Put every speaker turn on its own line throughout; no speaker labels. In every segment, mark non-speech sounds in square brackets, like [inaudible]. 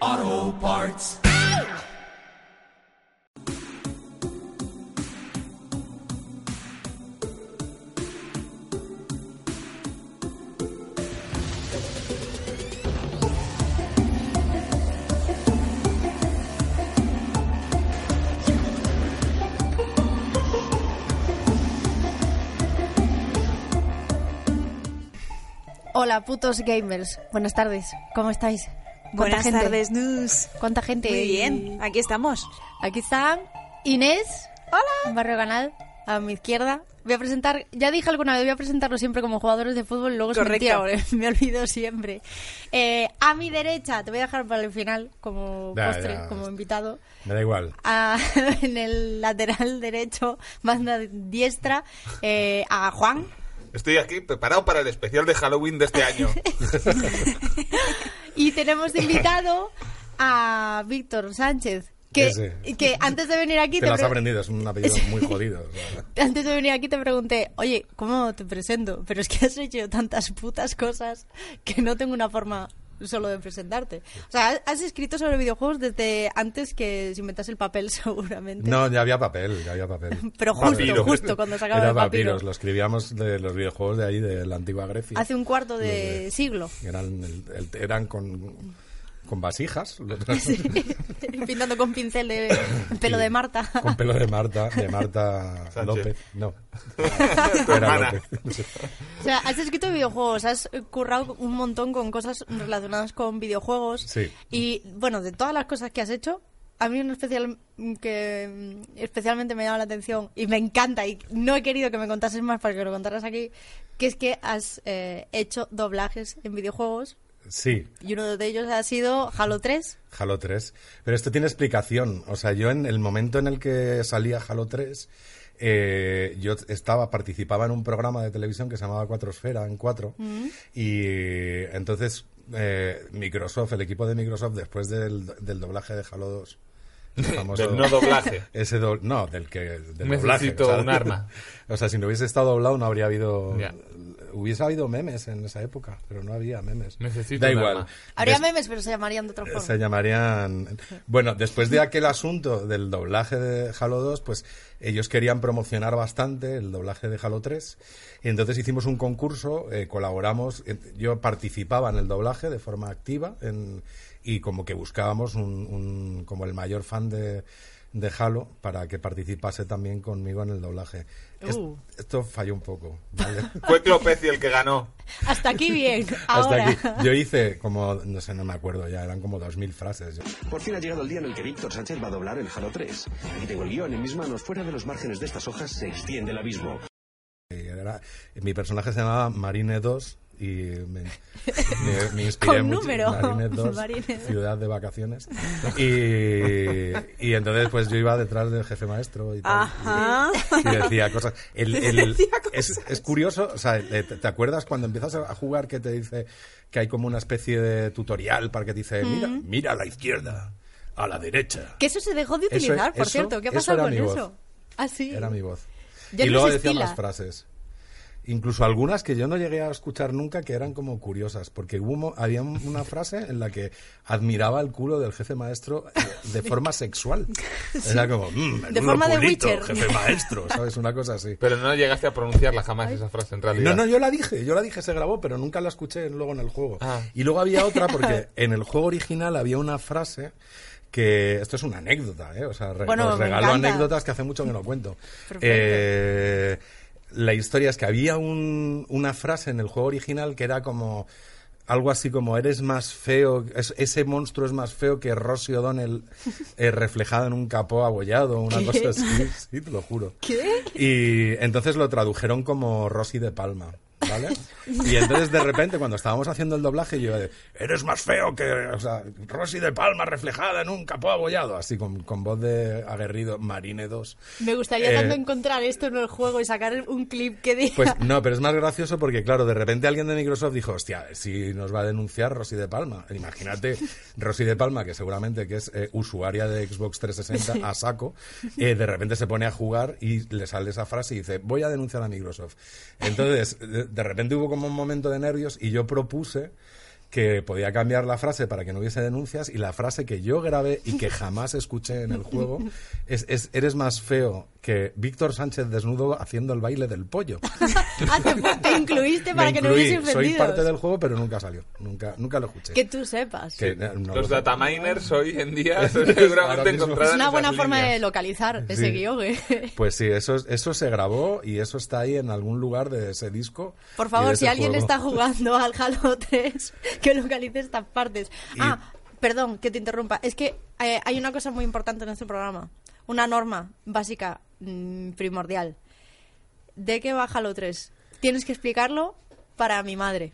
Auto Parts.
Hola, putos gamers. Buenas tardes. ¿Cómo estáis? ¿Cuánta
Buenas
gente?
tardes, News.
¿Cuánta gente?
Muy bien, aquí estamos.
Aquí está Inés. Hola. Barrio Canal, a mi izquierda. Voy a presentar, ya dije alguna vez, voy a presentarlo siempre como jugadores de fútbol, luego es
Correcto.
mentira, porque [laughs] me olvido siempre. Eh, a mi derecha, te voy a dejar para el final como
Ya,
postre,
ya.
como invitado.
Me da igual.
a- [laughs] en el lateral derecho, banda diestra, eh, a Juan.
Estoy aquí preparado para el especial de Halloween de este
[laughs]
año.
Y tenemos de invitado a Víctor Sánchez. Que,
Ese.
que antes de venir aquí
Te lo has
pre-
aprendido,
[laughs]
es un apellido
Sí.
muy jodido. o
[laughs]
sea.
antes de venir aquí te pregunté, oye, ¿cómo te presento? Pero es que has hecho tantas putas cosas que no tengo una forma solo de presentarte. O sea, has escrito sobre videojuegos desde antes que se inventase el papel [laughs] seguramente.
No, ya había papel, ya había papel.
[laughs] Pero justo,
Papiro.
justo cuando se acaba
Era
el papiro.
papiros, lo escribíamos de los videojuegos de ahí, de la antigua Grecia.
Hace un cuarto de
Desde-
siglo. [laughs]
Eran, el- el- eran con, con vasijas, [laughs]
Pintando con pincel de pelo de Marta. [laughs]
con pelo de Marta, de Marta
Sánchez.
López. No,
Tu hermana.
O sea, has escrito videojuegos, has currado un montón con cosas relacionadas con videojuegos.
Sí.
Y bueno, de todas las cosas que has hecho, a mí una especial que mm, especialmente me llama la atención y me encanta y no he querido que me contases más para que lo contaras aquí, que es que has eh, hecho doblajes en videojuegos
Sí,
y uno de ellos ha sido Halo 3.
Halo 3. Pero esto tiene explicación. O sea, yo en el momento en el que salía Halo 3, eh, yo estaba, participaba en un programa de televisión que se llamaba Cuatrosfera en Cuatro. Y entonces eh, Microsoft, el equipo de Microsoft, después del, del doblaje de Halo 2,
[laughs]
el famoso-
Del no doblaje.
ese do- no, del que del
Necesito
doblaje, o sea,
un arma.
[laughs] O sea, si no hubiese estado doblado no habría habido
Ya.
hubiese habido memes en esa época, pero no había memes.
Necesito
da
un
igual.
arma.
Habría
Des-
memes, pero se llamarían de otra forma.
se llamarían. Bueno, después de aquel asunto del doblaje de Halo 2, pues ellos querían promocionar bastante el doblaje de Halo 3. Y entonces hicimos un concurso, eh, colaboramos. eh, Yo participaba en el doblaje de forma activa en- y como que buscábamos un, un- como el mayor fan de, de Halo para que participase también conmigo en el doblaje. Es-
Uh.
esto falló un poco. ¿vale?
Fue Clopeci el que ganó.
Hasta aquí bien. [laughs]
[laughs] Hasta
Ahora. [laughs]
aquí. Yo hice como, no sé, no me acuerdo ya, eran como 2.000 frases. Yo-
Por fin ha llegado el día en el que Víctor Sánchez va a doblar el Halo 3. Y tengo el guión en mis manos. Fuera de los márgenes de estas hojas se extiende el abismo.
Y era- mi personaje se llamaba Marine 2
[laughs]
y me, me- me inspiré
Con
mucho.
número.
Marine 2,
Marine dos.
ciudad
[laughs]
de vacaciones. Y, y entonces pues yo iba detrás del jefe maestro y
Ah,
tal.
Ajá.
Y decía cosas.
[laughs]
El- el- Es, es curioso, o sea, eh, ¿te, te acuerdas cuando empiezas a jugar que te dice que hay como una especie de tutorial para que te dice, mira, mira a la izquierda, a la derecha?
Que eso se dejó de
Eso-
utilizar, por
eso-
cierto. ¿Qué ha
eso
pasado
era
con
mi voz.
eso? Ah, sí.
Era mi voz.
Ya
y
no
luego
se
decía
estila.
las frases. Incluso algunas que yo no llegué a escuchar nunca que eran como curiosas, porque hubo, mo- había un-
[laughs]
una frase en la que admiraba el culo del jefe maestro eh, de forma
[laughs]
sexual. Era como, "Mm, menudo
forma de
culito,
Witcher".
jefe maestro, ¿sabes? Una cosa así.
Pero no llegaste a pronunciarla jamás esa frase en realidad.
No, no, yo la dije, yo la dije, se grabó, pero nunca la escuché luego en el juego.
Ah.
Y luego había otra,
[laughs]
porque en el juego original había una frase que esto es una anécdota, ¿eh? O sea, re-
Bueno,
os
me
regalo
encanta.
anécdotas que hace mucho que no cuento.
Perfecto.
Eh, la historia es que había un- una frase en el juego original que era como algo así como eres más feo, es- ese monstruo es más feo que Rosie O'Donnell eh, reflejado en un capó abollado,
[laughs]
una
¿Qué?
cosa así, sí, te lo juro.
¿Qué?
Y entonces lo tradujeron como Rosy de Palma. ¿vale? ¿vale? Y entonces de repente cuando estábamos haciendo el doblaje yo de, eres más feo que o sea, Rosy de Palma reflejada en un capó abollado, así con, con voz de aguerrido Marine 2.
Me gustaría
Eh,
tanto encontrar esto en el juego y sacar un clip que diga. [laughs]
Pues no, pero es más gracioso porque, claro, de repente alguien de Microsoft dijo, hostia, si nos va a denunciar Rosy de Palma. Imagínate, Rosy de Palma, que seguramente que es eh, usuaria de Xbox 360 a saco, eh, de repente se pone a jugar y le sale esa frase y dice, voy a denunciar a Microsoft. Entonces, de, de repente hubo como un momento de nervios y yo propuse que podía cambiar la frase para que no hubiese denuncias y la frase que yo grabé y que jamás escuché en el juego es, es, eres más feo que Víctor Sánchez desnudo haciendo el baile del pollo.
Ah, te, te incluiste para
Me
que no
incluí.
hubiese
Soy
ofendido.
parte del juego, pero nunca salió. Nunca, nunca lo escuché.
Que tú sepas.
Que, eh, no
Los
lo-
dataminers hoy en
[laughs]
día
Ahora
seguramente
mismo.
es
encontrarán
una
esas
buena forma
líneas.
de localizar ese
Sí.
guión. ¿eh? [laughs]
Pues sí, eso, es- eso se grabó y eso está ahí en algún lugar de ese disco.
Por
y de
favor,
ese
si alguien
juego.
está jugando al Halo 3, [laughs] que localice estas partes.
Y-
Ah, perdón, que te interrumpa. Es que eh, hay una cosa muy importante en este programa. Una norma básica, mm, primordial. ¿De qué va Halo 3? Tienes que explicarlo para mi madre.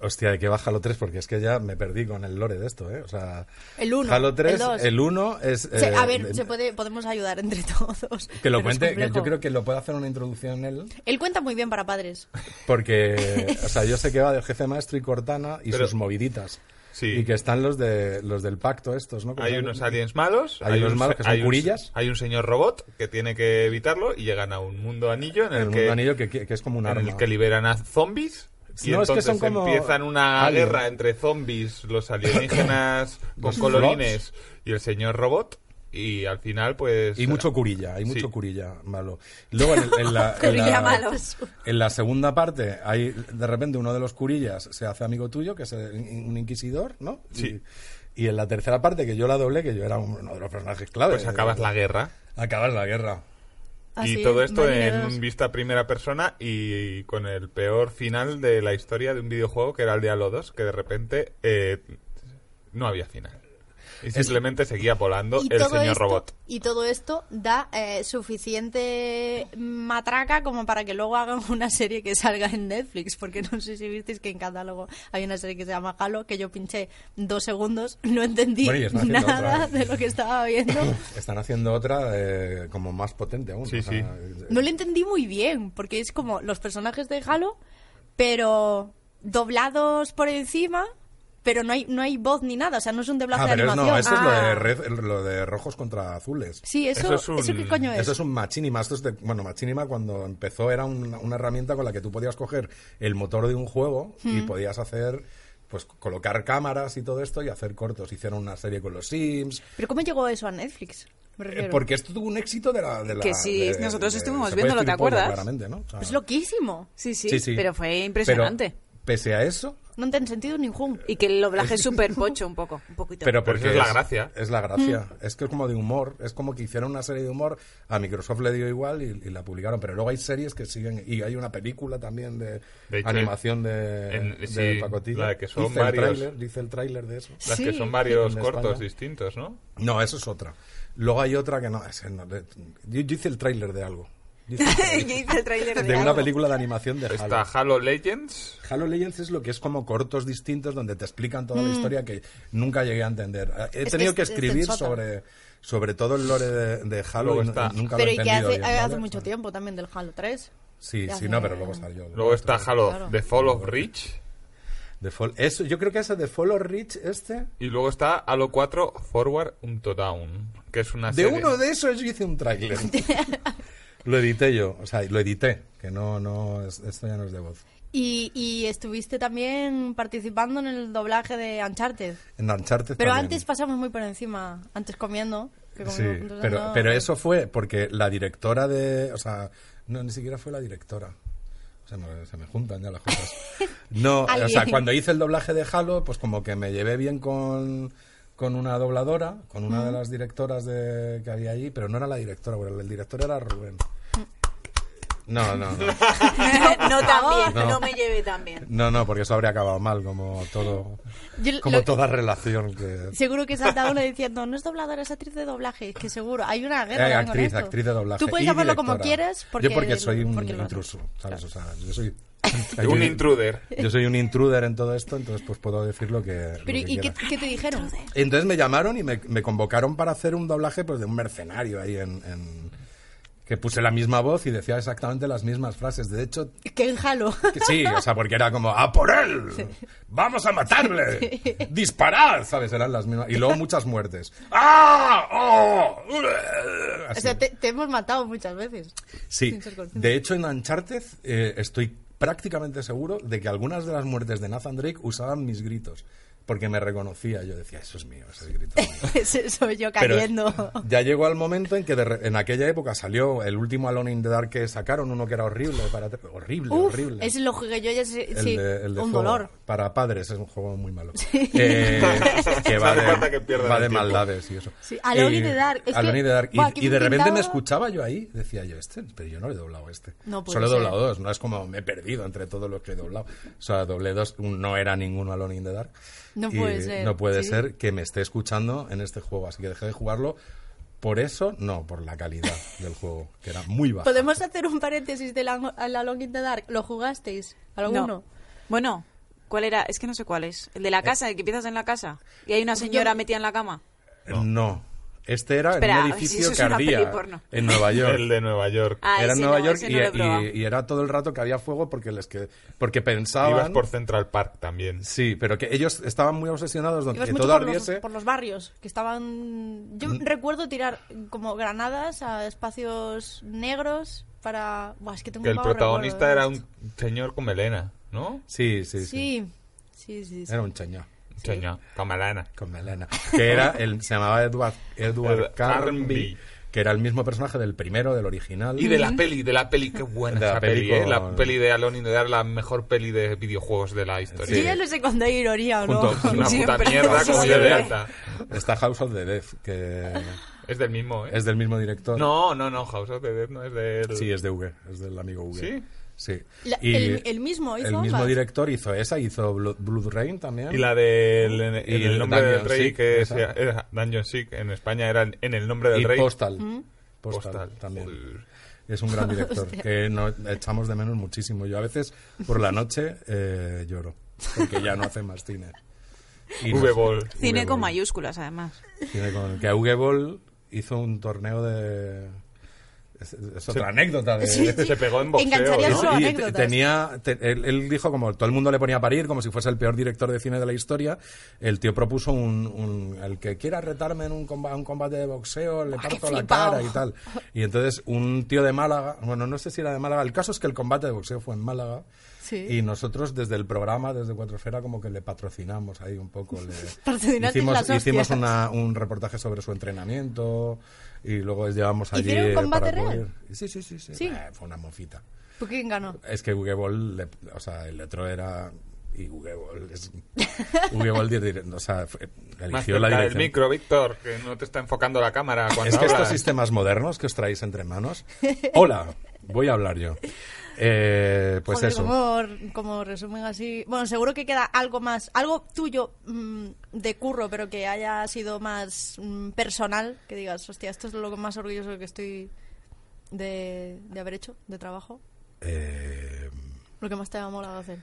Hostia, hay que bajar Halo 3 porque es que ya me perdí con el lore de esto, ¿eh? O sea,
El uno,
Halo 3,
el dos.
el 1 es.
Se-
eh,
a ver,
de-
se puede, podemos ayudar entre [laughs] todos.
Que
pero
lo
es
cuente, que yo
complejo.
creo que lo puede hacer una introducción él,
Él cuenta muy bien para padres.
porque, o sea, yo sé que va del jefe maestro y Cortana y
Pero-
sus moviditas.
Sí.
Y que están los de los del pacto estos, ¿no?
Hay unos aliens malos,
Hay unos
un
malos
se-
que son
hay un-
curillas.
hay un señor robot que tiene que evitarlo y llegan a un mundo anillo en el,
El mundo
que
anillo que, que- que es como un
en
arma.
el que liberan a zombies y
No, es que
entonces
son como
empiezan una
aliens.
guerra entre zombies,
[coughs]
los alienígenas con
Los
colorines y el señor robot y al final pues
Y mucho curilla, hay mucho
Sí.
curilla malo. Luego
[laughs]
en, el- en la, en
Curilla
la-
malos.
en la segunda parte, hay de repente uno de los curillas se hace amigo tuyo, que es el- un inquisidor, ¿no?
Sí.
Y, y en la tercera parte, que yo la doblé, que yo era uno de los personajes clave.
pues acabas la guerra.
Acabas la guerra.
Así,
y todo esto
Marine
en
dos.
un vista primera persona y con el peor final de la historia de un videojuego que era el de Halo 2, que de repente eh, no había final. Y simplemente seguía volando
Y
el
todo
señor
esto-
robot.
Y todo esto da eh, suficiente matraca como para que luego hagan una serie que salga en Netflix, porque no sé si visteis que en catálogo hay una serie que se llama Halo, que yo pinché dos segundos, no entendí
Bueno, y están haciendo
nada
otra.
de lo que estaba
[laughs]
viendo.
Están haciendo otra eh, como más potente aún.
Sí,
o sea,
sí.
No lo entendí muy bien, porque es como los personajes de Halo, pero doblados por encima, pero no hay, no hay voz ni nada, o sea, no es un doblaje
Ah,
de
pero es-
animación.
no, eso es lo de,
Ah.
red- lo de rojos contra azules.
Sí, eso,
Eso es
¿eso
un-
qué coño es?
Eso es un machinima. Esto es de- bueno, machinima cuando empezó era un- una herramienta con la que tú podías coger el motor de un juego
Hmm.
y podías hacer, pues colocar cámaras y todo esto y hacer cortos. Hicieron una serie con los Sims.
¿Pero cómo llegó eso a Netflix? Me
eh,
refiero.
porque esto tuvo un éxito de la... de la-
Que sí,
de-
nosotros
de-
estuvimos
se puede
viéndolo,
decir
¿te
pollo,
acuerdas?
claramente, ¿no? O sea,
Es loquísimo.
Sí sí,
sí, sí.
pero fue
Pero,
impresionante.
pese a eso...
No tiene sentido ningún.
Eh,
Y que el doblaje es súper pocho un poco, un poquito. [laughs]
Pero
Pero
porque
eso es la gracia.
Es la gracia.
Mm.
Es que es como de humor. Es como que hicieron una serie de humor. A Microsoft le dio igual y, y la publicaron. Pero luego hay series que siguen. Y hay una película también de,
De hecho,
animación de,
en-
de
sí,
pacotilla.
la de que son
dice, el
varios.
tráiler- dice el tráiler de eso.
Las que
Sí.
son varios
En
cortos
España.
distintos, ¿no?
No, eso es otra. Luego hay otra que no. ese no, de- yo, yo hice el tráiler de algo. Yo
[laughs]
hice el tráiler
Yo hice el tráiler de,
de una
algo.
película de animación de Halo.
Está Halo Legends.
Halo Legends es lo que es como cortos distintos donde te explican toda la historia que nunca llegué a entender. Eh, He
que
tenido
Mm. es-
que
es
escribir
sensata.
sobre, sobre todo el lore de, de Halo
Luego
y nu-
está-
nunca lo
Pero
he
y que
entendido
hace,
bien,
hace
¿vale? Ah.
mucho
O sea,
tiempo también del Halo 3.
Sí,
Ya
sí,
hace-
no, pero luego salió.
Luego está Halo
Claro.
The Fall of Reach.
The Fall- eso, yo creo que ese de Fall of Reach, este.
Y luego está Halo 4 Forward Unto Down. Que es una
De
serie-
uno de esos yo hice
[laughs]
un tráiler. lo edité yo, o sea, lo edité, que no, no, es- esto ya no es de voz.
Y, y estuviste también participando en el doblaje de Uncharted.
En Uncharted
Pero
también.
antes pasamos muy por encima. Antes comiendo. que
Sí,
comimos- entonces
pero,
no-
pero eso fue porque la directora de... O sea, no, ni siquiera fue la directora. O sea, me- se me juntan ya las
[laughs]
cosas. No, o sea,
Alguien.
cuando hice el doblaje de Halo, pues como que me llevé bien con, con una dobladora, con una
Mm.
de las directoras de, que había allí, pero no era la directora, bueno, el director era Rubén.
Mm.
No, no,
[laughs]
no.
[laughs] No también,
No.
no. me llevé también.
No, no, porque eso habría acabado mal, como todo...
Yo lo-
Como toda relación que...
Seguro que salta uno diciendo, no es dobladora, es actriz de doblaje. Que seguro, hay una
Eh,
guerra también con
actriz,
esto.
actriz de doblaje.
Tú puedes
y
llamarlo
directora.
como quieras. Porque
yo porque soy un
porque lo-
intruso, ¿sabes? O sea, yo soy sea,
Un
yo-
intruder.
[laughs] Yo soy un intruder en todo esto, entonces pues puedo decir lo que.
Pero,
lo que
¿y qué,
quiera.
qué te dijeron?
Entonces me llamaron y me, me convocaron para hacer un doblaje pues, de un mercenario ahí en, en- que puse la misma voz y decía exactamente las mismas frases. De hecho,
Que en Halo.
que [laughs] sí, o sea, porque era como ¡A por él! ¡Vamos
[laughs]
a matarle! ¡Disparad! ¿Sabes? Eran las mismas. Y luego muchas muertes. ¡Ah! ¡Oh! ¡Ure!
O
Así.
sea, te, te hemos matado muchas
[laughs]
veces.
Sí.
Sin ser consciente.
De hecho, en Uncharted eh, estoy prácticamente seguro de que algunas de las muertes de Nathan Drake usaban mis gritos. Porque me reconocía. Yo decía, eso es mío, ese
[laughs]
grito. es mío".
Ese soy yo
Pero
cayendo.
ya llegó al momento en que de re- en aquella época salió el último Alone in the Dark que sacaron, uno que era horrible, para te- horrible,
Uf,
horrible.
ese lo jugué yo ya sí,
El
sí,
de- el de
un
juego
dolor.
Para padres, es un juego muy malo.
[laughs]
Eh, que va
Hace
de,
falta que pierdan
va
el
de
tiempo.
maldades y eso.
Sí, Alone in the Dark, es
Alone
que-
in the Dark. Y,
Buah, que
y
me
de repente me
encantaba.
escuchaba yo ahí, decía yo, este, pero yo no le he doblado este.
No puede
Solo he
ser.
doblado dos, no es como me he perdido entre todos los que he doblado. O sea, doblé dos, un- no era ninguno Alone in the Dark.
No
Y
puede ser,
No puede
sí.
ser que me esté escuchando en este juego, así que dejé de jugarlo. Por eso, no, por la calidad del juego, que era muy baja.
¿Podemos hacer un paréntesis de la, a la Long in the Dark? ¿Lo jugasteis? ¿Alguno?
No. Bueno, ¿cuál era? Es que no sé cuál es. El de la casa, el que empiezas en la casa. Y hay una señora metida en la cama.
No. Este era
Espera,
en
a
un
ver si
edificio
eso es
que
una peli
ardía
porno. [laughs]
en Nueva York.
El de Nueva York.
Ah,
era en
ese
Nueva
no,
York
ese
y,
no lo he probado.
y- y era todo el rato que había fuego porque les que porque
Ibas
pensaban
por Central Park también.
sí pero que ellos estaban muy obsesionados donde
Ibas
que
mucho
todo
por los,
ardiese
por los barrios, que estaban... Yo recuerdo tirar como granadas a espacios negros para... Buah, es que tengo
Que
un
el
vago
protagonista era
recuerdo de
un señor con melena, ¿no?
sí sí, sí
esto. Sí, sí, sí. sí.
era un chañón
Un Señor, con melena.
con melena que era el se llamaba Edward Edward
El
Carnby
Carnby.
que era el mismo personaje del primero del original
Y de la peli, de la peli, qué buena
De la
esa
peli
peli, ¿eh?
con-
La peli de Alone in the Dark, la mejor peli de videojuegos de la historia.
Yo
Sí.
ya no sé cuándo hay ironía o no. [laughs]
Junto-
Es una
Siempre.
puta mierda como
Sí,
yo de
siempre.
alta.
está House of the Dead que
Es del mismo, ¿eh?
es del mismo director
No, no, no, House of the Dead no es del...
sí es de Uge es del amigo Uge
¿Sí?
sí
La-
Y
el, el mismo hizo
el mismo
ambas.
director hizo esa hizo Blood, Blood Rain también
Y la del
Y
en
el
el nombre del
Dungeon
rey,
Sick,
que
esa.
sea- era Dungeon Sick, en España era en el nombre del
y
rey.
Postal.
Mm.
Postal.
Postal,
también.
joder.
Es un gran
[laughs]
director que no, echamos de menos muchísimo. Yo a veces por la noche eh, lloro porque ya no hace más cine. Y no-
V-Ball.
Cine con
V-Ball.
mayúsculas, además.
Cine con- Que Uge Boll hizo un torneo de. Es, es otra anécdota de.
Sí, sí.
Se pegó en boxeo,
Engancharía
¿no?
solo
Sí,
anécdotas.
te- tenía, te- él, él dijo como todo el mundo le ponía a parir, como si fuese el peor director de cine de la historia. El tío propuso un, un- el que quiera retarme en un combate, un combate de boxeo, le
Ah, qué
parto la
flipao.
cara y tal. Y entonces un tío de Málaga, bueno, no sé si era de Málaga, el caso es que el combate de boxeo fue en Málaga.
Sí.
Y nosotros desde el programa, desde Cuatrofera, como que le patrocinamos ahí un poco.
[laughs]
le-
Patrocinasteis
hicimos
las
hicimos
hostias.
una- un reportaje sobre su entrenamiento y luego les llevamos allí.
¿Hicieron
eh,
combate
para
real?
cubrir. Sí, sí, sí. sí.
Sí.
Eh, fue una mofita.
¿Por quién ganó?
Es que Uge Boll, le- o sea, el otro era. Y Uge Boll es. Uge Boll, dir- dir- o sea, fue-
Más
eligió la
cerca del
dirección.
micro, Víctor, que no te está enfocando la cámara
[laughs]
cuando
Es que estos
hablas.
sistemas modernos que os traéis entre manos. Hola, voy a hablar yo. Eh, pues
Joder,
eso.
Como, como resumen así. Bueno, seguro que queda algo más, algo tuyo mm, de curro, pero que haya sido más mm, personal, que digas, hostia, esto es lo más orgulloso que estoy de, de haber hecho, de trabajo.
Eh,
Lo que más te ha molado hacer.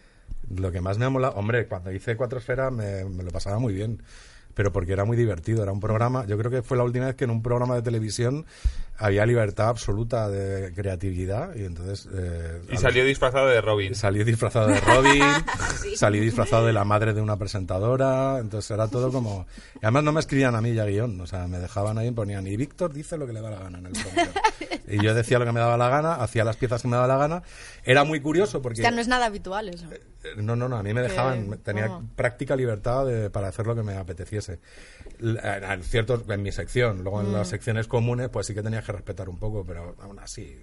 lo que más me ha molado. Hombre, cuando hice Cuatro Esferas me, me lo pasaba muy bien. Pero porque era muy divertido, era un programa. Yo creo que fue la última vez que en un programa de televisión había libertad absoluta de creatividad. Y entonces. eh, a
Y
los-
salió disfrazado de Robin.
Salí disfrazado de Robin,
[laughs]
salí disfrazado de la madre de una presentadora, entonces era todo como... Y además no me escribían a mí ya guión, o sea, me dejaban ahí y ponían, y Víctor dice lo que le da la gana en el programa.
[laughs]
Y yo decía lo que me daba la gana, hacía las piezas que me daba la gana. Era muy curioso porque...
O sea, no es nada habitual eso.
Eh, No, no, no, a mí me dejaban,
Que-
tenía
vamos.
práctica libertad de- para hacer lo que me apeteciese. L- eh, En, en ciertos- en mi sección, luego en
Mm.
las secciones comunes, pues sí que tenías que respetar un poco, pero aún así...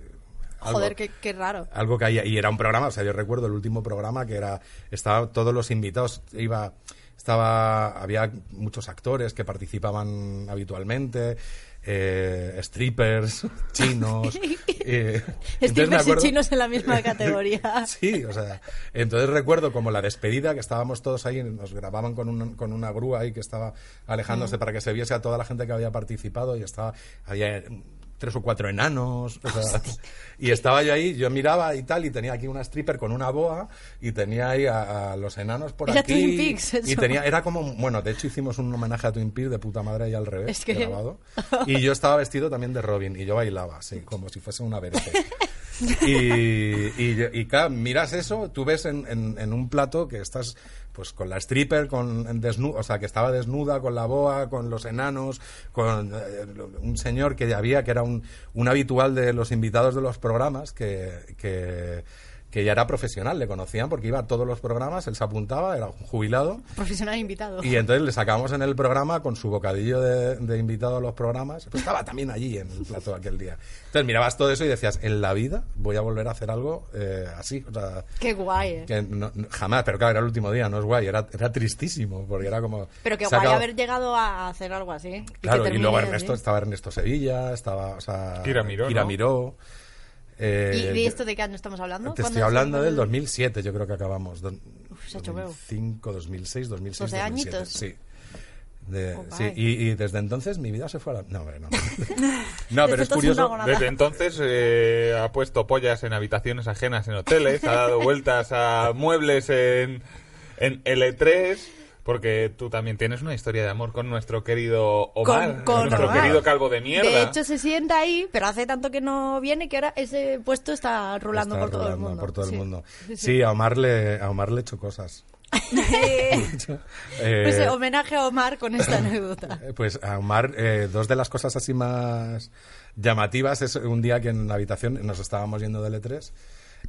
algo- Ah,
Joder, qué, qué raro. [laughs]
algo que había, y era un programa, o sea, yo recuerdo el último programa que era, estaba todos los invitados, iba, estaba, había muchos actores que participaban habitualmente, eh, strippers, [laughs]
[laughs]
chinos. eh, entonces me
Strippers y
acuerdo-
chinos
[laughs]
en la misma [laughs] categoría.
Sí, o sea, entonces recuerdo como la despedida que estábamos todos ahí, nos grababan con, un- con una grúa ahí que estaba alejándose para que se viese a toda la gente que había participado y estaba había tres o cuatro enanos. o sea, y estaba yo ahí, yo miraba y tal, y tenía aquí una stripper con una boa, y tenía ahí a, a los enanos por
Era
aquí.
Twin Peaks, eso.
Y tenía, era como, bueno, de hecho hicimos un homenaje a Twin Peaks de puta madre y al revés,
Es que-
grabado. Y yo estaba vestido también de Robin, y yo bailaba, así, como si fuese una verete.
[laughs]
Y, y, y, claro, miras eso, tú ves en, en- en un plato que estás pues con la stripper, con en desnu- o sea, que estaba desnuda, con la boa, con los enanos, con eh, lo- un señor que había, que era un, un habitual de los invitados de los programas, que, que, que ya era profesional, le conocían porque iba a todos los programas, él se apuntaba, era un jubilado.
Profesional invitado.
Y entonces le sacamos en el programa con su bocadillo de, de invitado a los programas. Pues estaba también allí en el plato aquel día. Entonces mirabas todo eso y decías, en la vida voy a volver a hacer algo eh, así. O sea,
Qué guay, eh.
que no- no- jamás, pero claro, era el último día, no es guay, era, era tristísimo, porque era como...
Pero qué
se
guay
acaba-
haber llegado a hacer algo así. Y que
Claro, y
termine
luego
así.
Ernesto, estaba Ernesto Sevilla, estaba... O sea,
Kira Miró,
Kira
¿no?
Miró, eh,
¿Y de esto de qué año estamos hablando?
Te
¿Cuándo
estoy
es?
hablando del 2007, yo creo que acabamos. Do-
se ha hecho
2005, 2006, 2006,
Doce
2007.
añitos.
Sí. De-
Oh,
sí,
vaya.
y, y desde entonces mi vida se fue a la... No,
[laughs]
hombre, no. no, pero
Desde
es
entonces no
curioso...
hago nada.
Desde entonces eh, ha puesto pollas en habitaciones ajenas en hoteles, ha dado vueltas a muebles en, en L3, porque tú también tienes una historia de amor con nuestro querido Omar,
Con- con
nuestro
Omar.
querido calvo de mierda.
De hecho, se sienta ahí, pero hace tanto que no viene que ahora ese puesto está rulando
Está
por todo el
rolando
mundo.
por todo el
Sí.
mundo.
[laughs] Sí, sí.
Sí, a Omar le, a Omar le echó
[laughs]
cosas. Eh,
Pues eh, homenaje a Omar con
[laughs]
esta anécdota.
Eh, Pues a Omar, eh, dos de las cosas así más llamativas es un día que en la habitación nos estábamos yendo de L3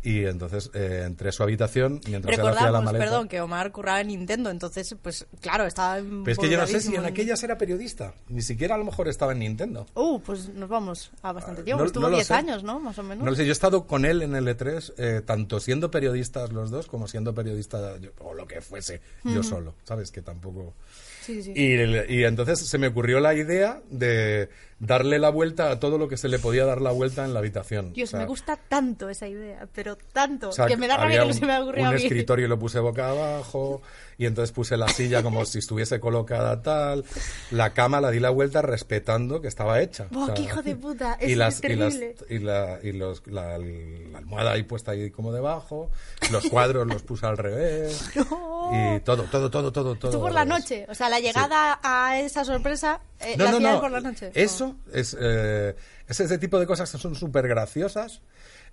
y entonces eh, entré a su habitación mientras él hacía la
Recordamos,
maleta.
perdón, que Omar curraba en Nintendo, entonces, pues claro, estaba.
Pero es que yo no sé si en aquellas era periodista, ni siquiera a lo mejor estaba en Nintendo.
Uh, pues nos vamos a bastante tiempo.
Ah, No-
Estuvo
no lo
10
sé.
años, ¿no? Más o menos.
No lo sé, yo he estado con él en el E3, eh, tanto siendo periodistas los dos como siendo periodista yo- o lo que fuese, yo solo, ¿sabes? Que tampoco...
Sí, sí.
Y, el- y entonces se me ocurrió la idea de darle la vuelta a todo lo que se le podía dar la vuelta en la habitación.
Dios,
O sea,
me gusta tanto esa idea, pero tanto,
o sea,
que me da rabia
había
que no
un-
se me ocurrió a
Un
mí.
escritorio y lo puse boca abajo, y entonces puse la silla como si estuviese colocada tal. La cama la di la vuelta respetando que estaba hecha.
Buah, qué hijo de puta,
y
eso es
las- y las-
terrible.
Y, la, y los- la- la almohada ahí puesta ahí como debajo, los cuadros los puse al revés.
[laughs] [laughs] No.
Y todo, todo, todo, todo, todo.
Tú por
al
la
revés.
noche, o sea, la llegada a esa sorpresa, eh,
No,
la
no,
hacías
no.
por la noche. Oh.
Eso es, eh, es ese tipo de cosas que son súper graciosas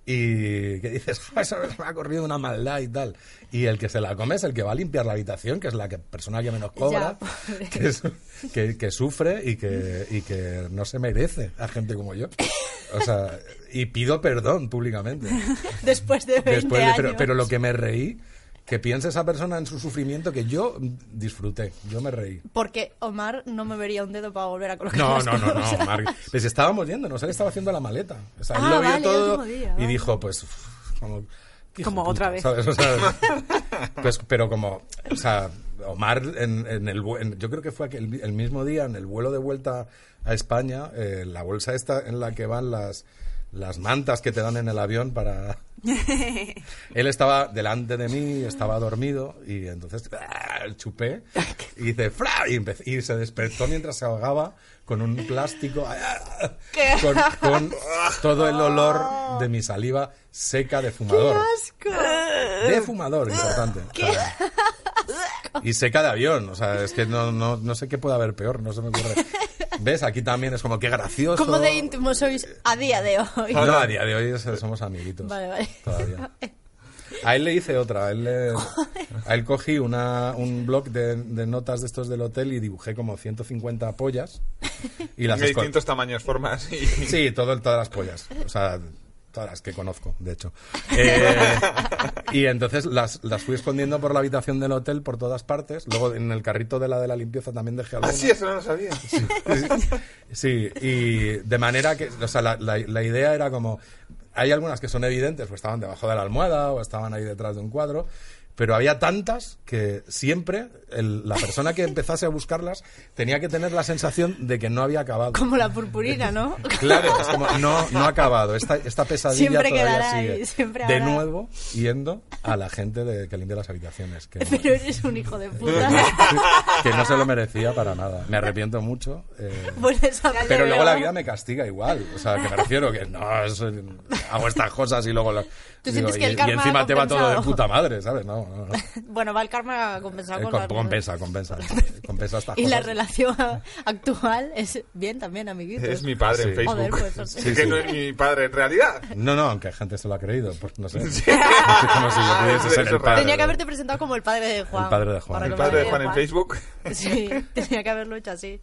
y que dices, "Jo, eso me ha corrido una maldad y tal. Y el que se la come es el que va a limpiar la habitación, que es la que, persona que menos
Ya, [laughs]
cobra,
pobre.
que, es- que- que sufre y que, y que no se merece a gente como yo. O sea, y pido
[laughs]
perdón públicamente.
Después de 20
Después de-
años.
pero, pero lo que me reí, que piense esa persona en su sufrimiento, que yo disfruté, yo me reí.
Porque Omar no me vería un dedo para volver a colocar
No,
las
no, no,
cosas.
no,
[laughs]
Mar- Pues estábamos viendo, no sé, él estaba haciendo la maleta. O sea, él
Ah,
lo vio
vale, el
todo
último día,
y
vale.
dijo, pues, uf, como... hijo
Como
puta,
otra vez.
¿sabes?
[laughs]
O sea, pues, pero como, o sea, Omar, en, en el, vu- en- yo creo que fue aquel- el mismo día, en el vuelo de vuelta a España, eh, la bolsa esta en la que van las, las mantas que te dan en el avión para... Él estaba delante de mí, estaba dormido y entonces ¡ah! chupé y dice ¡fra! Y, empe- y se despertó mientras se ahogaba con un plástico ¡ah! con, con todo el olor de mi saliva seca de fumador. De fumador, importante. O sea, y seca de avión, o sea, es que no, no, no sé qué puede haber peor, no se me ocurre. ¿Ves? Aquí también es como qué gracioso.
Como de íntimo sois a día de hoy.
No, a día de hoy es- somos amiguitos.
Vale, vale. [laughs]
Todavía. A él le hice otra. A él, le- a él cogí una, un blog de, de notas de estos del hotel y dibujé como 150 pollas. Y las
de
escon-
distintos tamaños, formas y...
Sí, todo, todas las pollas. O sea, todas las que conozco,
[laughs]
de hecho. Eh, y entonces las, las fui escondiendo por la habitación del hotel, por todas partes. Luego en el carrito de la de la limpieza también dejé algunas.
Así, Ah, eso no lo sabía.
Sí, y de manera que, o sea, la, la- la idea era como, hay algunas que son evidentes, pues estaban debajo de la almohada o estaban ahí detrás de un cuadro, Pero había tantas que siempre el- la persona que empezase a buscarlas tenía que tener la sensación de que no había acabado.
Como la purpurina,
[laughs]
¿no?
Claro, es como, no, no ha acabado. Esta, esta pesadilla
Siempre
todavía
quedará ahí,
sigue.
siempre
de
habrá.
nuevo, yendo a la gente de, que limpia las habitaciones. Que,
Pero eres un hijo de puta. [laughs]
que no se lo merecía para nada. Me arrepiento mucho. eh,
Por Pues esa
pero luego la vida me castiga igual. O sea, que me refiero que no, es- hago estas cosas y luego... lo-
sientes que
y,
el karma
y encima
ha
te va todo de
compensado.
puta madre, ¿sabes? No, no, no.
Bueno, va el karma compensado
Eh,
con
com-
las-
compensa, compensa. Compensa
[laughs]
estas
Y
cosas.
la relación [laughs] actual es bien también, amiguitos.
Es mi padre
Sí.
en Facebook.
Joder, pues, sorpresa.
Sí,
que
sí.
no es mi padre en realidad.
No, no, aunque gente se lo ha creído, pues no
[laughs]
sé. Es como si yo pudiese ser el padre.
Tenía que haberte presentado como el padre de Juan.
El padre de Juan.
para
El
que
Padre de
me
Juan en
vea
Facebook.
[laughs] Sí, tenía que haberlo hecho así.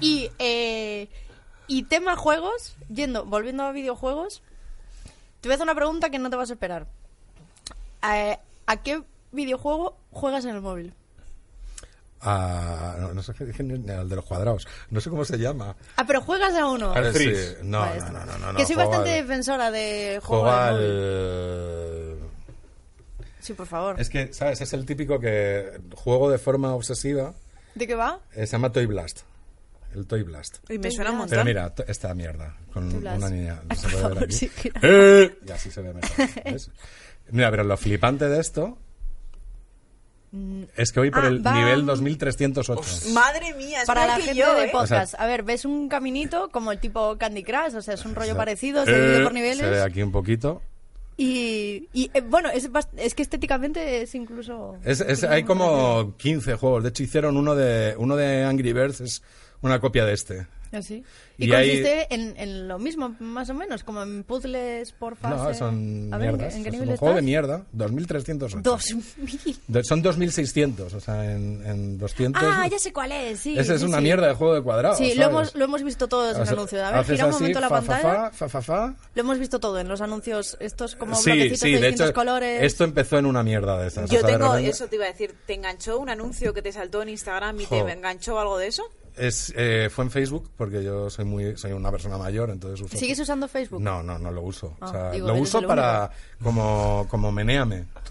Y, eh, y tema juegos, yendo, volviendo a videojuegos, te voy a hacer una pregunta que no te vas a esperar. Eh, ¿A qué videojuego juegas en el móvil?
Ah, no, no sé qué dije, ni- ni al de los cuadrados. No sé cómo se llama.
Ah, pero juegas a uno.
Al
Eh, sí,
Frizz.
no,
Vale,
no,
esto.
no, no, no, no,
que soy
juego
bastante
al-
defensora de juego
Juego
al móvil.
al...
Sí, por favor.
Es que, ¿sabes? Es el típico que juego de forma obsesiva.
¿De qué va?
Eh, se llama Toy Blast. El Toy Blast.
Y me suena un montón.
Pero mira, to- esta mierda. Con
Toy Blast.
una niña.
Ay,
¿se
por
puede ver
favor,
aquí?
sí, mira.
¡Eh! Y así se ve mejor.
[laughs]
¿ves? Mira, pero lo flipante de esto es que voy por
Ah,
el
va-
nivel 2308.
Madre mía, es
Para la
peor que
gente
yo,
de
¿eh?
podcast.
O
a ver, ves un caminito como el tipo Candy Crush, o sea, es un rollo
Se-
parecido, se
Eh,
divide por
Se ve
niveles.
aquí un poquito.
Y, y, eh, bueno, es, bast- es que estéticamente es incluso...
Es- es- hay como 15 juegos. De hecho, hicieron uno de, uno de Angry Birds, es una copia de este.
Así. Ah, Y,
Y
consiste en, en lo mismo, más o menos, como en puzzles por fase.
No, son
A ver, ¿en qué-
mierdas.
¿en qué
es
nivel
un juego de
estás?
mierda. 2308.
2000.
De- son 2600, o sea, en, en 200.
Ah, ya sé cuál es, sí.
Esa es
sí,
una
sí.
mierda de juego de cuadrados.
Sí, lo
Ah, ¿sabes?
hemos, lo hemos visto todos en
O sea,
anuncios. A ver,
haces
gira un
así,
momento la
fa, fa,
pantalla.
Fa, fa, fa,
Lo hemos visto todo en los anuncios, estos como
Sí,
bloquecitos
sí,
de,
de
distintos
hecho,
colores.
esto empezó en una mierda de esas. o
Yo
sea, de
tengo,
repente-
eso te iba a decir, ¿te enganchó un anuncio que te saltó en Instagram y
Jo.
te enganchó algo de eso?
Es, eh, fue en Facebook, porque yo soy muy soy una persona mayor, entonces uso.
¿Sigues usando Facebook?
No, no, no lo uso.
Ah,
O sea,
digo,
lo
eres
uso
el
para como, como meneame. O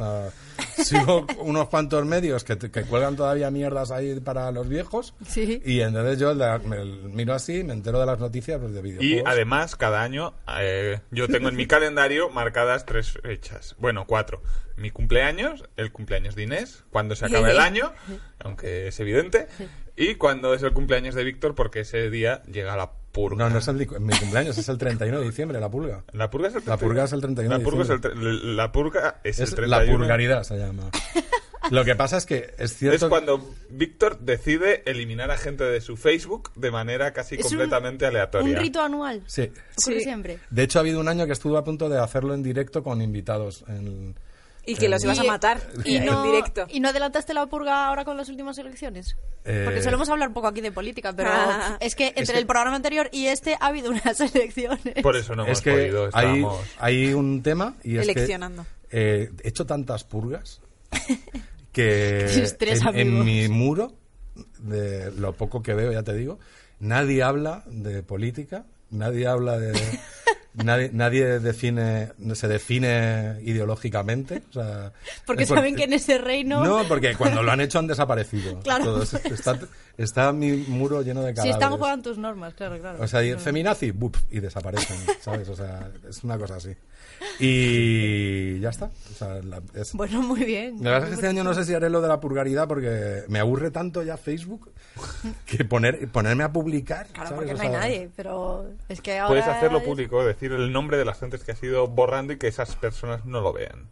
[laughs]
sea, sigo unos cuantos medios que, te- que cuelgan todavía mierdas ahí para los viejos.
Sí.
Y entonces yo la- me- miro así, me entero de las noticias pues, de
Y
videojuegos.
además, cada año eh, yo tengo en mi calendario marcadas tres fechas. Bueno, cuatro. Mi cumpleaños, el cumpleaños de Inés, cuando se acaba el año, aunque es evidente. Y cuando es el cumpleaños de Víctor, porque ese día llega la purga.
No, no es el, di- mi cumpleaños, es el 31 de diciembre, la pulga.
La purga es el 31.
La purga es el 31 de
La purga es el,
diciembre.
tre- la purga es el
Es
31.
la purgaridad se llama. Lo que pasa es que es cierto
Es cuando Víctor decide eliminar a gente de su Facebook de manera casi
Es un-
completamente aleatoria.
Un rito anual.
Sí.
Ocurre
Sí.
siempre.
De hecho, ha habido un año que estuve a punto de hacerlo en directo con invitados. En...
Y que los ibas Pues a
[laughs]
matar
Y
en
no,
directo.
¿Y no adelantaste la purga ahora con las últimas elecciones?
Eh.
Porque solemos hablar un poco aquí de política, pero
Ah.
es que entre
que-
el programa anterior y este ha habido unas [laughs] elecciones.
Por eso no hemos
es que
podido,
hay,
estábamos-
hay un tema y es que,
Eleccionando.
eh, he hecho
[laughs]
tantas purgas que
Tienes tres
en, en
amigos.
mi muro, de lo poco que veo, ya te digo, nadie habla de política, nadie habla
[laughs]
de... Nadie, nadie define, se define ideológicamente. o sea,
[laughs] Porque
es por-
saben que en ese reino.
No, porque cuando lo han hecho han
[laughs]
desaparecido.
Claro.
Todos. Está, está mi muro lleno de
[laughs] si
cadáveres.
están jugando tus normas, claro, claro.
O sea, y feminazi, bup, y desaparecen, ¿sabes? O sea, es una cosa así. Y ya está. O sea, la, es-
bueno, muy bien.
la verdad es que este año no sé si haré lo de la purgaridad porque me aburre tanto ya Facebook que poner, ponerme a publicar.
Claro,
¿sabes?
porque
O
no hay
sea,
nadie, pero es que ahora.
Puedes hacerlo
es-
público, decir el nombre de las gentes que has ido borrando y que esas personas no lo vean.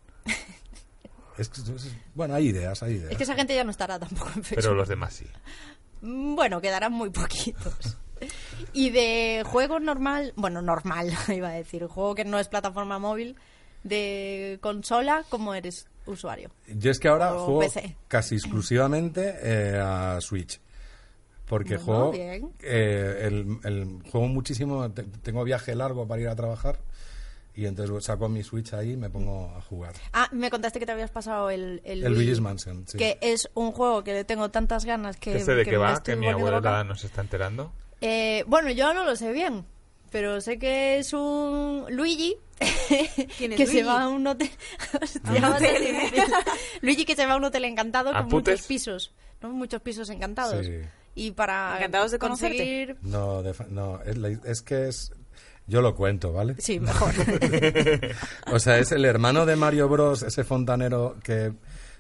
es que- es- bueno, hay ideas, hay ideas.
Es que esa gente ya no estará tampoco en Facebook.
Pero los demás sí.
Mm, Bueno, quedarán muy poquitos. Y de juego normal, bueno, normal, [laughs] iba a decir, juego que no es plataforma móvil, de consola, ¿cómo eres usuario?
Yo es que ahora
O
juego
PC.
casi exclusivamente eh, a Switch. Porque
Bueno,
juego,
bien.
eh, el, el- juego muchísimo, te- tengo viaje largo para ir a trabajar y entonces saco mi Switch ahí y me pongo a jugar.
Ah, me contaste que te habías pasado el... El,
El
Wii,
Luigi's Mansion, sí.
Que es un juego que le tengo tantas ganas que...
¿Ese de
que
qué
me
va?
estoy
Que mi
volviendo
abuela
loca.
nos está enterando.
Eh, bueno, yo no lo sé bien, Pero sé que es un Luigi [laughs]
¿Quién es
que se
Luigi?
va a un hotel. Hostia,
un
va a ser
hotel.
difícil. Luigi que se va a un hotel encantado
¿A
con
putes?
muchos pisos, ¿no? Muchos pisos encantados.
Sí.
Y para
Encantados de conocerte.
conseguir
No, de fa- no es, la- es que es... Yo lo cuento, ¿vale?
Sí,
[laughs]
mejor.
O sea, es el hermano de Mario Bros, ese fontanero que,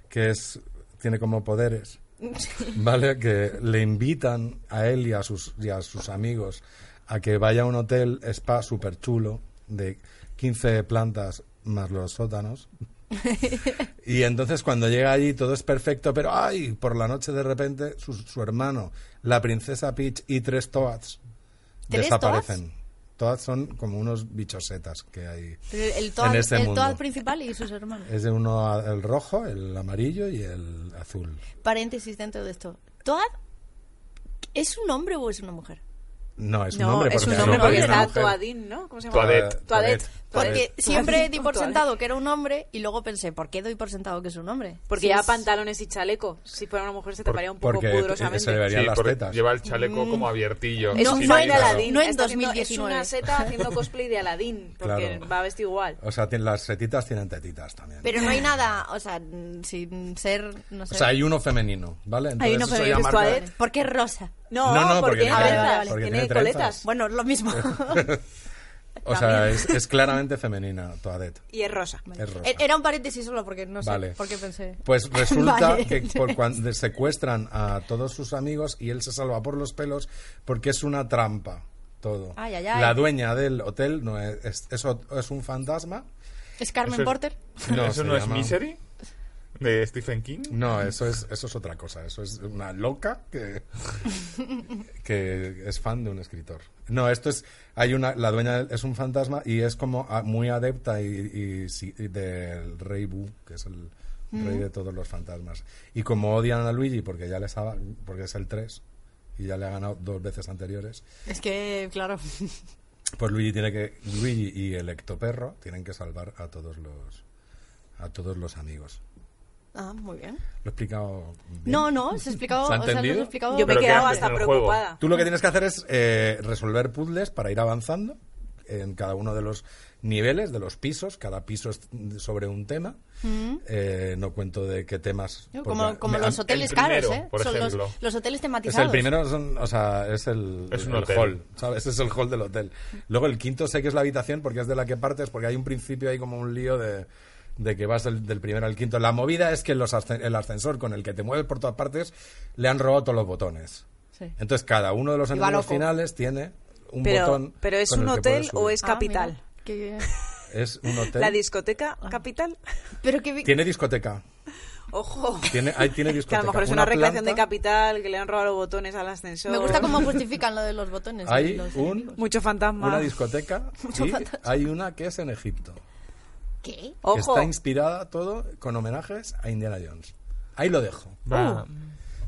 que es, tiene como poderes, ¿vale? Que le invitan a él y a sus, y a sus amigos a que vaya a un hotel spa súper chulo de 15 plantas más los sótanos. Y entonces cuando llega allí todo es perfecto, pero ¡ay! Por la noche de repente su, su hermano, la princesa Peach y tres Toads
¿Tres
desaparecen. Toads son como unos bichosetas que hay.
Pero el Toad,
En este
el
mundo. Eh.
Toad principal y sus hermanos.
Es de uno a- el rojo, el amarillo y el azul.
Paréntesis dentro de esto. Toad ¿es un hombre o es una mujer?
No, es un
No,
hombre
es
porque
un
hay
hombre
una
porque
mujer.
está Toadín, ¿no? ¿Cómo se llama?
Toadette.
Toadette.
Porque
Toadette.
siempre di
Toadette.
por sentado que era un hombre y luego pensé, ¿por qué doy por sentado que es un hombre?
Porque
Si
ya
es-
pantalones y chaleco. Si fuera una mujer se
Por-
taparía un poco
porque
pudrosamente.
se le verían
Sí,
las
porque
tetas.
Lleva el chaleco como abiertillo.
Mm. Es
No,
un
no
Aladdin,
en Aladdin.
no en
está haciendo- Es
2019.
una seta haciendo cosplay de Aladdin, porque
Claro.
va vestido igual.
O sea, tiene- las setitas tienen tetitas también.
Pero no hay nada, o sea, mm, sin ser, no sé.
o sea, hay uno femenino, ¿vale?
Hay
Entonces
uno
eso
femenino.
ya
que es
marca-
Toadette.
Porque es rosa.
No,
No, no, porque
porque, tiene
tiene-
trenzas,
vale,
porque
tiene,
tiene
coletas.
Bueno, es lo
[laughs]
mismo.
O sea, es, es claramente femenina Toadette.
Y es rosa.
Es rosa.
E- Era un paréntesis solo porque no sé
Vale.
por qué pensé. [laughs]
Pues resulta
Vale.
que por cuando secuestran a todos sus amigos y él se salva por los pelos porque es una trampa todo.
Ay, ay, ay.
La dueña del hotel no es, es, es o- es un fantasma.
¿Es Carmen
Eso es-
Porter?
No,
[laughs] ¿Eso
se
no es
llama-
Misery? ¿De Stephen King?
No, eso es, eso es otra cosa. Eso es una loca que, que es fan de un escritor. No, esto es. Hay una, la dueña del- es un fantasma y es como a- muy adepta y, y sí- y del rey Bu, que es el rey de todos los fantasmas. Y como odian a Luigi porque ya le estaba, porque es el 3 y ya le ha ganado dos veces anteriores,
Es que, claro.
pues Luigi tiene que Luigi y el ectoperro tienen que salvar a todos los a todos los amigos.
Ah, muy bien.
Lo he explicado. bien?
No, no, se explicaba.
¿Se
o sea,
ha
lo has
entendido?
explicado-
Yo me he
¿Pero qué
quedado
haces
hasta
en el juego?
preocupada.
Tú lo que tienes que hacer es eh, resolver puzzles para ir avanzando en cada uno de los niveles, de los pisos. Cada piso es sobre un tema. Eh, no cuento de qué temas.
Mm. No,
porque
Como, como
me-
los
a-
hoteles
el
caros,
primero,
¿eh?
por
Son los,
ejemplo.
los hoteles
es
tematizados.
el primero, son- o sea, es el,
Es un
el
hotel.
hall, ¿sabes? Es el hall del hotel. Luego el quinto sé que es la habitación porque es de la que partes, porque hay un principio, hay como un lío de, de que vas del, del primero al quinto. La movida es que los ascen- el ascensor con el que te mueves por todas partes le han robado todos los botones.
Sí.
Entonces, cada uno de los
Y va
enemigos
loco.
finales tiene un
Pero,
botón.
pero es
con
un
el que
hotel
puedes
o
subir.
es capital.
Ah, mira, qué-
Es un hotel.
La discoteca capital. [laughs]
Pero que...
Tiene discoteca.
Ojo.
Tiene, ahí tiene
[laughs] Que
discoteca.
a lo mejor es una, recreación de capital, que le han robado los botones al ascensor.
Me gusta cómo justifican lo de los botones.
Hay
los
un,
[laughs] Mucho fantasma. [laughs]
una discoteca
Mucho
y
fantasma.
hay una que es en Egipto.
¿Qué?
Ojo.
Está inspirada todo con homenajes a Indiana Jones. Ahí lo dejo.
Uh,
Va.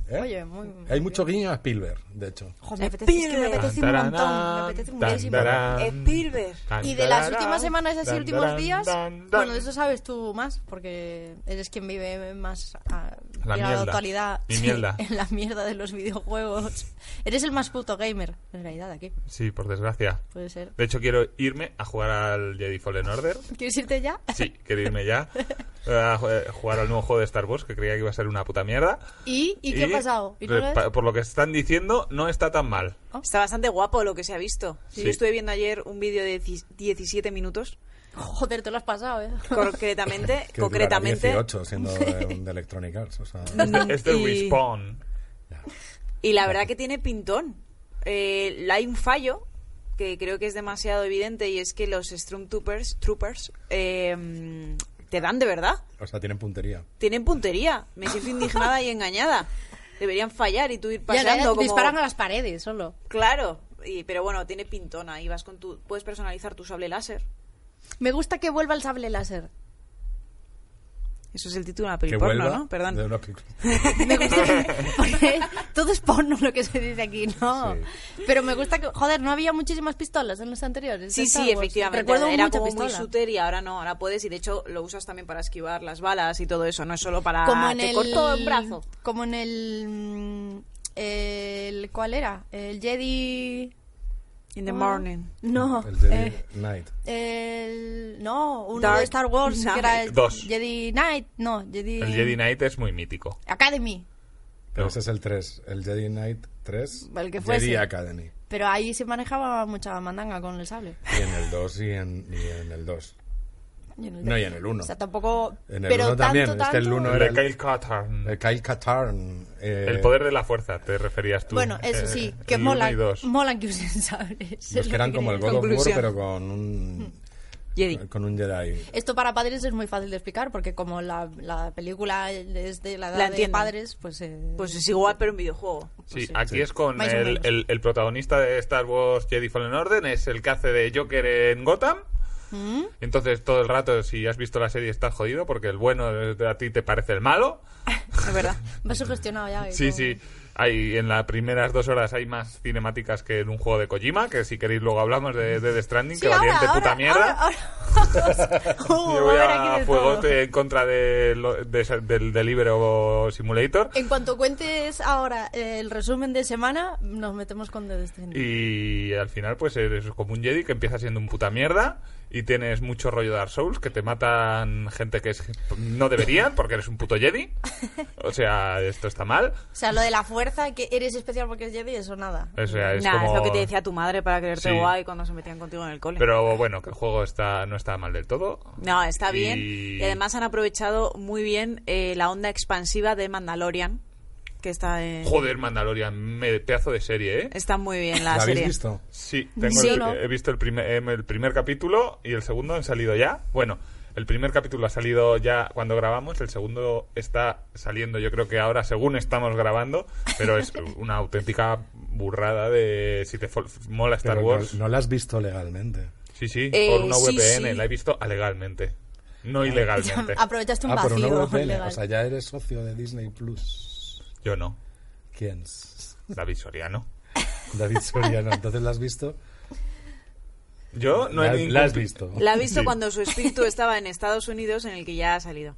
¿eh?
Oye, muy-
Hay mucho guiño a Spielberg, de hecho.
Jo, me apetece, es que me
Spielberg.
apetece un
Tan,
montón. Eh, Me
tarán,
apetece
tan,
muchísimo.
tarán,
Spielberg.
tan,
Y de las
tarán,
últimas semanas y así
tan,
últimos
tarán,
días,
tan, tan.
bueno, de eso sabes tú más, porque eres quien vive más ah, a,
La
en
mierda.
la actualidad
Mi
sí,
mierda.
[laughs] en la mierda de los videojuegos. eres el más puto gamer, en realidad, aquí,
Sí, por desgracia.
puede ser.
De hecho, quiero irme a jugar al Jedi Fallen Order.
¿Quieres irte ya?
Sí, quiero irme ya a ju- jugar al nuevo juego de Star Wars, que creía que iba a ser una puta mierda.
[laughs] ¿Y, ¿Y qué ha pasado? ¿Y no lo
re-
ves?
pa- por lo que están diciendo, no está tan mal.
¿Oh?
Está bastante guapo lo que se ha visto.
Sí.
Yo estuve viendo ayer un vídeo de 10 17
[laughs]
minutos,
Joder, te lo has pasado, ¿eh?
concretamente,
Que
concretamente,
durará
[laughs]
18 siendo de, de Electronic Arts. o sea,
Este, [laughs] este
Y-
Respawn.
y la verdad que tiene pintón. Eh, hay un fallo que creo que es demasiado evidente y es que los Stormtroopers troopers, eh, te dan de verdad.
o sea, tienen puntería.
Tienen puntería. Me
[laughs]
siento indignada y engañada. Deberían fallar y tú ir
[laughs] Ya, ya,
pasando como...
Disparan a las paredes solo.
Claro, y- pero bueno, tiene pintón ahí, vas con tu... Puedes personalizar tu sable láser.
Me gusta que vuelva el sable láser.
Eso es el título de una
Que
película,
vuelva
¿no? Perdón.
de
[laughs]
una película.
Me gusta que- porque todo es porno lo que se dice aquí, ¿no?
Sí.
Pero me gusta que, joder, no había muchísimas pistolas en los anteriores. de
Sí,
Star
sí,
Wars.
efectivamente.
Recuerdo
era
mucha
como muy
pistola.
shooter y ahora no, ahora puedes y de hecho lo usas también para esquivar las balas y todo eso, no es solo para
como Ah, en
te
el
corto el brazo.
Como en el, mm, el- ¿cuál era? El Jedi
In the morning.
No.
El Jedi
eh,
Knight.
el- no, uno
Dark
de Star Wars,
[laughs] Knight.
que era el
Dos.
Jedi Knight. No, Jedi...
El Jedi Knight es muy mítico.
Academy.
Pero ese es el 3. El Jedi Knight 3.
El que
Jedi
fuese.
Academy.
Pero ahí se manejaba mucha mandanga con el sable.
Y en el 2 y en, y en el 2.
Y en el
No,
de-
y en el 1.
O sea, tampoco...
En el
pero
uno
tanto,
también, es que el
tanto-
uno
El de
el-
Kyle Katarn.
El Eh, Kyle Katarn. eh,
El poder de la fuerza, te referías tú.
Bueno, eso
Eh,
sí, que
el uno
mola,
y dos.
molan que usen [laughs] sables. es
Los
lo
que eran como el
quería
God
decir.
Conclusión.
of War, pero con un,
Jedi.
con un Jedi.
Esto para padres es muy fácil de explicar porque como la, la película es de la edad
La
de
entienden.
padres, pues... eh,
Pues es igual, pero en videojuego.
Sí, aquí es con
Pues Más o
el,
menos.
el- el protagonista de Star Wars Jedi Fallen Order, es el que hace de Joker en Gotham.
Mm.
Entonces todo el rato, si has visto la serie, estás jodido porque el bueno eh, a ti te parece el malo.
Es verdad.
me ha sugestionado ya. y
Sí,
todo.
sí. Hay, en las primeras dos horas hay más cinemáticas que en un juego de Kojima, que si queréis luego hablamos de, de The Stranding,
Sí,
que
ahora,
valiente
ahora,
puta mierda.
ahora, [laughs] ahora vamos. Uh,
Yo
va
voy
a haber aquí
a
de
fuego
todo.
en contra de lo- de esa- del Deliveroo Simulator.
En cuanto cuentes ahora eh, el resumen de semana, nos metemos con The Destiny.
Y al final, pues eres como un Jedi que empieza siendo un puta mierda y tienes mucho rollo Dark Souls, que te matan gente que es- no deberían porque eres un puto Jedi. O sea, esto está mal.
O sea, lo de la fuerza, que eres especial porque es Jedi, eso nada.
O sea, [laughs] es
Nah,
como-
es lo que te decía tu madre para creerte
Sí.
guay cuando se metían contigo en el cole.
Pero bueno, que el juego está no está mal del todo.
No, está
Y-
bien. Y además han aprovechado muy bien eh, la onda expansiva de Mandalorian, que está en-
Joder, Mandalorian, me, pedazo de serie, ¿eh?
está muy bien
Ah,
¿La
la,
habéis
serie.
visto?
Sí, tengo
Sí,
el-
¿no?
he visto el primer, em, el primer capítulo y el segundo han salido ya. Bueno, el primer capítulo ha salido ya cuando grabamos, el segundo está saliendo yo creo que ahora según estamos grabando,
[laughs]
pero es una auténtica burrada de si te fol- mola Star
Pero no-
Wars.
No, la has visto legalmente.
Sí, sí,
Eh,
por una
sí,
VPN,
sí.
la he visto alegalmente,
[laughs]
no ilegalmente.
[laughs] Aprovechaste un
ah, por
vacío.
una VPN.
legal.
O sea, ya eres socio de Disney Plus.
Yo no,
¿Quién?
David Soriano.
David Soriano. Entonces la has visto.
Yo no he
la,
ningún-
la has visto.
La ha visto
Sí.
cuando su espíritu estaba en Estados Unidos, en el que ya ha salido.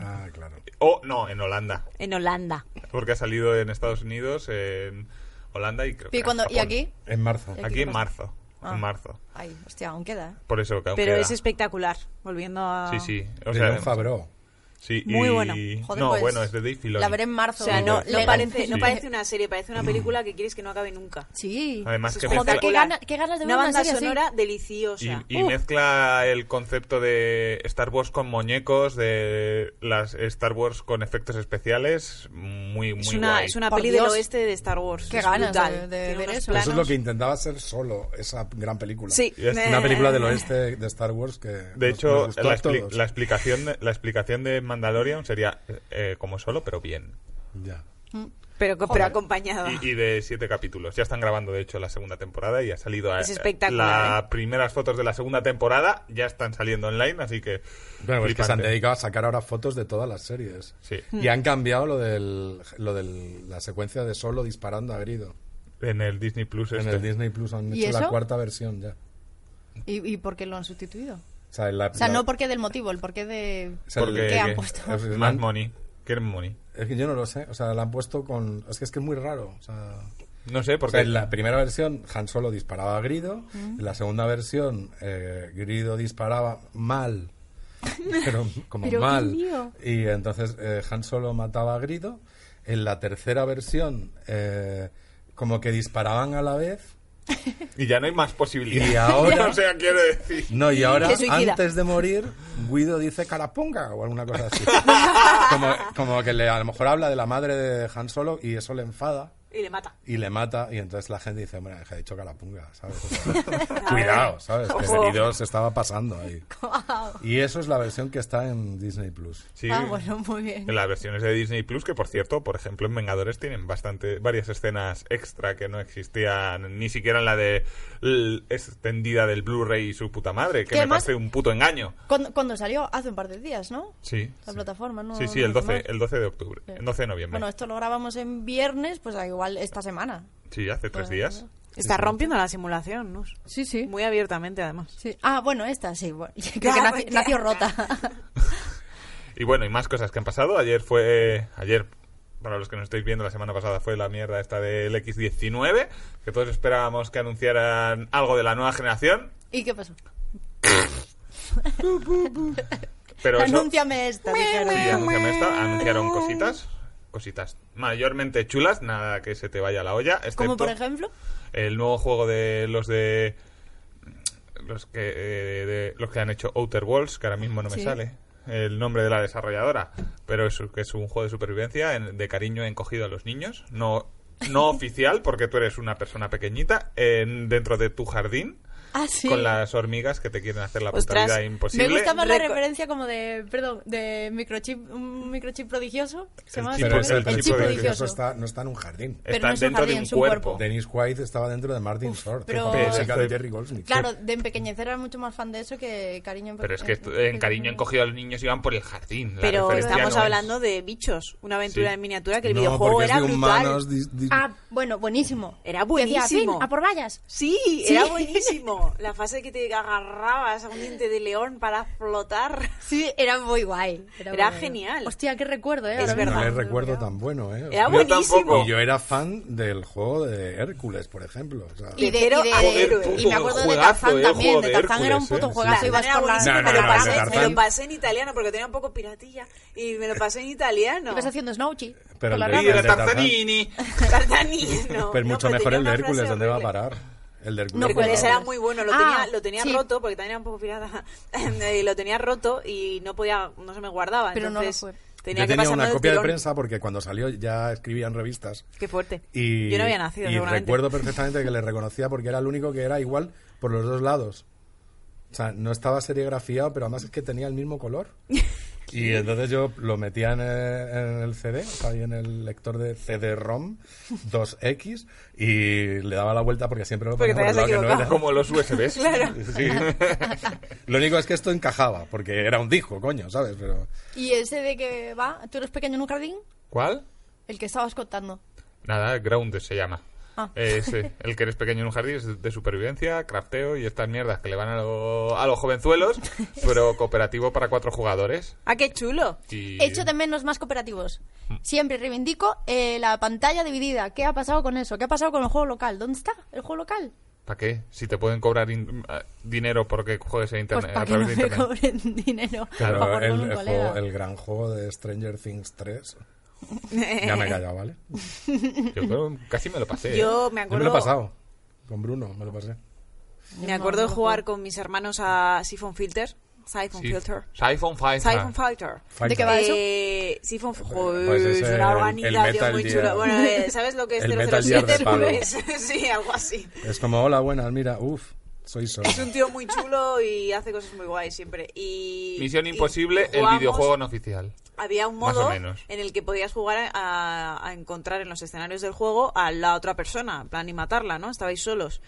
Ah, claro.
Oh, no, en Holanda,
En Holanda.
porque ha salido en Estados Unidos, en Holanda y creo que
y,
en
cuando, ¿Y
Japón.
aquí?
En marzo.
Aquí.
Aquí en marzo.
Ah.
En marzo.
Ay, hostia, aún queda. ¿eh?
Por eso que aún
Pero
queda.
es espectacular. Volviendo a.
Sí, sí. O
De
sea,
Jon Favreau.
sí,
Muy
y-
bueno.
Joder,
no,
pues,
bueno, es de Dave Filoni.
La veré en marzo.
O sea, no, no
Legal.
parece, no
Sí.
parece una serie, parece una película que quieres que no acabe nunca.
Sí.
Además
Es
que
Joder,
mezcla,
qué gana- qué ganas de ver una
banda
serie así.
sonora
y,
deliciosa.
y mezcla el concepto de Star Wars con muñecos, de las Star Wars con efectos especiales, muy, muy
es una,
guay.
es una
Por
peli del
Dios.
oeste de Star Wars.
Qué
Es
ganas
brutal.
de- de
Tiene
ver
unos
eso.
Eso es lo
planos-
que intentaba hacer solo, esa gran película.
Sí.
Es
Una película
Eh.
del oeste de Star Wars que.
De hecho, la,
explicación
expli- la explicación de, la explicación de Mandalorian sería eh, como solo, pero bien.
Ya.
Pero, co- pero acompañado.
Y, y de siete capítulos. Ya están grabando, de hecho, la segunda temporada y ha salido
Es
eh,
espectacular,
Las
¿eh?
primeras fotos de la segunda temporada ya están saliendo online, así que.
Bueno, es que se han
flipante.
dedicado a sacar ahora fotos de todas las series.
Sí.
Y han cambiado lo del, lo del la secuencia de solo disparando a grido.
En el Disney Plus.
En
este.
el Disney Plus han
¿Y
hecho la
eso?
cuarta versión ya.
¿Y, ¿Y por qué lo han sustituido?
O sea, la-
O sea,
la-
no porque del motivo, el porqué de...
o sea,
Porque
¿Qué han
que-
puesto?
Pues es- es-
Más money. Quieren money.
Es que yo no lo sé. O sea, la han puesto con. Es que es que es muy raro. O sea,
No sé,
o
porque.
sea, en la primera versión Han Solo disparaba a grido.
Mm.
En la segunda versión eh, grido disparaba
[laughs]
mal. Pero como
Pero qué
mal.
lío.
Y entonces eh, Han Solo mataba a grido. En la tercera versión eh, como que disparaban a la vez.
Y ya no hay más
[laughs]
posibilidades.
Y ahora-
[laughs] o sea, quiero decir.
No, y ahora,
Se suicida.
antes de morir, Guido dice carapunga o alguna cosa
[laughs]
así. como, como que le, a lo mejor habla de la madre de Han Solo y eso le enfada
Y le mata.
y le mata y entonces la gente dice, hombre, ha dicho carapunga, ¿sabes?
[laughs]
O sea, cuidado, ¿sabes? Que
Ojo.
Guido se estaba pasando ahí. Y eso es la versión que está en Disney+. Plus.
Sí.
Ah, bueno, muy bien.
En las versiones de Disney Plus, que por cierto, por ejemplo, en Vengadores tienen bastante varias escenas extra que no existían ni siquiera en la de l- extendida del Blu-ray y su puta madre, que
Que
me
además-
parece un puto engaño.
Cuando, cuando salió hace un par de días, ¿no?
Sí.
La plataforma, ¿no?
Sí, sí,
no
el
hace más.
12, el 12 de octubre, el 12 de noviembre.
Bueno, esto lo grabamos en viernes, pues ah, igual esta semana.
sí, hace
pues,
tres días.
Está rompiendo la simulación, ¿no?
Sí, sí.
Muy abiertamente, además.
Ah, bueno, esta sí. bueno. [laughs] Creo que
Claro,
nació,
claro.
nació rota. [laughs]
Y bueno, y más cosas que han pasado. Ayer fue. Ayer, para los que nos estáis viendo, la semana pasada fue la mierda esta del X19, que todos esperábamos que anunciaran algo de la nueva generación,
¿Y qué pasó?
pero eso...
Anúnciame esta, dijeron.
Sí, anunciaron esta, anunciaron cositas, cositas mayormente chulas, nada que se te vaya la olla, excepto
Como por ejemplo,
el nuevo juego de los de los que eh, de- los que han hecho Outer Worlds, que ahora mismo no me
Sí.
sale el nombre de la desarrolladora, pero es que es un juego de supervivencia en- de cariño encogido a los niños, no
[laughs]
no oficial porque tú eres una persona pequeñita en- dentro de tu jardín
ah, sí.
con las hormigas que te quieren hacer la puta
Ostras,
vida
me
imposible.
Me gusta más la
Reco-
referencia como de, perdón, de microchip, un microchip prodigioso. ¿Se
El
llama
chip
así?
Pero es el,
el
tipo
chip
de
prodigioso.
está, no está en un jardín.
pero
Están
no es un
dentro
jardín,
de un
es un
cuerpo.
Dennis White estaba dentro de Martin Short,
pero-
con la música de
Pero-
Jerry Goldsmith.
Claro, de empequeñecer era mucho más fan de eso que cariño
Pero es que esto- en cariño encogido a los niños iban por el jardín. la
Pero
referencia
estamos
no es-
hablando de bichos, una aventura
Sí.
en miniatura que el
no,
videojuego
porque
era
es de
brutal.
humanos. dis- dis-
Ah, bueno, buenísimo.
Era
Que decía,
buenísimo.
"Fin, a por vallas.
Sí,
Sí.
era buenísimo. La fase que te agarrabas a un diente de león para flotar.
Sí, era muy guay.
Era
muy-
genial.
Hostia, qué recuerdo, ¿eh?
Es
Ahora mismo.
no
verdad.
le recuerdo tan bueno, ¿eh?
Era
Yo
buenísimo.
Y yo era fan del juego de Hércules, por ejemplo. o sea.
Y de, y
Pero,
de-
joder,
y
puto
me acuerdo de
juegazo, eh,
Tarzán
el
también.
juego
De
de
Tarzán era un
Hércules,
puto
eh,
juegazo.
Tarzán
Ibas
era
por la...
buenísimo,
No, no,
me, lo
no,
pasé,
el de
me
Tarzán.
lo pasé en italiano porque tenía un poco piratilla y me lo pasé en italiano.
Ibas haciendo snowchi.
Pero
por la
el
Y
rama.
de-
era
Tarzán.
Tarzanini.
Tartanino.
Pero Pues mucho mejor el de Hércules, ¿dónde va a parar? El de Hércules.
No,
¿dónde va
Hércules
a
Hércules.
parar?
pues era muy bueno, lo
Ah,
tenía, lo tenía
sí.
roto porque también era un poco pirata. [laughs] y lo tenía roto y no podía, no se me guardaba.
Pero no lo
entonces
fue.
tenía
yo
que
tenía
pasarme
una
del
copia de
tirón.
prensa porque cuando salió ya escribían revistas.
Qué fuerte.
Y,
Yo no había nacido,
Y
seguramente.
recuerdo perfectamente que le reconocía porque era el único que era igual por los dos lados. O sea, no estaba serigrafiado, pero además es que tenía el
[laughs]
mismo color. Y entonces yo lo metía en el, en el CD, o sea, ahí en el lector de CD-ROM 2X, y le daba la vuelta porque siempre lo
Porque te
ponía por el
habías
lado que no era.
[laughs] Como los USBs.
Claro.
Sí. Lo único es que esto encajaba, porque era un disco, coño, ¿sabes? Pero
Y ese de que va, tú eres pequeño en un jardín,
[laughs] ¿Cuál?
el que estabas contando.
Nada, Ground se llama.
Ah.
Eh, sí, el que eres pequeño en un jardín es de supervivencia, crafteo y estas mierdas que le van a, lo- a
[laughs]
los jovenzuelos, pero cooperativo para cuatro jugadores.
Ah, qué chulo.
Y
Hecho de menos más cooperativos.
Mm.
Siempre reivindico eh, la pantalla dividida. ¿Qué ha pasado con eso? ¿Qué ha pasado con el juego local? ¿Dónde está el juego local?
¿Para qué? Si te pueden cobrar in- ah, dinero porque juegues en
Pues
internet,
para
a
que no
través de
me
internet.
cobren [laughs] dinero.
Pero
para jugar
el,
con un
el
colega.
juego- el gran juego de Stranger Things 3. Ya me he callado, ¿vale?
Yo creo- casi me lo pasé. ¿eh?
Yo me
Eh, Yo
acuerdo.
me lo he pasado. Con Bruno me lo pasé.
Me acuerdo de jugar con mis hermanos a Siphon Filter. Siphon
Sí.
Filter.
Ah.
Siphon Filter.
Siphon Filter.
¿De qué va eso?
Eh, Siphon Filter.
Pues
es
ese
una
es el- el
organización
Metal
muy
Gear.
chula. Bueno,
[laughs]
eh, ¿sabes lo que es
El Metal Gear
007?
de Pablo.
[laughs] Pues, sí, algo así.
Es como, hola, buenas, mira, uff, soy solo.
Es un tío muy chulo y hace cosas muy guays siempre. Y,
Misión
y
Imposible, el
jugamos-
videojuego no oficial.
Había un
Más
modo
o menos.
en el que podías jugar a, a encontrar en los escenarios del juego a la otra persona, en plan y matarla, ¿no? Estabais solos.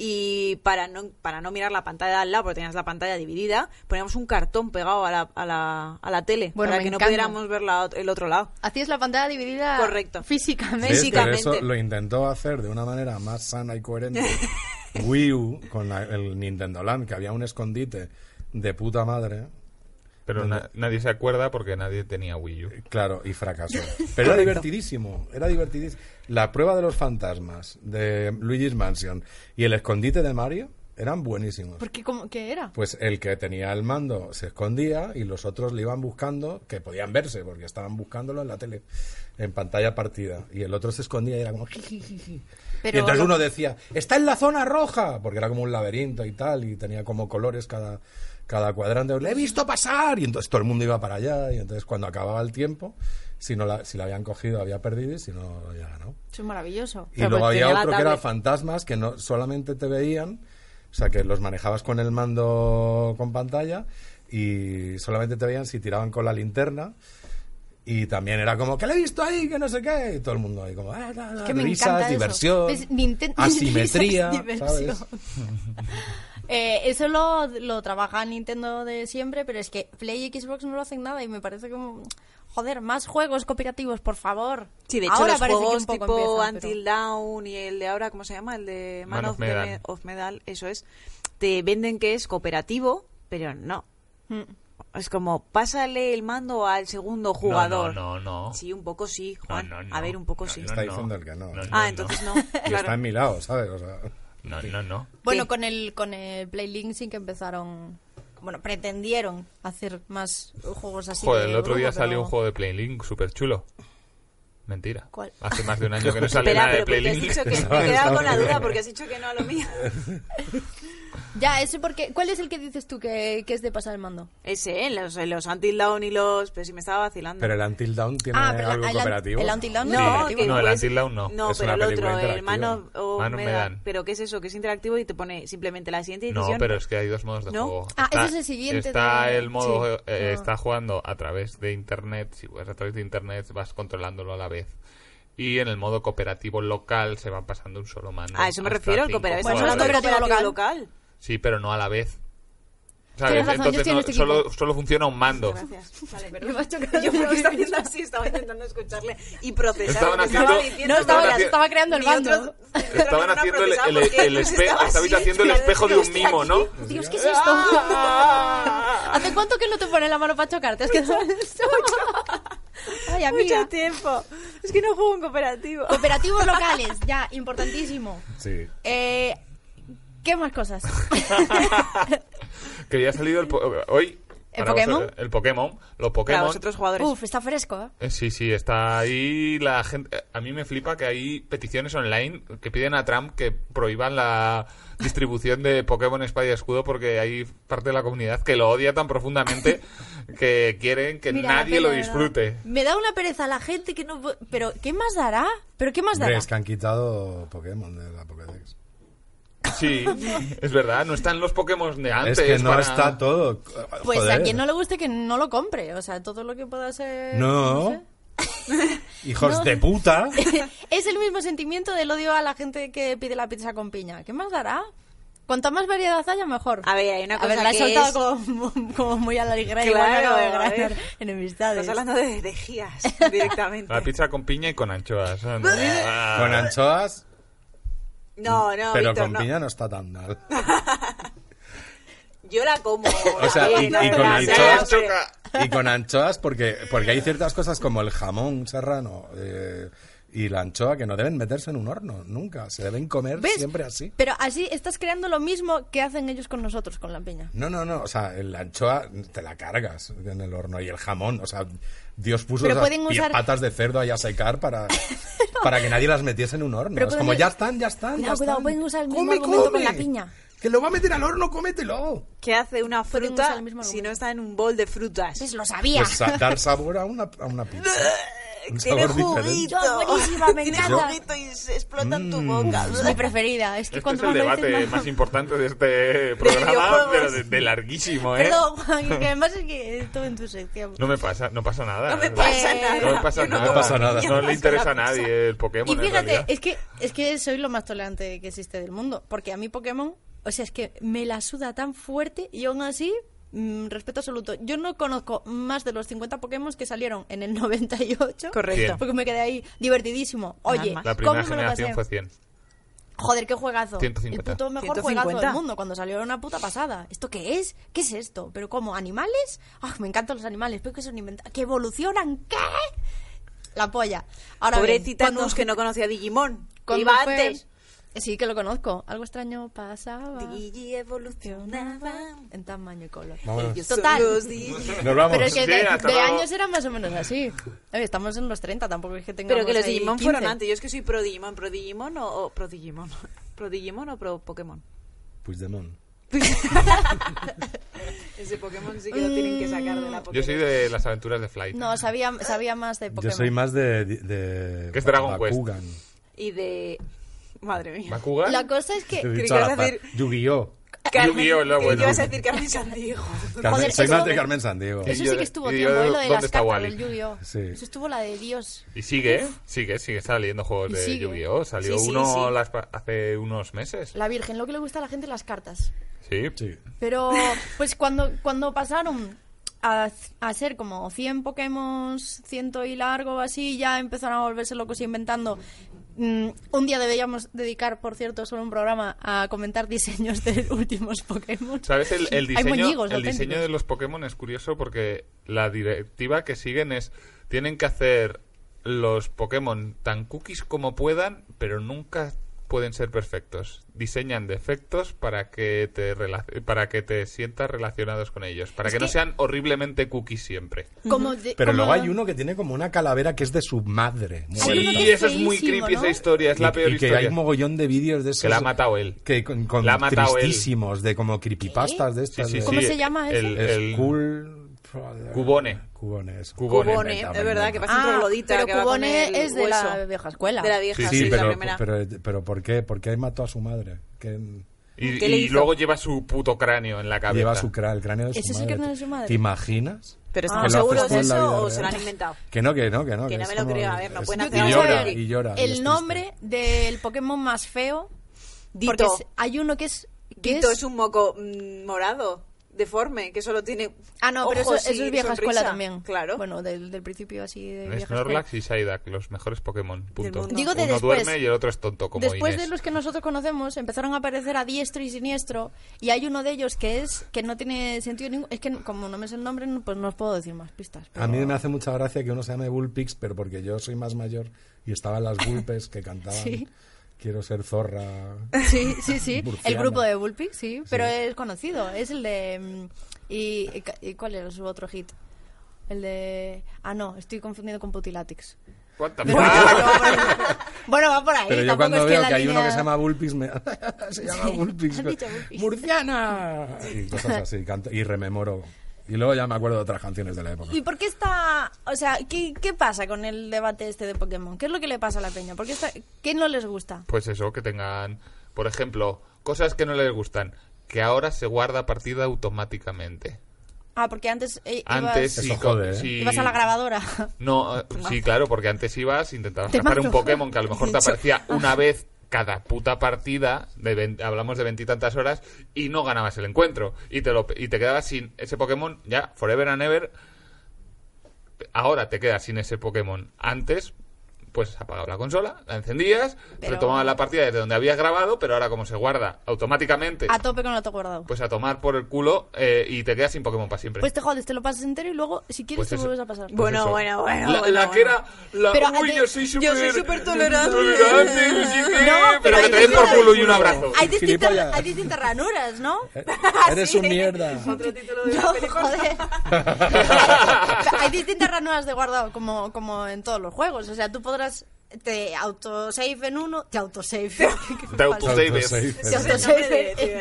Y para no, para no mirar la pantalla de al lado, porque tenías la pantalla dividida, poníamos un cartón pegado a la, a la, a la tele
Bueno,
para
me
que no
encanta.
pudiéramos ver la ot- el otro lado.
Hacías la pantalla dividida
Correcto.
físicamente.
¿Ves? Pero eso
físicamente.
lo intentó hacer de una manera más sana y coherente Wii U con la- el Nintendo Land, que había un escondite de puta madre.
Pero na- nadie se acuerda porque nadie tenía Wii U.
Claro, y fracasó. Pero era divertidísimo, era divertidísimo. La prueba de los fantasmas de Luigi's Mansion y el escondite de Mario eran buenísimos.
Porque como que era.
Pues el que tenía el mando se escondía y los otros le iban buscando, que podían verse porque estaban buscándolo en la tele, en pantalla partida. Y el otro se escondía y era como... jijijiji.
Pero
y entonces
lo-
uno decía, está en la zona roja, porque era como un laberinto y tal, y tenía como colores cada, cada cuadrante. Le he visto pasar y entonces todo el mundo iba para allá y entonces cuando acababa el tiempo, si, no la, si la habían cogido había perdido y si no, ya ganó.
Eso es maravilloso.
Y
Pero
luego
pues
había
tenía la
otro que era
tablet.
fantasmas que no solamente te veían, o sea, que los manejabas con el mando con pantalla y solamente te veían si tiraban con la linterna. Y también era como, que le he visto ahí, que no sé qué. Y todo el mundo ahí como, ah, ah, ah,
que me encanta
risas,
eso.
diversión,
¿Ves? [laughs] Ninten-
asimetría,
risas, diversión. [laughs]
¿sabes?
Eh, eso lo, lo trabaja Nintendo de siempre, pero es que Play y Xbox no lo hacen nada y me parece como... Joder, más juegos cooperativos, por favor.
Sí, de hecho,
ahora
los
parece que
juegos
un poco
tipo
empiezan, pero-
Until Down y el de ahora, ¿cómo se llama? El de Man, of, the Me- of
Mm.
Medal. eso es. Te venden que es cooperativo, pero no. Es como, pásale el mando al segundo
No,
jugador.
No, no, no.
Sí, un poco sí,
No,
Juan.
no, no.
A ver, un poco
No,
sí.
no,
Está
no.
diciendo el que no. ¿eh?
No,
Y
ah,
[laughs]
entonces no.
está en
claro.
mi lado, ¿sabes? O sea,
No, no, no.
Sí.
Bueno, con el, con el Play Linksing que empezaron. Bueno, pretendieron hacer más juegos así.
Joder,
de
el otro día
grupo,
salió
pero-
un juego de Playlink súper chulo. Mentira.
¿Cuál?
Hace más de un año
[laughs]
que no sale
Espera,
nada de
pero porque has
Playlink. [laughs]
dicho que me he quedado con la duda porque has dicho que no a lo mío. [laughs]
Ya, ese porque. ¿Cuál es el que dices tú que, que es de pasar el mando?
Ese, ¿eh? los, los Until Dawn y los... Pero si me estaba vacilando.
pero el Until Down tiene
Ah, pero la-
algo
el-
cooperativo.
el Until Dawn
No,
Sí.
que
No, el
puedes-
Until Dawn no.
No,
Es
pero
una
el
película
otro, el
interactiva.
Mano o
Man of Medan.
Medan. Pero ¿qué es eso? Que es interactivo y te pone simplemente la siguiente
No,
decisión.
pero es que hay dos modos de
¿No?
juego.
Ah, ese es el siguiente
Está
de-
el modo.
sí.
eh,
Ah.
Está jugando a través de internet. Si vas a través de internet, vas controlándolo a la vez. Y en el modo cooperativo local se van pasando un solo mando.
A eso me
hasta
refiero, el
cinco
cooperativo.
Bueno,
Estamos
jugadores.
hablando del
cooperativo
cooperativo local.
Sí, pero no a la vez.
Tienes
¿Sabes?
razón, yo
Entonces
estoy en
no-
este
solo,
equipo.
solo funciona un mando.
Gracias. Vale,
Que [laughs] me
perdón.
ha chocado
Yo porque
el
estaba
móvil.
haciendo así, estaba intentando escucharle y procesar
Estaban
lo que estaba
haciendo-
diciendo.
No, estaba-
Porque
estaba creando el
ni
bando.
otro- ni otra
Estaban
persona
haciendo el,
procesaba
el,
porque
el
él
espe-
estaba
estabais
así,
haciendo el
mirando,
espejo de un
"Hostia,
mimo, ¿no?
Dios, ¿qué
Ah.
es esto? [laughs] ¿Hace cuánto que no te pones la mano para chocarte? [laughs] Es que Ay,
Mucho
amiga.
tiempo. Es que no juego en cooperativo. [laughs]
Cooperativos locales, ya, importantísimo.
Sí.
Eh, ¿Qué más cosas?
que ya ha salido el po- hoy.
¿El
para
Pokémon?
vosotros- el Pokémon. Los
Para
Pokémon.
vosotros jugadores.
Uf, está fresco, ¿eh?
Eh, Sí, sí, está ahí la gente. A mí me flipa que hay peticiones online que piden a Trump que prohíban la distribución de Pokémon Espada y Escudo porque hay parte de la comunidad que lo odia tan profundamente que quieren que
Mira, la
nadie
pena,
lo
de verdad.
disfrute.
Me da una pereza la gente que no... pu- Pero, ¿qué más dará? ¿Pero qué más
Hombre,
dará?
es que han quitado Pokémon de la Pokédex.
Sí, es verdad, no están los Pokémon de antes.
es que no
para-
está todo.
Pues
Joder.
a quien no le guste que no lo compre. O sea, todo lo que pueda ser...
No.
sé.
Hijos
No.
de puta.
[laughs] es el mismo sentimiento del odio a la gente que pide la pizza con piña. ¿Qué más dará? Cuanto más variedad haya, mejor.
A ver, hay una cosa
ver, la he
que
soltado como, [laughs] como muy a la ligera y igual me
Claro,
acabo de
a ver.
ganar enemistades.
Estás hablando de herejías directamente.
La pizza con piña y con anchoas. Ah,
Con anchoas,
No, no,
pero
Víctor,
con
no.
piña no está tan mal.
Yo la como.
O sea, y-
la
y con
verdad,
anchoas-
pero-
Este
Y con anchoas, porque, porque hay ciertas cosas como el jamón serrano eh, y la anchoa que no deben meterse en un horno, nunca. Se deben comer
¿Ves?
siempre así.
Pero así estás creando lo mismo que hacen ellos con nosotros, con la piña.
No, no, no. O sea, la anchoa te la cargas en el horno y el jamón. O sea, Dios puso
Pero
esas
pueden
pie-
usar-
patas de cerdo ahí a secar para,
[laughs]
para que nadie las metiese en un horno.
Pero
es
pueden
como,
us-
ya están, ya están.
Cuidado,
ya
cuidado,
están.
pueden usar el mismo
Come,
argumento con
come.
la piña.
Que lo va a meter al horno, cómetelo.
¿Qué hace una
Podemos
fruta
usar el mismo
si
argumento.
no está en un bol de frutas? [laughs]
Pues lo sabía.
Pues a- dar sabor a una, a una pizza.
[laughs]
Un
Tiene
sabor diferente.
juguito.
Yo, buenísima, me
Tiene
encanta.
juguito y se explota en tu
Mm.
boca.
Es mi preferida. Es que
Este es
cuanto
el
más me
debate
dices, no. [laughs]
más importante de este programa,
videojuegos.
pero de, de larguísimo, ¿eh?
Perdón, Juan, que además es que estuve en tu sección.
No me pasa, no pasa nada.
No me pasa
Eh,
nada.
No me pasa
Yo no
nada.
No pasa nada.
No le interesa a nadie el Pokémon.
Y
en
fíjate,
realidad.
es que, es que soy lo más tolerante que existe del mundo. Porque a mí Pokémon, o sea, es que me la suda tan fuerte y aún así, mm, respeto absoluto. Yo no conozco más de los 50 Pokémon que salieron en el [laughs] 98.
[laughs] Correcto.
Bien.
Porque me quedé ahí divertidísimo. Oye,
más.
la
¿cómo
primera
me lo
generación
pasé?
fue 100.
Joder, qué juegazo.
150.
El puto mejor
150.
juegazo del mundo cuando salió era una puta pasada. ¿Esto qué es? ¿Qué es esto? ¿Pero cómo? ¿Animales? ¡Ah, me encantan los animales! Pero que son inventados. ¡Que evolucionan! ¿Qué? La polla. Ahora bien,
Pobrecita
cuando-
Nus que no conocía Digimon.
cuando
Iba
fue-
antes.
Sí, que lo conozco. Algo extraño pasaba.
Digi evolucionaba.
En tamaño y color.
Vámonos.
Ellos
Total.
son los Digi.
Nos vamos.
Pero es que
Sí,
de,
hasta
de
luego.
años era más o menos así. A ver, estamos en los 30, tampoco es que tengamos
Pero que los
ahí
Digimon
15.
fueron antes. Yo es que soy pro Digimon. ¿Pro Digimon o, o- pro Digimon? [laughs] ¿Pro Digimon o pro Pokémon?
Puigdemont.
Ese Pokémon sí que lo tienen que sacar de la
Mm.
Pokémon.
Yo soy de las aventuras de Flight.
No, sabía, sabía más de Pokémon.
Yo soy más de. de
¿Qué es Dragon Quest?
Bakugan.
Y de... Madre mía.
¿Bakugan?
La cosa es
He
que...
que
dicho al
ibas a
azar.
decir-
Yu-Gi-oh!
Yu-Gi-Oh, lo bueno.
Yo iba a decir Carmen Sandiego.
Carmen-
Joder,
soy
eso-
más de Carmen Sandiego.
Es-
Eso
Y yo
sí
de-
que estuvo
y yo
tiempo,
de-
¿eh? lo de
¿dónde
las
está
cartas
Wally?
del Yu-Gi-Oh.
Sí.
Eso estuvo la de Dios.
Y sigue, sigue, sigue saliendo juegos
Y
de
sigue.
Yu-Gi-Oh! Salió
Sí, sí,
uno
sí.
las pa- hace unos meses.
La Virgen, lo que le gusta a la gente las cartas.
Sí.
Sí.
Pero, pues cuando, cuando pasaron a, a ser como 100 Pokémon, ciento y largo, así, ya empezaron a volverse locos inventando Mm, un día deberíamos dedicar, por cierto, solo un programa a comentar diseños de [laughs] últimos Pokémon.
¿Sabes? El, el
Hay
diseño,
moñigos
el diseño
auténticos.
de los Pokémon es curioso porque la directiva que siguen es tienen que hacer los Pokémon tan cookies como puedan, pero nunca pueden ser perfectos. Diseñan defectos para que te relac- para que te sientas relacionados con ellos, para
Es
que, no
que-
sean horriblemente cookies siempre.
Como de-
Pero
como-
luego hay uno que tiene como una calavera que es de su madre. Muy
Hay uno que
bonita.
Y
es
eso es muy
feísimo,
creepy
¿no?
esa historia, es la
Y-
peor
y que
historia.
hay mogollón de vídeos de esos.
Que la ha matado él.
Que con, con
La ha matado él.
tristísimos, de como creepypastas de
Sí,
estas.
sí,
de-
¿Cómo
sí,
se llama ese?
el-
Es
el-
cool.
Cubone.
Cubone, eso.
Cubone.
Cubone,
Venga,
es
venga.
verdad que pasa un
Ah,
troglodita
pero
que va con
Cubone
el
es de
hueso.
la vieja escuela.
De la vieja,
Sí,
sí,
sí,
es la
pero,
primera.
pero, pero ¿por qué? ¿Por qué mató a su madre? Que
Y,
¿Qué le
y
hizo?
luego lleva su puto cráneo en la cabeza.
lleva su crá- el cráneo de su
¿Ese es
madre.
el cráneo de su madre? Ah.
¿Te imaginas?
Pero
Que
¿estamos
lo haces
seguros
tú
de
en la vida
eso o se
real.
lo han inventado?
Que no, que no, que no.
Que no
es
me lo
como-
creo, a ver, no
es-
pueden
Yo
hacer
Y
quiero
algo
llora,
saber
y llora. y es
el
triste.
nombre del Pokémon más feo.
Dito.
Porque es- hay uno que es. que
Quito es un moco mm, morado, deforme, que solo tiene.
Ah, no, pero eso,
ojos
eso
y
es vieja
sonrisa.
escuela también.
Claro.
Bueno, del, del principio así de vieja escuela.
Snorlax y Psyduck, los mejores Pokémon. Punto.
mundo.
Digo de
Uno
después.
duerme y el otro es tonto como
Después
Inés.
de los que nosotros conocemos, empezaron a aparecer a diestro y siniestro. Y hay uno de ellos que es que no tiene sentido ningún. Es que no- como no me sé el nombre, no- pues no os puedo decir más pistas. pero-
A mí me hace mucha gracia que uno se llame Bullpix, pero porque yo soy más mayor y estaban las Bullpes que cantaban
Sí.
Quiero ser zorra.
[laughs] Sí, sí,
[laughs]
sí. el
Murciana.
grupo de Bullpix, sí. Pero es conocido. Es el de. mm, Y, y ca- y cuál era su otro hit? El de. Ah, no, estoy confundido con
[laughs]
Putilatix.
What the
Pero-
fuck?
bueno, va por ahí.
Pero yo
tampoco
cuando
es
veo
la
que hay uno
línea-
que se llama Bullpix, me... [laughs] se llama Bullpix.
has dicho Bullpix.
¡Murciana! Y cosas así, canto, y rememoro. Y luego ya me acuerdo de otras canciones de
[laughs]
la época.
¿Y por qué está.? O sea, ¿qué, ¿qué pasa con el debate este de Pokémon? ¿Qué es lo que le pasa a la peña? ¿Por qué, está- qué no les gusta?
Pues eso, que tengan, por ejemplo, cosas que no les gustan, que ahora se guarda partida automáticamente.
Ah, porque antes. eh, ibas-
Antes si,
Eso jode,
co-
¿eh?
si-
Ibas a la
[laughs]
grabadora.
No, eh, sí, claro, porque antes ibas, intentabas
Te
cazar un
mato.
Pokémon que a lo mejor
[laughs]
te
De hecho.
aparecía una vez cada puta partida, de vein- hablamos de veintitantas horas, y no ganabas el encuentro. Y te, lo, y te quedabas sin ese Pokémon ya, forever and ever. Ahora te quedas sin ese Pokémon. Antes, pues apagabas la consola, la encendías,
Pero-
retomabas la partida desde donde habías grabado, pero ahora como se guarda automáticamente,
A tope con el auto guardado.
pues a tomar por el culo eh, y te quedas sin Pokémon para siempre.
Pues te jodes, te lo pasas entero y luego, si quieres,
Pues
te
eso.
vuelves a pasar.
Pues
Bueno,
eso.
bueno, bueno,
La,
bueno,
la que
bueno.
era. La,
Pero
uy,
hay-
yo soy
yo
súper.
soy súper tolerante".
tolerante, no sé qué,
No, pero
pero
hay
que te den por
diferentes-
culo y un abrazo.
Hay distintas,
Gilipollas.
hay distintas ranuras, ¿no? Ah,
Eres un mierda.
Otro
[laughs]
título de
No,
la película. [laughs]
[laughs]
joder. Hay- Hay distintas ranuras de guardado, como, como en todos los juegos. O sea, tú podrás. Te autosave en uno, te autosave.
Te autosave.
Te
Autosave.
autosave, eh,
Sí, sí,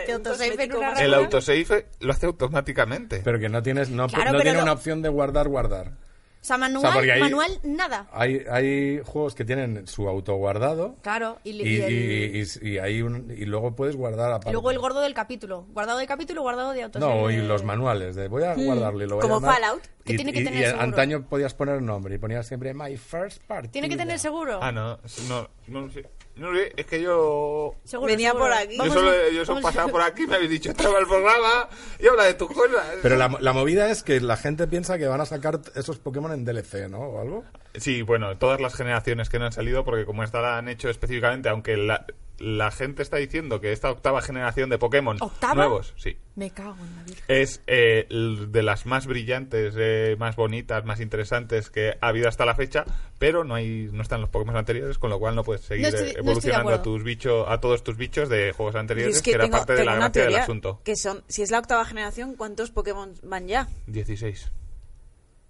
te autosave en una
El
El
ranura.
autosave lo hace automáticamente.
Pero que no tienes, no,
Claro,
no
pero
tiene
lo-
una opción de guardar, guardar.
O sea, manual,
O sea, porque ahí-
manual, nada.
Hay, hay juegos que tienen su auto guardado
Claro, y,
y,
le- y el-
y- y- y hay un- y luego puedes guardar aparte.
y luego el gordo del capítulo. Guardado de capítulo, guardado de autosave.
No, y los manuales de voy a guardarlo y lo voy a
Como
llamar.
Fallout,
que
y,
tiene que
y-
tener
y
seguro.
antaño podías poner nombre y ponías siempre my first party.
Tiene que tener seguro.
Ah, no. No, no sé. No sé, es que yo.
Seguro,
Venía
seguro.
por aquí.
Yo
Vamos
solo,
a-
yo solo
vamos a-
pasaba por aquí, me habéis dicho, estaba el programa y habla de tus cosas.
Pero la, la movida es que la gente piensa que van a sacar esos Pokémon en DLC, ¿no? O algo.
Sí, bueno, todas las generaciones que no han salido, porque como esta la han hecho específicamente, aunque la, la gente está diciendo que esta octava generación de Pokémon
¿Octava?
nuevos, sí.
Me cago en la vida.
es eh, l- de las más brillantes, eh, más bonitas, más interesantes que ha habido hasta la fecha, pero no hay no están los Pokémon anteriores, con lo cual no puedes seguir
No estoy- no
eh,
estoy de
evolucionando a
acuerdo.
tus bichos, a todos tus bichos de juegos
Yo
anteriores,
es
que,
que
era
tengo,
parte de
tengo
la
una
gracia del
teoría
asunto.
que son, si es la octava generación, ¿cuántos Pokémon van ya?
16.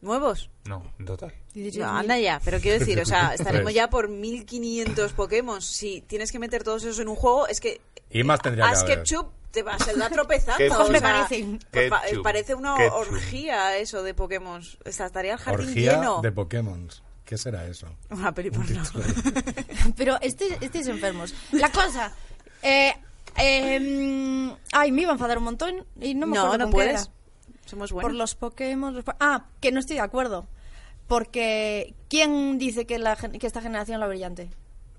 ¿Nuevos?
No, en total.
No, anda ya, pero quiero decir,
[laughs]
o sea, estaremos ya por 1500 Pokémon. Si tienes que meter todos esos en un juego, es que
Y más tendría que
Ash
haber.
Ketchup te va a
[laughs]
ser una tropezada.
Ketchup.
o sea,
Me
parecen.
por fa-
Ketchup.
parece una
Ketchup.
orgía eso de Pokémon. O sea, estaría el jardín
Orgía
lleno.
de Pokémon. ¿Qué será eso?
Una peli porno.
[laughs] Pero este, este es enfermos. La cosa. Eh, eh, ay, me iba a enfadar un montón y [laughs] no me
No,
acuerdo
no
con qué
puedes.
era.
Somos
Por
buenos.
los Pokémon. los po- ah, que no estoy de acuerdo. Porque ¿quién dice que, la, gen- que esta generación es la brillante?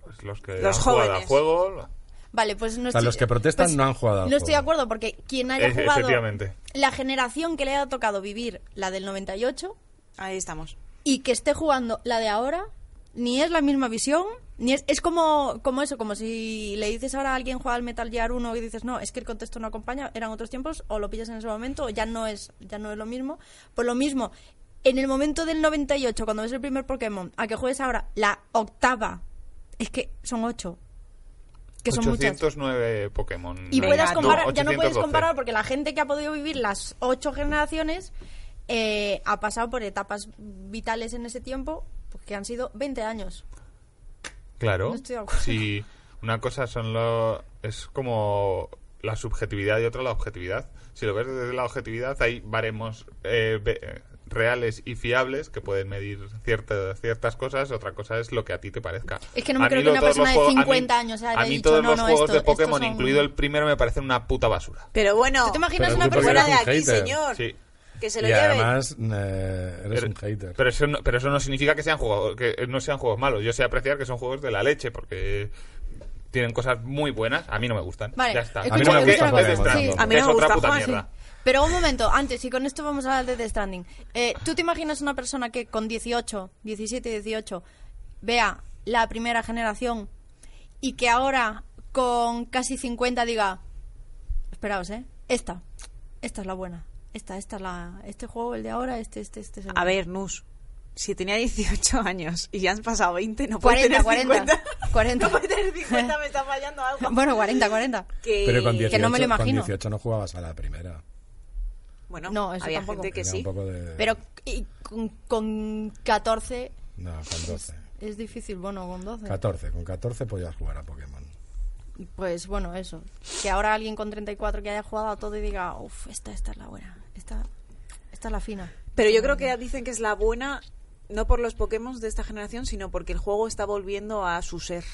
Pues los que
Los
han jugado al
jóvenes.
juego.
Vale, pues no
O sea,
estoy-
los que protestan
pues
no han jugado
No
al
estoy de
juego.
acuerdo porque quien haya
E-
jugado
efectivamente.
la generación que le ha tocado vivir, la del 98,
Ahí estamos.
y que esté jugando la de ahora, ni es la misma visión, ni es, es como, como eso, como si le dices ahora a alguien juega al Metal Gear 1 y dices, no, es que el contexto no acompaña, eran otros tiempos, o lo pillas en ese momento, o ya no es, ya no es lo mismo. Pues lo mismo, en el momento del 98, cuando ves el primer Pokémon, a que juegues ahora la octava, es que son ocho, que son muchas.
809 Pokémon.
Y
No,
puedas
no,
comparar, ya no puedes
812.
comparar porque la gente que ha podido vivir las ocho generaciones eh, ha pasado por etapas vitales en ese tiempo pues, que han sido 20 años.
Claro.
No estoy de acuerdo.
Sí, una cosa son lo es como la subjetividad y otra la objetividad. Si lo ves desde la objetividad, hay baremos eh, ve- eh, reales y fiables que pueden medir ciertas ciertas cosas. Otra cosa es lo que a ti te parezca.
Es que no me
A mí
creo que
lo-
una
todos los
persona de
juegos- a mí-
50 años haya
A mí
dicho,
todos
"No,
los
no,
juegos
esto-
de
estos
Pokémon,
son-
incluido el primero, me parecen una puta basura.
Oh. Pero bueno,
¿Tú te imaginas
Pero
una
tú porque
persona
fuera
eres
de
un
aquí,
hater.
señor.
Sí.
Que se
Y
lo lleve.
además eh, eres un hater.
Pero eso, no, pero eso no significa que sean juegos, que no sean juegos malos. Yo sé apreciar que son juegos de la leche porque tienen cosas muy buenas. A mí no me gustan.
Vale,
ya está.
escucha,
A mí no me
Porque
gusta
es
Pokémon.
Death Stranding,
Sí,
a mí
que
no
es
me
otra
gusta,
puta
Juan, sí.
[laughs]
mierda.
[laughs] Pero un momento, antes, y con esto vamos a hablar de The Stranding. Eh, ¿Tú te imaginas una persona que con 18, 17, 18 vea la primera generación y que ahora con casi 50 diga, esperaos, ¿eh? Esta, esta es la buena. Esta, esta es la... Este juego, el de ahora, este, este, este... es el-
A ver, Nus. Si tenía 18 [laughs] años y ya han pasado 20, no
40,
puede tener
40,
50.
40.
No puede tener 50, me está fallando algo.
[laughs] Bueno, 40, 40.
que,
Pero con 18,
Eh, que no me lo
con
imagino.
18 no jugabas a la primera.
Bueno,
No, eso
había
tampoco.
gente que
Era
sí.
un poco de...
Pero y con, con 14
No, con 12.
es difícil, bueno, con 12.
14. Con 14 podías jugar a Pokémon.
Pues bueno, eso. Que ahora alguien con 34 que haya jugado a todo y diga, uff, esta, esta es la buena. Esta, esta es la fina.
Pero yo creo que dicen que es la buena, no por los Pokémon de esta generación, sino porque el juego está volviendo a su ser.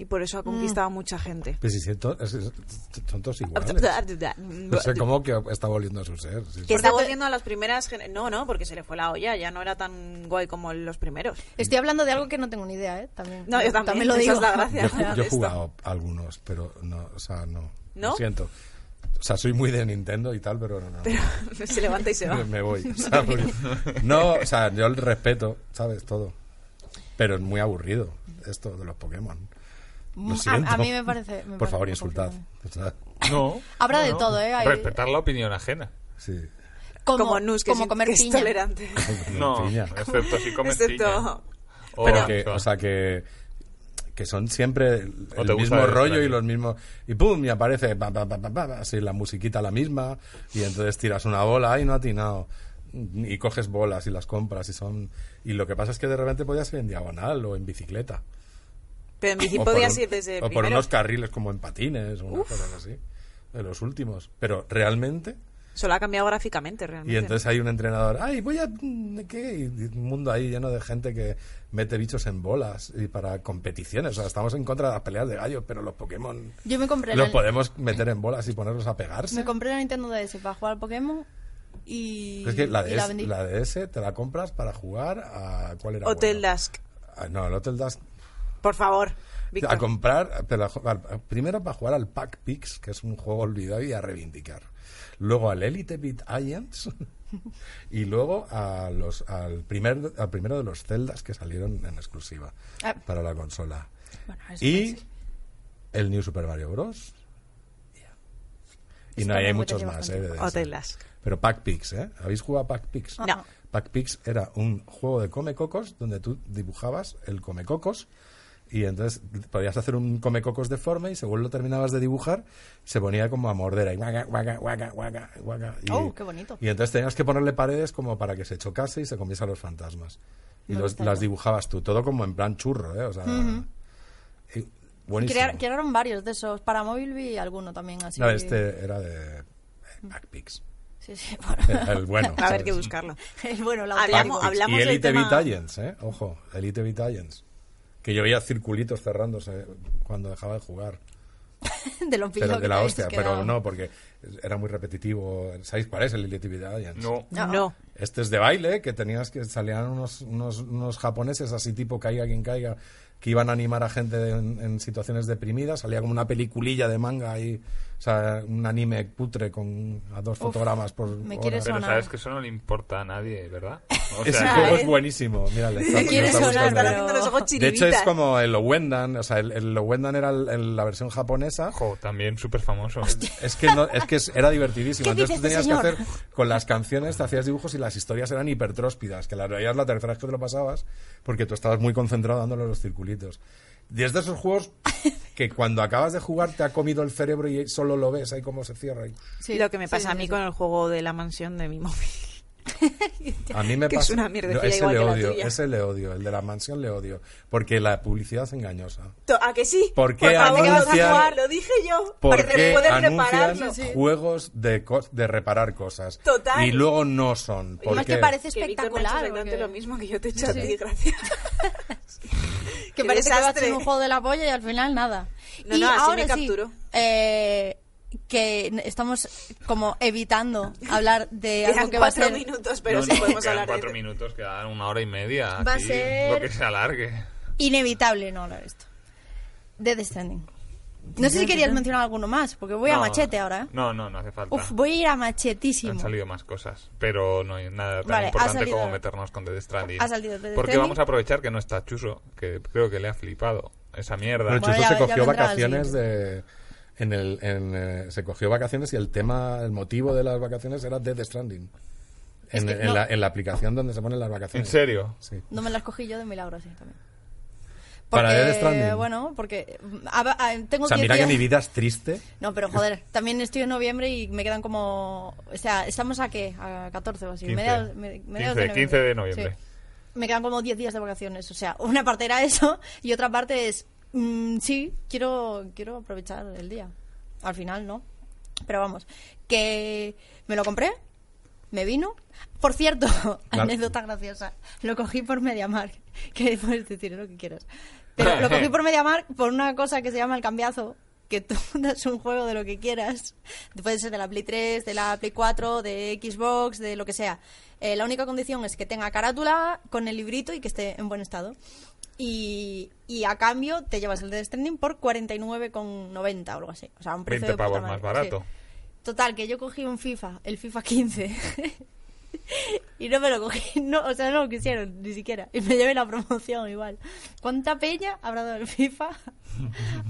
Y por
Mm.
eso ha conquistado a mucha gente.
Pues sí, sí, to- es- es- son
[laughs]
todos iguales. No sé cómo que está volviendo a su ser. sí,
Que
sí.
está volviendo a las primeras... gener- No, no, porque se le fue la olla, ya no era tan guay como los primeros. [laughs]
Estoy hablando de algo que no tengo ni idea, ¿eh? También,
No, yo también,
lo
esa
digo.
es la gracia.
Yo,
[laughs]
ju- yo he
Esto.
jugado algunos, pero no, o sea, no.
¿No?
Lo siento. O sea, soy muy de Nintendo y tal, pero no. no.
Pero se levanta y
[laughs]
se va.
[laughs]
me voy. o sea, porque- no, o sea, yo el respeto, ¿sabes? Todo. Pero es muy aburrido esto de los Pokémon. Lo
Mm, a-
siento.
a mí me parece- me parece
Por favor,
un poco
insultad. O sea,
No.
Habrá de todo, ¿eh? Hay-
Respetar la opinión ajena.
sí.
Como,
como Nus, que,
como
es, [laughs]
comer
que es
piña.
tolerante.
No, Oh,
Piña.
[laughs] excepto si comes
Excepto-
piña.
Pero que, o sea, que, que son siempre el,
O
el
te gusta
mismo
el
rollo
Stranding.
y los mismos. Y pum, y aparece pa, pa, pa, pa, pa, así la musiquita la misma. Y entonces tiras una bola, ay, no ha atinado. Y coges bolas y las compras. Y son y lo que pasa es que de repente podías ir en diagonal o en bicicleta.
Pero en bici
O por
podías
un-
ir desde
o por
primero.
unos carriles como en patines o unas cosas así. De los últimos. Pero realmente.
Solo ha cambiado gráficamente, realmente.
Y entonces hay un entrenador, ay, voy a... mm, ¿Qué? Y un mundo ahí lleno de gente que mete bichos en bolas y para competiciones. O sea, estamos en contra de las peleas de gallos, pero los Pokémon
Yo me compré,
los
la,
podemos meter en bolas y ponerlos a pegarse.
me compré la Nintendo DS para jugar al Pokémon y,
Es que la
y la
DS,
vendí.
la DS te la compras para jugar a... ¿Cuál era?
Hotel
bueno?
Dusk.
Ah, No, el Hotel Dusk.
Por favor, Víctor.
A comprar, te la ju- al- primero para jugar al Pack Pix, que es un juego olvidado y a reivindicar. Luego al Elite Beat Alliance [laughs] y luego a los, al, primer, al primero de los celdas que salieron en exclusiva
Ah.
para la consola.
Bueno, eso
Y el New Super Mario Bros. Y
Este
no hay
me
muchos
apetece
más, ¿eh? de DS.
Hotel Dusk.
Pero Pack Pix, ¿eh? ¿Habéis jugado a Pack Pix?
No.
Pac Pix era un juego de comecocos donde tú dibujabas el comecocos y entonces podías hacer un comecocos deforme y según lo terminabas de dibujar se ponía como a morder ahí guaca, guaca, guaca, guaca, guaca, y,
Oh, qué bonito.
y entonces tenías que ponerle paredes como para que se chocase y se comiese a los fantasmas y
Me
los-
gustaría.
las dibujabas tú todo como en plan churro eh o sea y- buenísimo
Crear- crearon varios de esos. Para móvil vi alguno también así.
no, este era de Pac
[laughs]
Pix
Sí, sí, bueno. [laughs]
el bueno
Va a haber
¿sabes?
que buscarlo.
El bueno, la
Hablamos-
Pac-Pix.
hablamos
y
del
Elite
tema-
Beat Agents, ¿eh? Ojo, Elite Beat Agents. Que yo veía circulitos cerrándose cuando dejaba de jugar.
[laughs]
de los
Pero
pillos
de la hostia, pero no, porque era muy repetitivo. ¿Sabéis cuál es el Elite Beat Agents?
No.
No.
Este es de baile, que tenías que salían unos, unos, unos japoneses así tipo caiga quien caiga, que iban a animar a gente en, en situaciones deprimidas. Salía como una peliculilla de manga ahí O sea, un anime cutre con a dos fotogramas por
me
hora.
quieres
Pero
sonar.
sabes que eso no le importa a nadie, ¿verdad?
[laughs]
O
Ese
sea,
juego
eh.
es buenísimo, mírale. está-
Me
lo
quieres
está
sonar,
buscando.
Están
pero-
haciendo los ojos
De hecho, es
chiribitas.
como el Owendan. O sea, el, el Owendan era el- el- la versión japonesa.
jo, también súper famoso.
Es que, no, es que es- [laughs] era divertidísimo.
¿Qué
Entonces
dice
tú tenías
este
que hacer
señor?
con las canciones, te hacías dibujos y las historias eran hipertróspidas, que las veías la tercera vez que te lo pasabas, porque tú estabas muy concentrado dándole los circulitos. Y es de esos juegos que cuando acabas de jugar te ha comido el cerebro y solo lo ves ahí como se cierra. y-
Sí,
lo que me
sí,
pasa a
sí,
mí
sí.
con el juego de la mansión de mi móvil.
A mí me
Que es
pasa.
una mierdecilla
ese
igual
le
que la
odio,
tuya.
ese le odio, el de la mansión le odio, porque la publicidad es engañosa.
To- ¿A que sí?
¿Por qué
favor, que vas
anuncian-
a jugar, lo dije yo.
¿Por
para que te
qué
puedas
anuncian
prepararlo.
juegos de, co- de reparar cosas?
Total.
Y luego no son. ¿Por
Además
qué?
que parece
Que Víctor me ha hecho
espectacular.
exactamente
porque-
lo mismo que yo te he hecho a
Sí.
ti, gracias.
Que
Qué
parece que va a
desastre.
ser un juego de la polla y al final nada.
No,
y
no, así
ahora
me
sí,
capturo.
eh, que n- estamos como evitando hablar
[laughs]
de algo
Quedan
que va a
cuatro
ser...
minutos, pero
No,
sí
no,
podemos
quedan
hablar de
cuatro
ello.
minutos, quedan una hora y media.
Va a
aquí,
ser-
Lo que se alargue.
Inevitable no hablar de esto. Death Stranding. No sé si querías mencionar alguno más, porque voy a
No,
machete ahora. ¿eh?
No, no, no hace falta.
Uf, voy a ir a
Han
machetísimo.
salido más cosas, pero no hay nada tan
Vale, ha
importante
salido-
como meternos con Death Stranding.
ha salido Death
Porque
Stranding.
vamos a aprovechar que no está Chuso, que creo que le ha flipado esa mierda.
Bueno,
Bueno,
Chuso
ya-
se
ya
cogió
vendrá
vacaciones de. En el, en, eh, se cogió vacaciones y el tema, el motivo de las vacaciones era Death Stranding. En,
que
en
no-
la, en la aplicación donde se ponen las
¿En
vacaciones.
serio?
Sí.
No me las cogí yo de milagro, sí, también.
Para
Porque,
Death Stranding.
Bueno, porque... mm, a- a- tengo
O sea,
10
mira que
días-
mi vida es triste.
No, pero joder, también estoy en noviembre y me quedan como... O sea, estamos a qué? A 14 o así.
15.
mediados, me- mediados
15, 15 de noviembre.
Sí. Me quedan como 10 días de vacaciones. O sea, una parte era eso y otra parte es... mm, sí, quiero, quiero aprovechar el día. Al final, ¿no? Pero vamos, que me lo compré, me vino. Por cierto, [laughs] anécdota graciosa, lo cogí por Mediamar, [laughs] que puedes decir lo que quieras. Pero lo cogí por Mediamar por una cosa que se llama el cambiazo, que [laughs] tú das un juego de lo que quieras. Puede ser de la Play 3, de la Play 4, de Xbox, de lo que sea. Eh, la única condición es que tenga carátula con el librito y que esté en buen estado. Y, y a cambio te llevas el de Stranding por 49,90 o algo así. O sea, un precio de
20
puta
pavos
madre,
más barato.
sí. Total, que yo cogí un FIFA, el FIFA 15. [laughs] y no me lo cogí, [laughs] no, o sea, no lo quisieron ni siquiera. Y me llevé la promoción igual. ¿Cuánta peña habrá dado el FIFA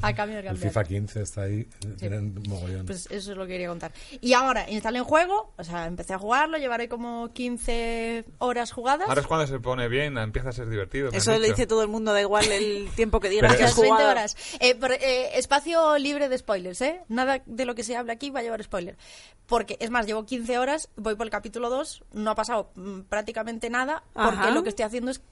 a cambio del
El
campeonato?
FIFA 15 está ahí, eh, tienen mogollón.
Pues eso es lo que quería contar. Y ahora, instalé un juego, o sea, empecé a jugarlo, llevaré como 15 horas jugadas.
Ahora es cuando se pone bien, empieza a ser divertido. me
Eso
han
le
dicho.
dice todo el mundo, da igual el tiempo que digas
Pero
que has
las 20
jugado.
horas. Eh, por- eh, espacio libre de spoilers, ¿eh? Nada de lo que se habla aquí va a llevar spoiler. Porque, es más, llevo 15 horas, voy por el capítulo 2, no ha pasado mm, prácticamente nada, porque
Ajá.
lo que estoy haciendo es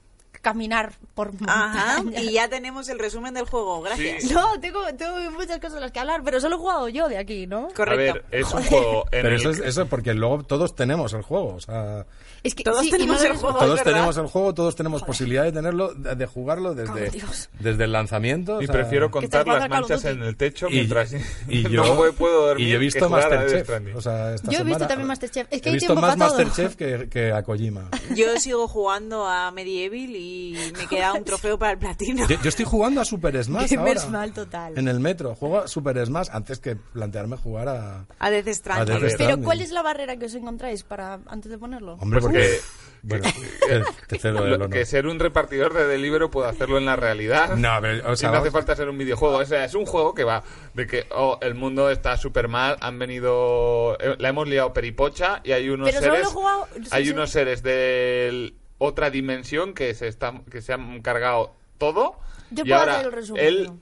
caminar por [laughs]
Ajá,
montañas.
y ya tenemos el resumen del juego, gracias.
No, tengo, tengo muchas cosas de las que hablar, pero solo he jugado yo de aquí, ¿no?
A
Correcto.
ver, es un juego en
Pero
el
eso es,
que-
eso es porque luego todos tenemos el juego. O sea,
Es que
Todos
sí, y no
tenemos
lo
el
he-
juego,
todos
es verdad.
tenemos el juego, todos tenemos posibilidad de tenerlo, de, de jugarlo desde,
Cago en Dios.
desde el lanzamiento. o
Y
sea-
prefiero
Que te
contar
ponga
las
Call of
manchas
Duty.
en el techo
Y-
mientras
y
[laughs] no
yo-
me puedo dormir.
y yo he
que
visto
jugar a Death
Masterchef.
Stranding.
O sea, esta
Yo he visto
semana-
también Masterchef. Es que
he
hay
visto
tiempo
más
para todo.
Masterchef que, que a Kojima.
Yo sigo jugando a Medieval y me queda un trofeo para el platino.
Yo, yo estoy jugando
[laughs]
a Super Smash
Gamer
ahora.
Smash total.
En el metro. Juego a Super Smash antes que plantearme jugar a...
A Death Stranding.
A Death
Pero
Stranding.
¿cuál es la barrera que os encontráis para antes de ponerlo?
Hombre,
Pues
porque...
que-
[laughs] Bueno,
[laughs]
te- te cedo el
Lo-
honor.
que ser un repartidor de delivery puedo hacerlo en la realidad.
No, pero, o sea,
Y no hace
vamos-
falta ser un videojuego. O sea, es un juego que va de que oh, el mundo está súper mal, han venido... eh, La hemos liado peripocha y hay unos
Pero solo
seres...
lo he jugado- sí,
hay
sí.
unos seres de otra dimensión que se, están que se han cargado todo.
Yo
y
puedo
ahora
hacer el resumen,
él-
¿no?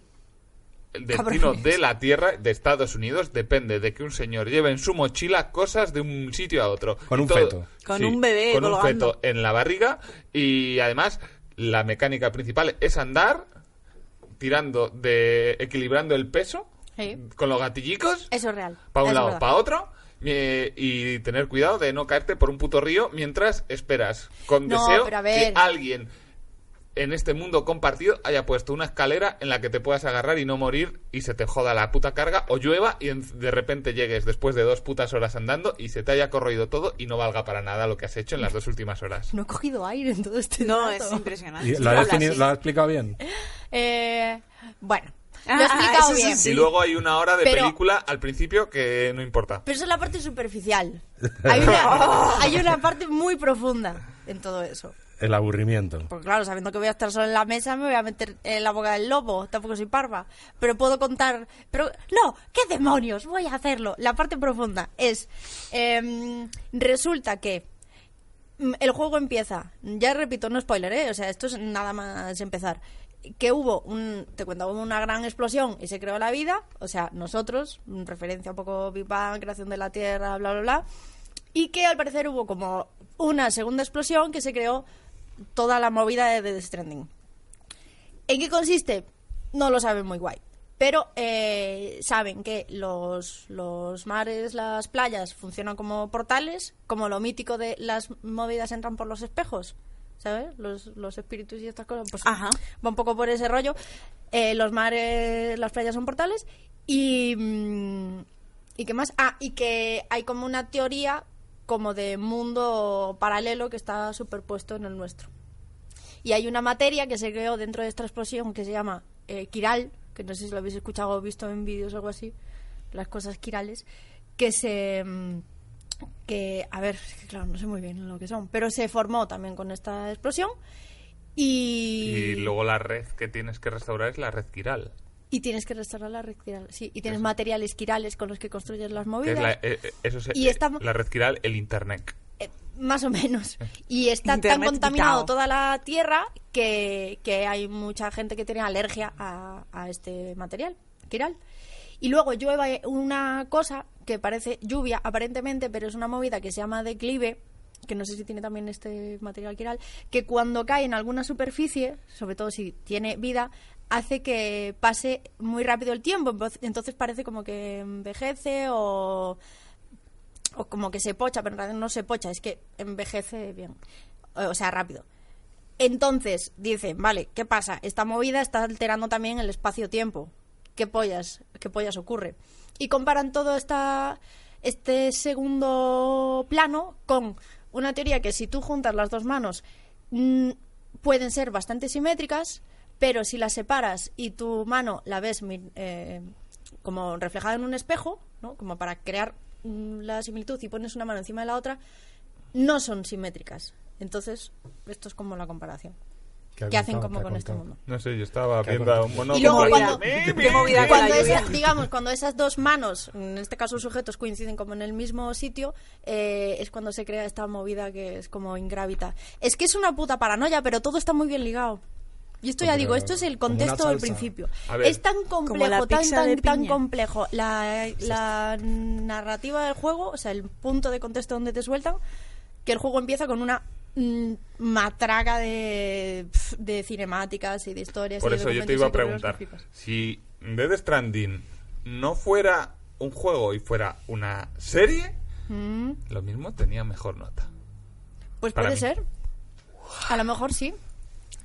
el destino
Cabrones.
de la Tierra de Estados Unidos depende de que un señor lleve en su mochila cosas de un sitio a otro.
Con
Y
un feto.
Con un bebé
Con un
colgando.
feto en la barriga y además la mecánica principal es andar tirando de equilibrando el peso
Sí.
con los gatillicos
Eso es real.
para un
Es
lado,
verdad.
para otro. eh, y tener cuidado de no caerte por un puto río mientras esperas con
No,
deseo
pero a
que
ver.
alguien en este mundo compartido haya puesto una escalera en la que te puedas agarrar y no morir y se te joda la puta carga o llueva y en- de repente llegues después de dos putas horas andando y se te haya corroído todo y no valga para nada lo que has hecho en las dos últimas horas.
No he cogido aire en todo este
No,
rato.
es impresionante.
¿Y
Si
¿Lo ha
hablas
definido-
así.
lo ha explicado bien?
Eh, bueno, Lo he explicado
Ah, eso sí,
bien.
sí.
Y luego hay una hora de
Pero-
película al principio que no importa.
Pero eso es la parte superficial. Hay una, hay una parte muy profunda en todo eso.
El aburrimiento.
Porque claro, sabiendo que voy a estar solo en la mesa, me voy a meter en la boca del lobo. Tampoco soy parva. Pero puedo contar... Pero no, ¿qué demonios? Voy a hacerlo. La parte profunda es... em, resulta que... mm, El juego empieza, ya repito, no spoiler, ¿eh? o sea, esto es nada más empezar. Que hubo un, te cuento, hubo una gran explosión y se creó la vida, o sea, nosotros, mm, referencia un poco Big Bang, creación de la Tierra, bla, bla, bla. Y que al parecer hubo como una segunda explosión que se creó toda la movida de Death Stranding. ¿En qué consiste? No lo saben muy guay. Pero eh, saben que los, los mares, las playas funcionan como portales, como lo mítico de las movidas entran por los espejos, ¿sabes? Los, los espíritus y estas cosas, pues
Ajá.
va un poco por ese rollo. Eh, los mares, las playas son portales y... mm, ¿Y qué más? Ah, y que hay como una teoría como de mundo paralelo que está superpuesto en el nuestro. Y hay una materia que se creó dentro de esta explosión que se llama eh, Kiral, que no sé si lo habéis escuchado o visto en vídeos o algo así, las cosas quirales, que se... mm, que, a ver, es que claro, no sé muy bien lo que son, pero se formó también con esta explosión
Y luego la red que tienes que restaurar es la red quiral.
y tienes que restaurar la red quiral, sí, y tienes materiales quirales con los que construyes las movidas.
Es la, eh, eh, eso es,
Oh, Y
eh,
estamos-
la red quiral, el internet.
Eh, más o menos. Y está tan
Internet
contaminado
picao.
toda la tierra que, que hay mucha gente que tiene alergia a, a este material, quiral. Y luego llueve una cosa que parece lluvia aparentemente, pero es una movida que se llama declive, que no sé si tiene también este material quiral, que cuando cae en alguna superficie, sobre todo si tiene vida, hace que pase muy rápido el tiempo. Envo- Entonces parece como que envejece o o como que se pocha, pero en realidad no se pocha, es que envejece bien, o sea, rápido. Entonces dicen, vale, ¿qué pasa? Esta movida está alterando también el espacio-tiempo. ¿Qué pollas, qué pollas ocurre? Y comparan todo esta, este segundo plano con una teoría que si tú juntas las dos manos mm, pueden ser bastante simétricas, pero si las separas y tu mano la ves mi- eh, como reflejada en un espejo, ¿no? como para crear mm, la similitud y pones una mano encima de la otra, no son simétricas. Entonces, esto es como la comparación.
¿Qué ha
que hacen
contado?
como
¿Qué ha
con este
contado?
mundo?
No sé, yo estaba
Claro.
viendo a un mono
Y luego
con
cuando-
platillo.
qué movida con
Cuando
la
esa-
lluvia.
digamos, cuando esas dos manos, en este caso sujetos, coinciden como en el mismo sitio, eh, es cuando se crea esta movida que es como ingrávita. Es que es una puta paranoia, pero todo está muy bien ligado. Y esto ya
Hombre,
digo, esto es el
como una
contexto del
salsa.
principio.
A ver.
Es tan complejo,
la
tan,
pizza
tan,
de
tan
piña.
complejo la, la narrativa del juego, o sea, el punto de contexto donde te sueltan, que el juego empieza con una mm, matraca de, de cinemáticas y de historias.
Por
y de
eso yo
documentos
te iba
y
a
correos
preguntar,
que flipas.
si Dead Stranding no fuera un juego y fuera una serie,
Mm.
lo mismo tenía mejor nota.
Pues
Para
puede
mí.
ser. A lo mejor sí.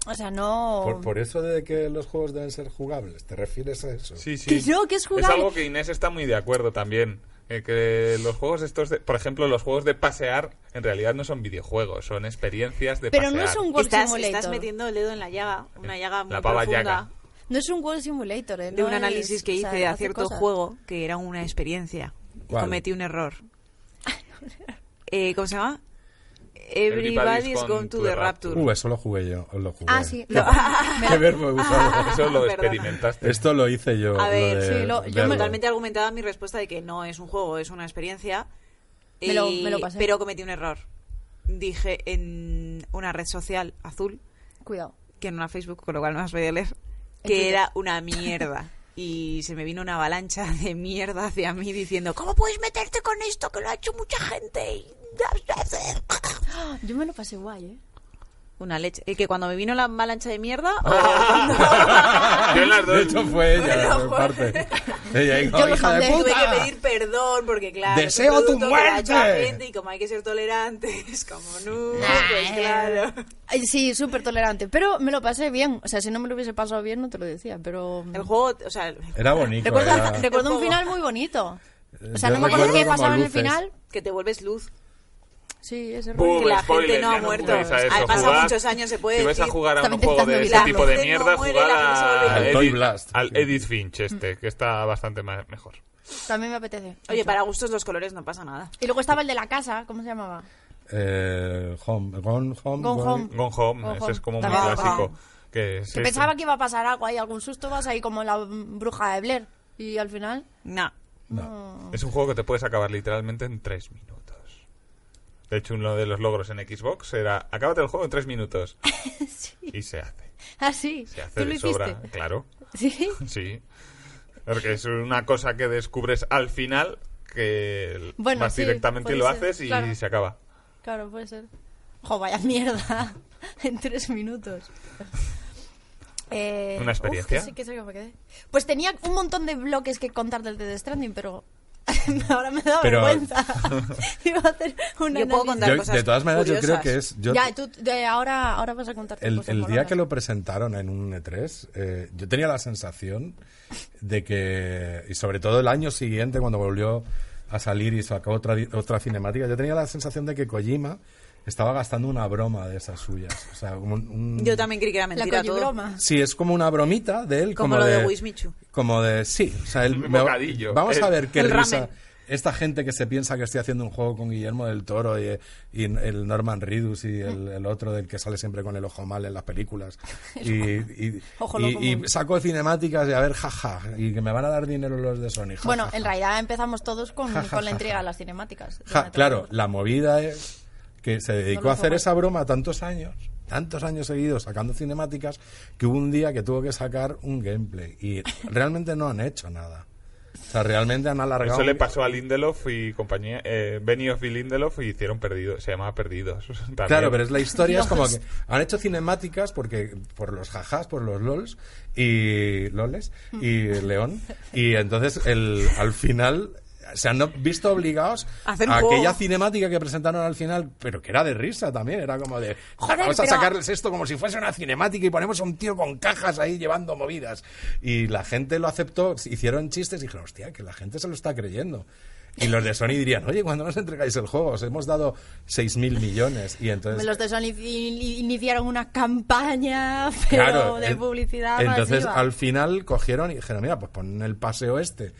O sea, no.
Por, por eso de que los juegos deben ser jugables, ¿te refieres a eso?
Sí, sí.
Que no, que es jugable.
algo que Inés está muy de acuerdo también. eh, que los juegos estos, de- por ejemplo, los juegos de pasear en realidad no son videojuegos, son experiencias de
Pero
pasear.
no es un walk
Estás,
simulator.
estás metiendo el dedo en la llaga, una llaga muy
La pava
profunda.
[laughs]
llaga.
No es un World Simulator, ¿eh?
de
No
un
es-
análisis que
o
hice
sea,
a
hace
cierto
cosas.
juego que era una experiencia. Y
¿Cuál?
cometí un
[laughs]
error. Eh, ¿Cómo se llama?
Everybody's
Everybody's
gone
gone to the rapture.
Uh, eso lo jugué yo, lo jugué.
Ah, sí.
No,
[laughs]
Qué verbo he usado.
Eso lo
Perdona.
experimentaste.
Esto lo hice yo.
A ver,
de
sí, lo- yo
verbo.
me-
[laughs]
[laughs]
totalmente argumentada mi respuesta de que no es un juego, es una experiencia.
Me lo-
Y-
me lo pasé.
Pero cometí un error. Dije en una red social azul,
Cuidado.
que en una Facebook, con lo cual no has podido leer,
En
que
Twitter.
era una mierda. Y se me vino una avalancha de mierda hacia mí diciendo, ¿cómo puedes meterte con esto que lo ha hecho mucha gente? Y-
Yo me lo pasé guay, ¿eh?
[laughs] Una leche. Eh, que cuando me vino la avalancha de mierda... o
Yo en las dos-
De hecho fue ella,
No,
en
fue-
parte. [laughs] Ella dijo,
Yo lo
"Hija de
jodé,
Tuve
puta".
que pedir perdón porque, claro. es un
Deseo tu
producto que la ha hecho la
muerte.
gente y como hay que ser tolerantes, [laughs] como no,
Ah, eh.
pues claro.
Ay, Sí, súper tolerante. Pero me lo pasé bien. O sea, si no me lo hubiese pasado bien, no te lo decía. Pero.
El juego, o sea,
Era bonito.
Recuerdo,
era-
recuerdo un
juego.
final muy bonito. O sea,
Yo
no me acuerdo
recuerdo
qué
como
pasaba en el
luces.
final.
que te vuelves luz.
Sí, ese
Buh,
rollo.
Que la gente
spoiler,
no ha
ya
muerto.
juguéis a eso.
Ha pasado
Jugad-
muchos años, se puede
Si vais a
decir.
jugar a un
También
juego
está
de
en
ese
la
tipo de
gente no
mierda,
muere,
jugad
la gente se vuelve
a-
loca.
al
Toy
Edith-
Blast.
al Edith Finch este, que está bastante ma- mejor.
También me apetece.
Oye, para gustos los colores no pasa nada.
Y luego estaba el de la casa, ¿cómo se llamaba?
Eh, home, gone Home.
Gone Home.
Gone Home,
Gone
ese
Home.
es como muy
También.
Gone
clásico.
Home.
Que es
Que
ese.
pensaba que iba a pasar algo ahí, algún susto, vas ahí como la mm, bruja de Blair. Y al final... [laughs]
No.
Es un juego que te puedes acabar literalmente en tres minutos. De hecho, uno de los logros en Xbox era acábate el juego en
[laughs]
tres minutos. Y se hace.
Ah, sí.
Se hace
¿Tú lo
de
hiciste? [laughs]
sobra, claro.
Sí.
Sí. Porque es una cosa que descubres al final que
Bueno,
vas
sí,
directamente y
puede
lo
ser,
haces y
claro.
se acaba.
Claro, puede ser. Jo, vaya mierda. [laughs] en tres minutos. Eh,
¿Una experiencia?
uf, que sé- que sé que me quedé. Pues tenía un montón de bloques que contar del Death Stranding, pero [laughs] ahora me da
Pero-
[laughs]
vergüenza. Iba a hacer una
Yo puedo contar
Yo,
cosas
de todas maneras, yo creo
curiosas.
que es. yo-
Ya, tú de ahora, ahora vas a contar tus
el,
cosas
el día
molonas.
que lo presentaron en un E3, eh, yo tenía la sensación de que, y sobre todo el año siguiente cuando volvió a salir y sacó otra, di- otra cinemática, yo tenía la sensación de que Kojima estaba gastando una broma de esas suyas. O sea, como un, un-
Yo también creí que era mentira
La
todo.
coyibroma.
Sí, es como una bromita de él.
Como
Como,
lo de Wismichu.
Como de, sí. O sea, él-
Un
me-
bocadillo.
Vamos a
El-
ver qué
el
risa.
ramen.
Esta gente que se piensa que estoy haciendo un juego con Guillermo del Toro y, y el Norman Reedus y el, el otro del que sale siempre con el ojo mal en
[laughs]
las películas. Y, y,
Ojo
y-
loco,
y
mon.
saco cinemáticas y a ver, jaja, y que me van a dar dinero los de Sony. ja, [laughs]
Bueno,
ja,
en
ja.
realidad empezamos todos con,
Ja, ja,
con la
ja,
entrega
ja.
de las cinemáticas.
Ja, claro, la movida es que se dedicó
lo
a hacer
soporto.
esa broma tantos años, tantos años seguidos sacando cinemáticas, que hubo un día que tuvo que sacar un gameplay. Y realmente no han hecho nada. O sea, realmente han alargado.
Eso le pasó a Lindelof y compañía. Eh, Benioff y Lindelof y hicieron Perdidos. Se llamaba Perdidos. [laughs] también.
Claro, pero es la historia, es como que han hecho cinemáticas porque por los jajás, por los lols y loles y león y entonces el al final se han visto obligados a
Hacer un juego.
aquella cinemática que presentaron al final, pero que era de risa también, era como de
Joder,
vamos a
pero-
sacarles esto como si fuese una cinemática y ponemos a un tío con cajas ahí llevando movidas y la gente lo aceptó, hicieron chistes y dijeron, hostia, que la gente se lo está creyendo. Y los de Sony dirían, oye, cuando nos entregáis el juego? Os hemos dado 6.000 millones. Y entonces... [laughs]
Los de Sony i- iniciaron una campaña [laughs] pero de
en-
publicidad
Entonces,
masiva.
al final cogieron y dijeron, mira, pues pon el paseo este.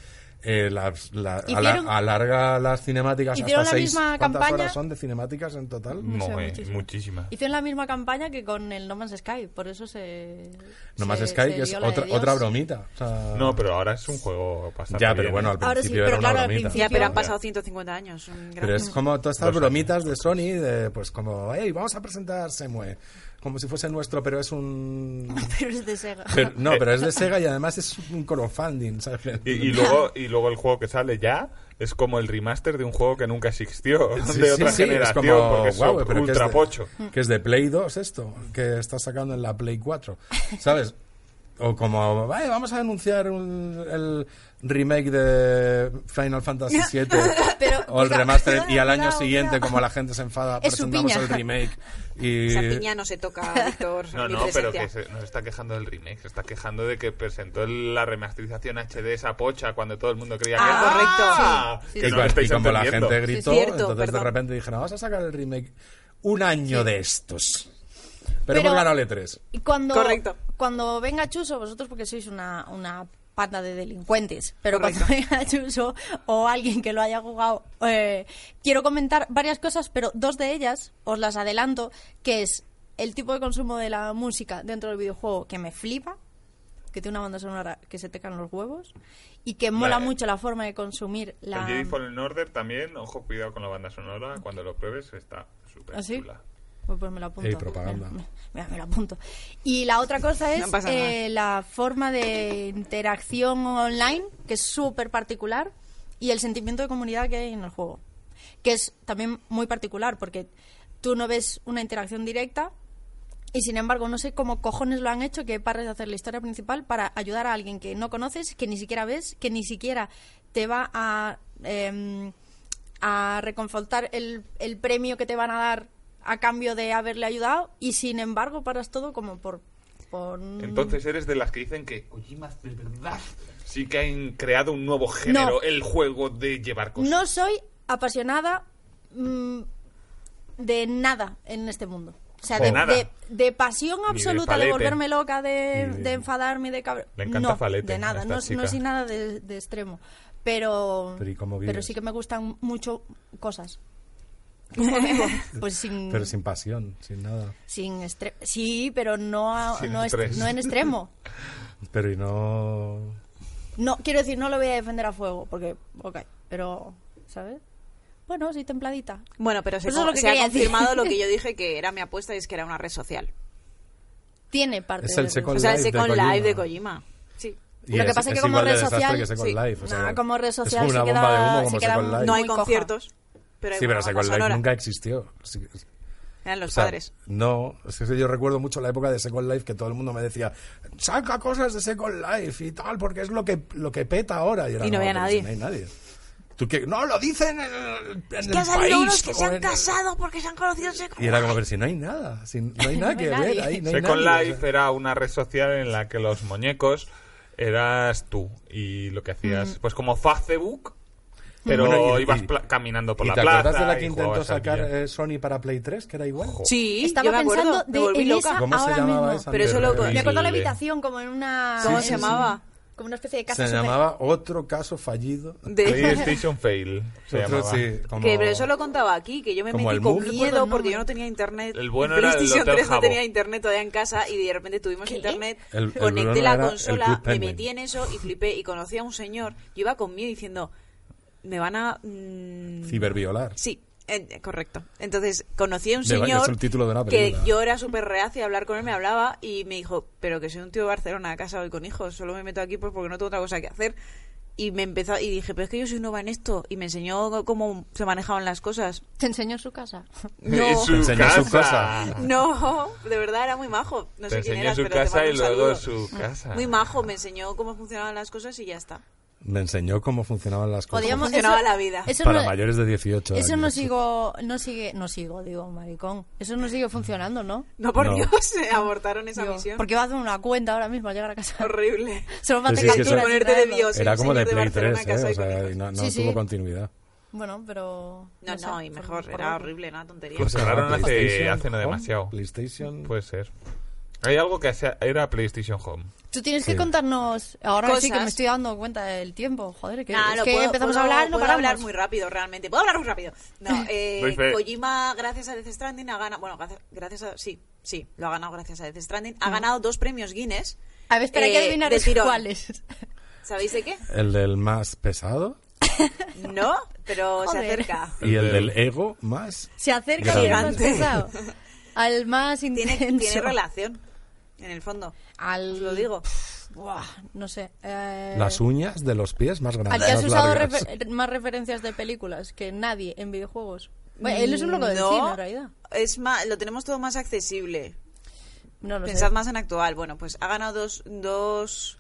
eh, las- la- ala-
Hicieron-
alarga las cinemáticas
hicieron
hasta
la
seis.
misma
¿Cuántas
campaña? Mm.
horas son de cinemáticas en total?
Mo-
Mucho,
eh,
muchísimo.
muchísima.
Hicieron la misma campaña que con el No Man's Sky, por eso se.
No más
se-
Sky,
se
que es
lió la de
otra,
Dios.
otra bromita. o sea-
No, pero ahora es un juego bastante.
Ya, pero
bien,
bueno,
¿eh?
al
Ahora sí,
principio
pero
era una
claro, al
bromita.
principio-
Ya, pero han
Ya.
pasado 150 años. un gran-
Pero es como todas estas
Dos años.
bromitas de Sony, de, pues como, hey, vamos a presentar Semue. Como si fuese nuestro, pero es un...
[laughs] Pero es de Sega.
pero- no, pero es de Sega y además es un crowdfunding, ¿sabes? [laughs]
Y, y luego, y luego el juego que sale ya es como el remaster de un juego que nunca existió [laughs]
Sí,
de
sí,
otra
sí,
generación porque es
guau, pero que
ultra
de-
pocho.
Que es de Play 2 esto, que está sacando en la Play 4, ¿sabes? O como, "Ay, vamos a anunciar un- el remake de Final Fantasy VII
[laughs] Pero,
o el
cuidado, [laughs]
remaster y al
cuidado,
año
cuidado.
siguiente como la gente se enfada
Es su
presentamos
piña. [laughs]
el remake y
Esa piña no se toca,
[laughs]
Víctor.
Pues
No,
mi
no, pero
presencia.
que se, nos está quejando del remake, se está quejando de que presentó el- la remasterización HD esa pocha cuando todo el mundo creía que
Ah, correcto.
¡Ah!
y
que no
cua-
lo
y
estáis
como la
entendiendo.
gente gritó,
Sí, es cierto,
entonces
perdón.
de repente dijeron, vamos a sacar el remake un año de estos. Pero,
Pero-
hemos ganado el E E3.
Y cuando,
Correcto.
Cuando venga Chuso, vosotros porque sois una, una pata de delincuentes, pero
Correcto.
cuando venga [laughs] Chuso o alguien que lo haya jugado, eh, quiero comentar varias cosas, pero dos de ellas os las adelanto, que es el tipo de consumo de la música dentro del videojuego que me flipa, que tiene una banda sonora que se tecan los huevos y que mola
Vale.
mucho la forma de consumir la...
El Jedi Fallen Order también, ojo, cuidado con la banda sonora, cuando lo pruebes está súper
¿Ah, sí?
chula.
Pues, pues me lo apunto.
Ey, propaganda.
Mira, mira, me lo apunto. Y la otra cosa es
No pasa
eh, la forma de interacción online, que es súper particular, y el sentimiento de comunidad que hay en el juego, que es también muy particular, porque tú no ves una interacción directa, y sin embargo, no sé cómo cojones lo han hecho que pares de hacer la historia principal para ayudar a alguien que no conoces, que ni siquiera ves, que ni siquiera te va a, em, a reconfortar el, el premio que te van a dar a cambio de haberle ayudado. Y sin embargo, paras todo como por. por un-
Entonces eres de las que dicen que Kojima de verdad sí que han creado un nuevo género, el juego de llevar cosas.
No soy apasionada mm, de nada en este mundo. O sea,
De
de,
nada.
de- de pasión absoluta, de,
falete.
volverme loca, de,
Ni de-
de enfadarme, de cabrón.
Le encanta
no,
falete
de
a
nada,
esta
no,
chica.
no sin nada de, de extremo. Pero,
Pero ¿y cómo vives?
sí que me gustan mucho
[laughs]
cosas. ¿Cómo vivo? Pues sin,
Pero sin pasión, sin nada.
sin estre- Sí, pero no, a-
[laughs] Sin
no, est-
estrés.
no en extremo.
Pero y no.
No, quiero decir, no lo voy a defender a fuego, porque, ok, pero, ¿sabes? Bueno, sí, templadita.
Bueno, pero se,
Eso es lo que
se ha
quería decir.
confirmado lo
[laughs]
que yo dije que era mi apuesta y es que era una red social.
Tiene parte
Es el
de-
second
O sea,
Live
ese
de
con
Kojima.
live de Kojima. Sí.
Y
lo que pasa es que como
igual de
red
desastre
social-
que Second
sí.
Life, o sea,
Nah, como red social
Es como
se
una
queda-
bomba de humo
se
como
queda
Second Life.
muy
No hay
coja.
conciertos. Pero hay
sí, pero
buena banda
Second Life
sonora.
nunca existió. Sí, es-
Eran los
o sea,
padres.
No, es que yo recuerdo mucho la época de Second Life que todo el mundo me decía, saca cosas de Second Life y tal, porque es lo que, lo que peta ahora. Y, era,
Y no había
pero
nadie".
si No hay nadie. Tú que, no, lo dicen en el, en el
que han salido
país,
unos que se
o
han
en-
casado porque se han conocido. se-
Y era como, pero si no hay nada, si no
[laughs]
hay nada
No hay
que ver
nadie.
ahí, no hay
Second
nadie, o sea.
Life era una red social en la que los muñecos eras tú y lo que hacías, pues como Facebook, pero
Mm. Bueno, y-
ibas
y-
pla- caminando por
¿Y
la
te
plaza.
acuerdas de la que
y
intentó
jugabas al
sacar
billar.
eh, Sony para Play 3, que era igual?
Sí,
Estaba
yo me acuerdo,
pensando
me
de-
volví
en
loca.
esa-
¿Cómo
ahora
se llamaba
mismo.
esa?
Pero eso
mierda?
lo-
Me acuerdo la
Horrible.
habitación como en una...
¿Cómo
Sí,
se
sí,
llamaba?
Como una especie de casa
Se
super-
llamaba otro caso fallido.
[laughs] De-
PlayStation Fail. Se
Otro,
llamaba.
sí, como-
Que, pero eso lo contaba aquí, que yo me
como
metí
el
con
Moog.
miedo porque yo no tenía internet.
El bueno era
[laughs]
el
PlayStation
Hotel
3 no
Jabo.
tenía internet todavía en casa y de repente tuvimos
¿Qué?
internet.
El- el bueno
conecté
era
la
el
consola,
Club
me
Penguin.
metí en eso y flipé y conocí a un señor. Yo iba con miedo diciendo, me van a... mm,
Ciberviolar.
Sí, eh, correcto. Entonces conocí a un
De verdad,
señor
es el título de una
que
película.
yo era súper reacia a hablar con él, me hablaba y me dijo, pero que soy un tío de Barcelona, casado y con hijos, solo me meto aquí pues porque no tengo otra cosa que hacer. Y me empezó y dije, pero es que yo soy nueva en esto y me enseñó cómo se manejaban las cosas.
Te enseñó su casa.
Y
No,
su
Enseñó
casa.
su casa.
no, de verdad era muy majo. No
Te
sé quién
enseñó
eras,
su
pero te
casa
mando
y
un
luego
saludo. Mm.
su casa.
Muy majo, me enseñó cómo funcionaban las cosas y ya está.
Me enseñó cómo funcionaban las cosas.
[laughs] Podíamos-
funcionaba la vida?
Eso
para
no-
mayores de 18
Eso
años.
no sigo, no sigue, no sigo, digo, maricón. Eso no sigue funcionando, ¿no?
No, por
No.
Dios, [laughs] se abortaron esa
Digo,
misión.
porque vas a hacer una cuenta ahora mismo al llegar a casa.
Horrible.
[laughs] Solo para
Sí,
hacer
sí, es que
capturas
eso-
y
Ponerte de
traerlo.
Dios.
Era
un
como
señor
de
de
Play
Barcelona
3,
casado
¿eh? O
y con
sea,
hijos.
y no, no
Sí, sí.
tuvo continuidad.
Bueno, pero...
No,
sé,
no, y
por-
mejor,
por
era
otro.
horrible, no, tontería.
Lo cerraron hace,
PlayStation
hace no
Home,
demasiado. Pues-
PlayStation.
Puede ser. Hay algo que hacía- era PlayStation Home.
Tú tienes
Sí.
que contarnos... Ahora sí que
Cosas.
me estoy dando cuenta del tiempo, joder, que,
Nah,
es
no,
que
puedo-
empezamos
puedo-
a hablar, no
puedo
paramos.
hablar muy rápido, realmente. Puedo hablar muy rápido.
[laughs]
No, eh,
Doy fe.
Kojima, gracias a Death Stranding, ha ganado. Bueno, gracias, gracias a. Sí, sí, lo ha ganado gracias a Death Stranding.
Mm.
Ha ganado dos premios Guinness.
A ver, espera, hay
eh,
que adivinar [laughs]
del tirón.
cuáles. [laughs]
¿Sabéis de qué?
El del más pesado
No, pero se
Joder. [laughs]
acerca.
y el del ego más.
Se acerca
Grande.
al más
Gigante.
pesado.
[laughs]
Al más
Tiene,
intenso.
tiene relación, en el fondo.
Al...
Os lo digo.
Buah, no sé. eh,
Las uñas de los pies más grandes.
Al que has
más
usado
largas.
refer- más referencias de películas que nadie en videojuegos. Bueno, él es un loco del
Mm, No,
cine, en realidad.
Es más, lo tenemos todo más accesible.
No lo
Pensad
sé.
más en actual. Bueno, pues ha ganado dos, dos,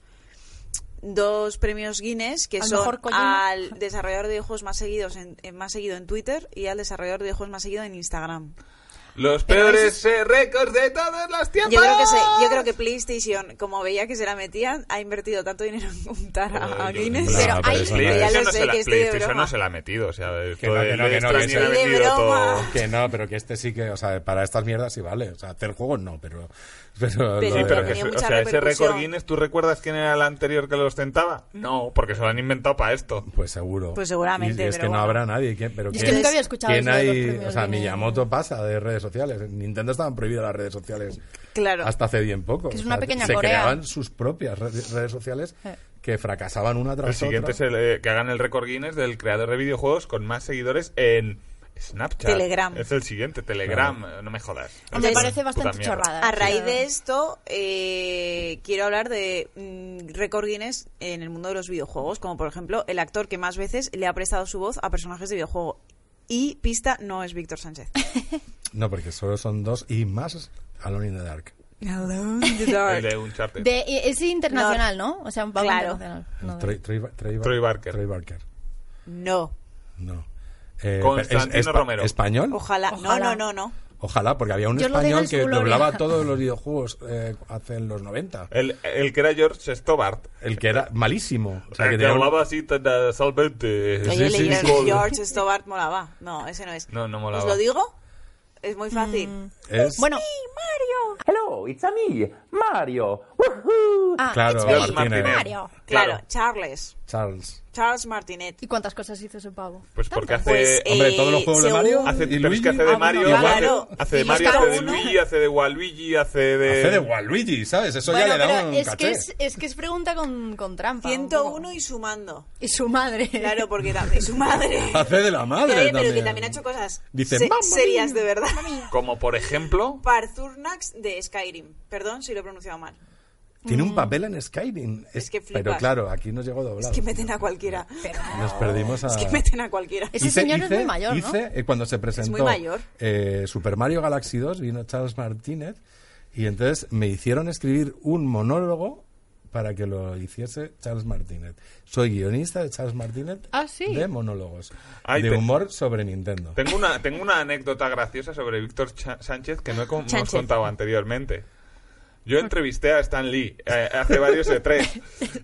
dos premios Guinness, que
Al
son
mejor Kojima.
al desarrollador de videojuegos más, seguidos en, en- más seguido en Twitter y al desarrollador de videojuegos más seguido en Instagram.
Los
Pero
peores eh, récords de todos los tiempos.
Yo creo, que se- yo creo que PlayStation, como veía que se la metían, ha invertido tanto dinero en [laughs] juntar a, a
Ay, yo-
Guinness.
No,
Pero
pero
hay-
eso no
Play-
es.
ya
eso
lo
no
sé,
se la-
que estoy de
PlayStation
broma.
no se la ha metido. O sea,
Que no, que no, que no, que
se la ha
estoy
de
vendido
broma.
todo.
Que no, pero que este sí que, o sea, para estas mierdas sí vale. O sea, hacer juegos no, pero. [laughs] Pero,
Pero-
Sí,
lo
pero
de-
que
tenía
o
mucha
sea, ese
repercusión.
récord Guinness, ¿tú recuerdas quién era el anterior que lo ostentaba? No, porque se lo han inventado para esto.
Pues seguro.
Pues seguramente,
Y es
pero
que
bueno.
no habrá nadie. ¿quién- pero
Yo es
quién-
que nunca había escuchado
¿quién
eso de los
hay?
premios
O sea,
Guinness.
Miyamoto pasa de redes sociales. En Nintendo estaban prohibidas las redes sociales.
Claro.
Hasta hace bien poco.
Que es
O
una
sea,
pequeña
se
Corea.
creaban sus propias redes redes sociales
Eh.
que fracasaban una tras
El siguiente
otra.
es el, eh, que hagan el récord Guinness del creador de videojuegos con más seguidores en Snapchat.
Telegram.
Es el siguiente, Telegram. eh, No me jodas.
Me
Es una
parece
puta
bastante
mierda.
chorrada.
A raíz
pero-
de esto, eh, quiero hablar de mm, récord Guinness en el mundo de los videojuegos, como por ejemplo el actor que más veces le ha prestado su voz a personajes de videojuego. Y pista no es Víctor Sánchez.
No, porque solo son dos y más Alone in the Dark.
El de Uncharted.
De- e- es internacional, ¿no? O sea, un poco
Claro.
internacional. No, de-
Troy, Troy Bar- Troy Bar-
Troy Barker.
Troy Barker.
No.
No. Eh,
Constantino
pero espa-
Romero.
¿Español?
Ojalá.
Ojalá.
No, no, no, no.
Ojalá, porque había un
Dios lo tenga
español
en su
que
gloria. [laughs]
doblaba todos los videojuegos eh, hace en los 90.
El, el que era George Stobart.
El que era malísimo. O sea,
el
que
que
tenía un-
hablaba así tan eh, salvente.
Oye,
sí,
leí
sí,
el
sí.
George Stobart molaba. No, ese no es.
No, no molaba.
¿Os lo digo? Es muy fácil.
Es,
Bueno,
Hello, it's a me, Mario.
ah,
claro,
it's me,
Martínez.
Mario.
Claro,
Claro.
Charles.
Charles.
Charles Martinet.
¿Y cuántas cosas hizo ese pavo?
Pues porque hace...
Pues,
Eh, Hombre, todos los juegos de
según-
Mario
Hace,
y
pero es
Luigi.
que hace de
Ah, bueno,
Mario,
claro.
hace, hace de
Y
Mario,
cada
hace de
uno-
Luigi, hace de Waluigi, hace de...
Hace de Waluigi, ¿sabes? Eso ya
Bueno,
le da
pero
un
es,
caché.
que es, es que es pregunta con, con trampa. un poco.
101 y sumando.
Y su madre.
Claro, porque también su
[laughs]
madre.
Hace de la madre
Claro, Eh, Pero que
también.
también ha hecho cosas
Dice,
se-
"Mamma
serias de verdad. [laughs]
Como por ejemplo...
Parthurnax de Skyrim. Perdón si lo he pronunciado mal.
Tiene un papel en Skyrim. Es,
que flipas.
Pero claro, aquí nos llegó doblado.
Es que meten a cualquiera.
Nos perdimos a...
Es que meten a cualquiera.
Ese
Hice-
señor es
hice-
muy mayor, ¿no?
hice, eh, cuando se presentó
muy mayor.
eh, Super Mario Galaxy 2, vino Charles Martínez, y entonces me hicieron escribir un monólogo para que lo hiciese Charles Martínez. Soy guionista de Charles Martínez
Ah, sí.
de monólogos,
Ay,
de
te-
humor sobre Nintendo.
Tengo una, tengo una anécdota graciosa sobre Víctor Cha- Sánchez que no he con- no os
Sánchez.
contado anteriormente. Yo entrevisté a Stan Lee eh, hace varios de tres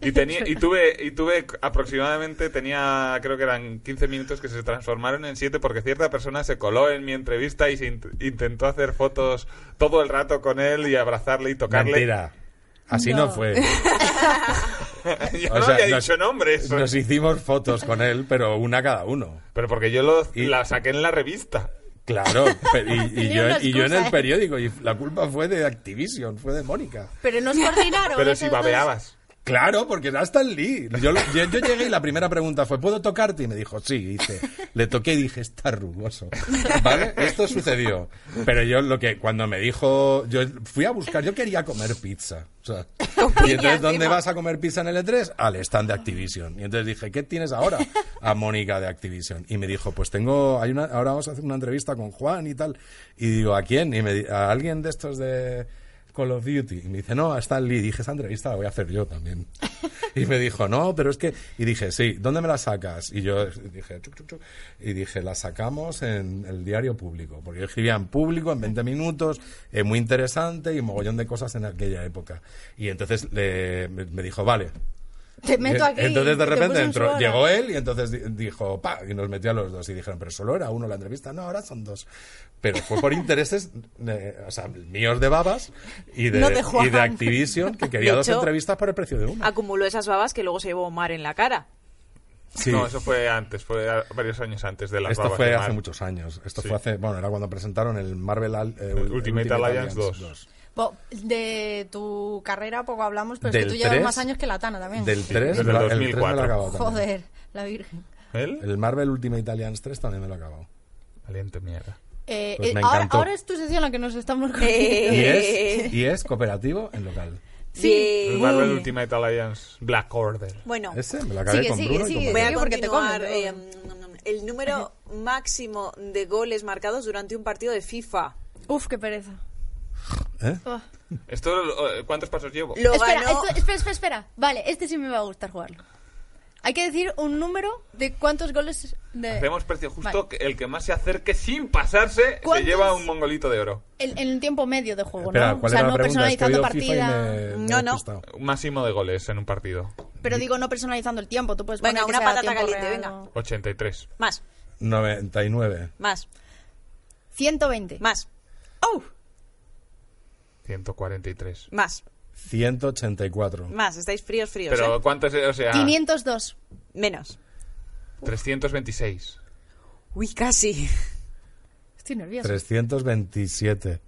y tenía y tuve y tuve aproximadamente tenía creo que eran 15 minutos que se transformaron en 7 porque cierta persona se coló en mi entrevista y se int- intentó hacer fotos todo el rato con él y abrazarle y tocarle.
Mentira. Así no,
No.
fue.
[laughs] Yo
O
no
sea,
había
nos-
dicho nombres.
Nos hicimos fotos con él, pero una cada uno.
Pero porque yo lo,
Y-
la saqué en la revista.
Claro, pe-
[laughs]
y, y
Tenía
yo,
una
y yo en
excusa,
el
¿eh?
periódico, y la culpa fue de Activision, fue de Mónica.
Pero no os coordinaron.
Pero
esos
si
dos.
babeabas.
Claro, porque era hasta el Lee. Yo, lo- yo- yo llegué y la primera pregunta fue, ¿puedo tocarte? Y me dijo, sí. Y dice, le toqué y dije, está rugoso. ¿Vale? Esto sucedió. Pero yo lo que, cuando me dijo, yo fui a buscar, yo quería comer pizza. O sea, y entonces, ¿dónde vas a comer pizza en L3? Al stand de Activision. Y entonces dije, ¿qué tienes ahora? A Mónica de Activision. Y me dijo, pues tengo, hay una, ahora vamos a hacer una entrevista con Juan y tal. Y digo, ¿a quién? Y me di- a alguien de estos de... Call of Duty. Y me dice, no, está Lee. Dije, esa entrevista la voy a hacer yo también. Y me dijo, no, pero es que... Y dije, sí, ¿dónde me la sacas? Y yo dije, chuc, chuc, chuc. Y dije, la sacamos en el diario público. Porque yo escribía en público en 20 minutos, eh, muy interesante y mogollón de cosas en aquella época. Y entonces le- me me dijo, vale.
Te meto aquí.
Entonces de
te puse
repente
un
entró-
suero.
llegó él y entonces di- dijo, pa, y nos metió a los dos y dijeron, pero solo era uno la entrevista, no, ahora son dos. Pero fue
[laughs]
por intereses, eh, o sea, míos de babas y de,
No de Juan.
y de Activision,
[laughs]
que quería
De
dos
hecho,
entrevistas por el precio de una.
Acumuló esas babas que luego se llevó Omar en la cara.
Sí.
No, eso fue antes, fue a- varios años antes de las
Esto
babas
fue
de
hace
Mar.
muchos años. Esto
Sí.
fue hace, bueno, era cuando presentaron el Marvel Al- eh,
Ultimate Alliance 2.
Bo, de tu carrera poco hablamos, pero es
Del
que tú llevas
tres,
más años que la Tana también.
Del 3,
desde el
la- el 3 me
2004.
lo he acabado también.
Joder, la Virgen.
¿Él?
El Marvel Ultimate Alliance 3 también me lo he
[laughs]
acabado.
Valiente mierda.
Eh,
Pues
eh,
me
ahora,
encantó.
ahora es tu sección la que nos estamos
Y
cogiendo. Eh.
es, y es cooperativo en local.
Sí.
Pues
El Marvel Ultimate Alliance Black Order.
[laughs]
Bueno,
Ese me lo acabé
Sigue,
con
sigue,
Bruno y
sigue. Voy
con
voy
Manuel.
a
Sí, porque te comen,
continuar.
te
eh, el número máximo de goles marcados durante un partido de FIFA.
Uf, qué pereza.
¿Eh?
Oh.
Esto, eh, ¿Cuántos pasos llevo?
Lo
espera,
ganó.
esto- espera, espera, espera. Vale, este sí me va a gustar jugarlo. Hay que decir un número de cuántos goles de...
Hacemos precio justo,
Vale.
que el que más se acerque sin pasarse se
¿Cuántos?
lleva un mongolito de oro.
En, en el tiempo medio de juego,
Espera,
¿no? O
¿cuál
sea,
era
no
la pregunta? Es que he
personalizando
oído FIFA y
partida.
me- me
No,
he
no.
asustado.
Un máximo de goles en un partido.
Pero digo, no personalizando el tiempo. Tú puedes
Venga,
poner que
una
sea
patata
tiempo
caliente,
real
venga.
o-
83.
Más,
99.
más,
120.
más,
143.
más,
184.
más. Estáis fríos, fríos.
Pero
¿eh?
¿cuántos? eh? O sea,
502.
Menos.
326.
Uy, casi. [laughs]
Estoy nerviosa.
327.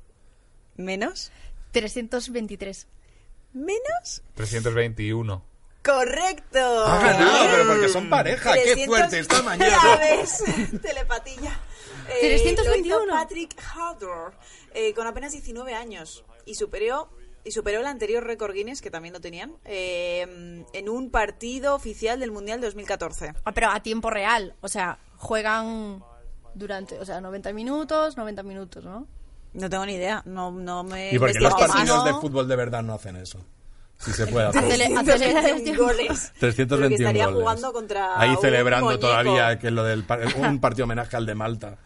Menos,
323.
menos.
321.
Correcto.
¡Ha ganado! Ah, Pero porque son pareja. ¡Qué
300
fuerte
[laughs]
esta
Ya
mañana!
ves, telepatilla. Eh,
321.
lo hizo Patrick Hador, eh, con apenas 19 años, y superó y superó el anterior récord Guinness que también lo tenían eh, en un partido oficial del Mundial 2014.
Ah, pero a tiempo real. O sea, juegan durante, o sea, 90 minutos, 90 minutos, ¿no?
No tengo ni idea, no, no me. Ah,
¿Y por qué
investigué
los
porque
más.
no-
partidos de fútbol de verdad no hacen eso? Si se puede hacer.
Hacerle-
[laughs]
hacerle el
321
tiempo.
goles. Pero que
321
estaría
goles.
jugando contra.
Ahí
un
celebrando
muñeco.
todavía que lo del par- un partido homenaje al de Malta,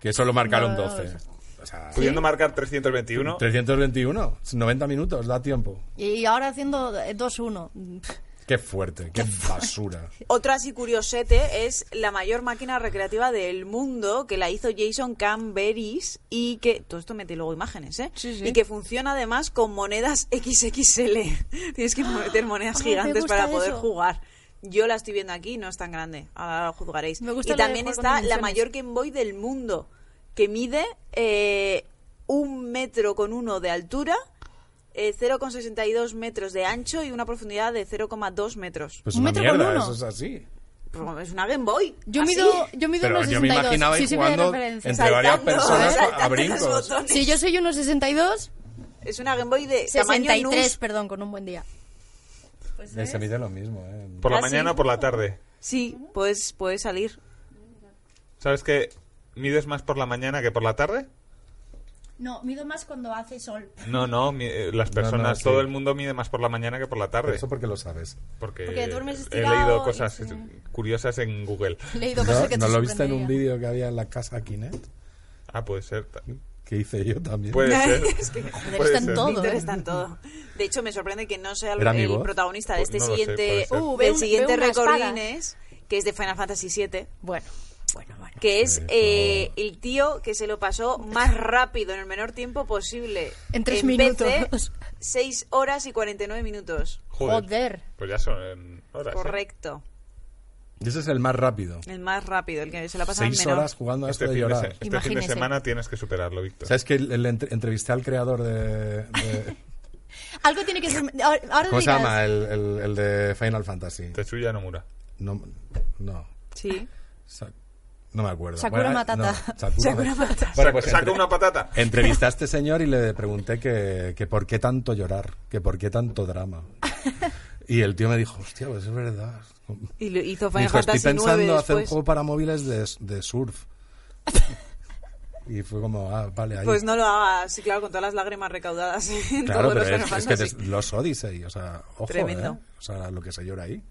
que solo marcaron
No, no,
12. O sea,
Pudiendo marcar 321.
321, 90 minutos, da tiempo.
Y ahora haciendo eh, 2-1. Pff,
Qué fuerte, qué basura.
Otro así curiosete es la mayor máquina recreativa del mundo que la hizo Jason Camberis y que. Todo esto mete luego imágenes, ¿eh?
Sí, sí.
Y que funciona además con monedas XXL. [laughs] Tienes que meter monedas
Ay, me
gigantes
gusta
para poder
eso.
jugar. Yo la estoy viendo aquí, no es tan grande. Ahora la juzgaréis.
Me gusta la
y
de
también
jugar con
está la
dimensiones.
mayor Game Boy del mundo, que mide eh, un metro con uno de altura. eh, 0,62 metros de ancho y una profundidad de 0,2 metros.
Pues
Un
una
metro por
mierda,
uno.
eso es así.
Pues es una Game Boy.
Yo
así.
mido, yo mido
Pero
unos
yo me
62,
imaginaba
sí
ahí
sirve de
jugando
referencia.
entre varias
Saltando,
personas a- a
[laughs] saltando los
brincos.
botones.
Si yo soy unos 62,
Es una Game Boy de tamaño
63,
NUS.
perdón, con un buen día. Pues
Eh, Se mide lo mismo, ¿eh?
Por la
Ah,
mañana
sí.
o por la tarde.
Sí, puedes, puedes salir.
¿Sabes que mides más por la mañana que por la tarde?
No, mido más cuando hace sol. [laughs]
No, no, mi- eh, las personas,
sí.
todo el mundo mide más por la mañana que por la tarde.
Eso porque lo sabes.
Porque,
Porque duermes
he
estirado
leído
y
cosas
sí.
curiosas en Google.
He leído
¿No,
cosas que te
¿no lo viste en un
sorprenderían.
vídeo que había en la casa Kinet?
Ah, puede ser. ta-
Que hice yo también.
[laughs]
Puede ser.
Es
[laughs]
que-
Joder,
Puede
está en
ser.
todo.
Víctor
¿eh?
está en todo. De hecho, me sorprende que no sea el,
¿Era mi
el
voz?
protagonista de
Pues
este
no lo sé,
siguiente,
puede ser.
Uh, veo
del
un-
siguiente
veo una
récord
espada.
Guinness, que es de Final Fantasy VII,
Bueno, bueno, bueno.
que es
Sí,
eh, el tío que se lo pasó más rápido, en el menor tiempo posible.
En tres
PC,
minutos.
6 horas y 49 minutos.
Joder.
Joder.
Pues ya son horas. ¿eh?
Correcto.
Y ese es el más rápido.
Ah,
El más rápido, el que se lo ha pasado
Seis
menor.
horas jugando a
Este,
esto de
fin de, se-
llorar.
este fin de
Imagínese.
semana tienes que superarlo, Víctor.
¿Sabes que el, el entre- entrevisté al creador
[laughs]
de... de-
Algo tiene que ser... Ahora, ahora
¿Cómo se
dirás,
llama? El, el- el de Final Fantasy.
Tetsuya Nomura.
No, no.
Sí.
Sa- No me acuerdo.
Sakura
Bueno,
Matata.
no,
[laughs]
Sakura,
Sakura Matata.
Bueno,
Saca-
pues
saca
entre-
una patata.
Entrevisté a este señor y le pregunté que, que por qué tanto llorar, que por qué tanto drama. Y el tío me dijo, hostia, pues es verdad.
Y lo hizo Final
Me dijo, estoy
Fantasy
pensando
9
hacer un
después.
juego para móviles de,
[laughs]
de surf. Y fue como, ah, vale, ahí.
Pues no lo hagas, sí, claro, con todas las lágrimas recaudadas [laughs] en
claro,
todos los
pero es,
Final
es que
Fantasy.
des- los Odyssey, o sea, ojo,
Tremendo.
¿eh? O sea, lo que se llora ahí.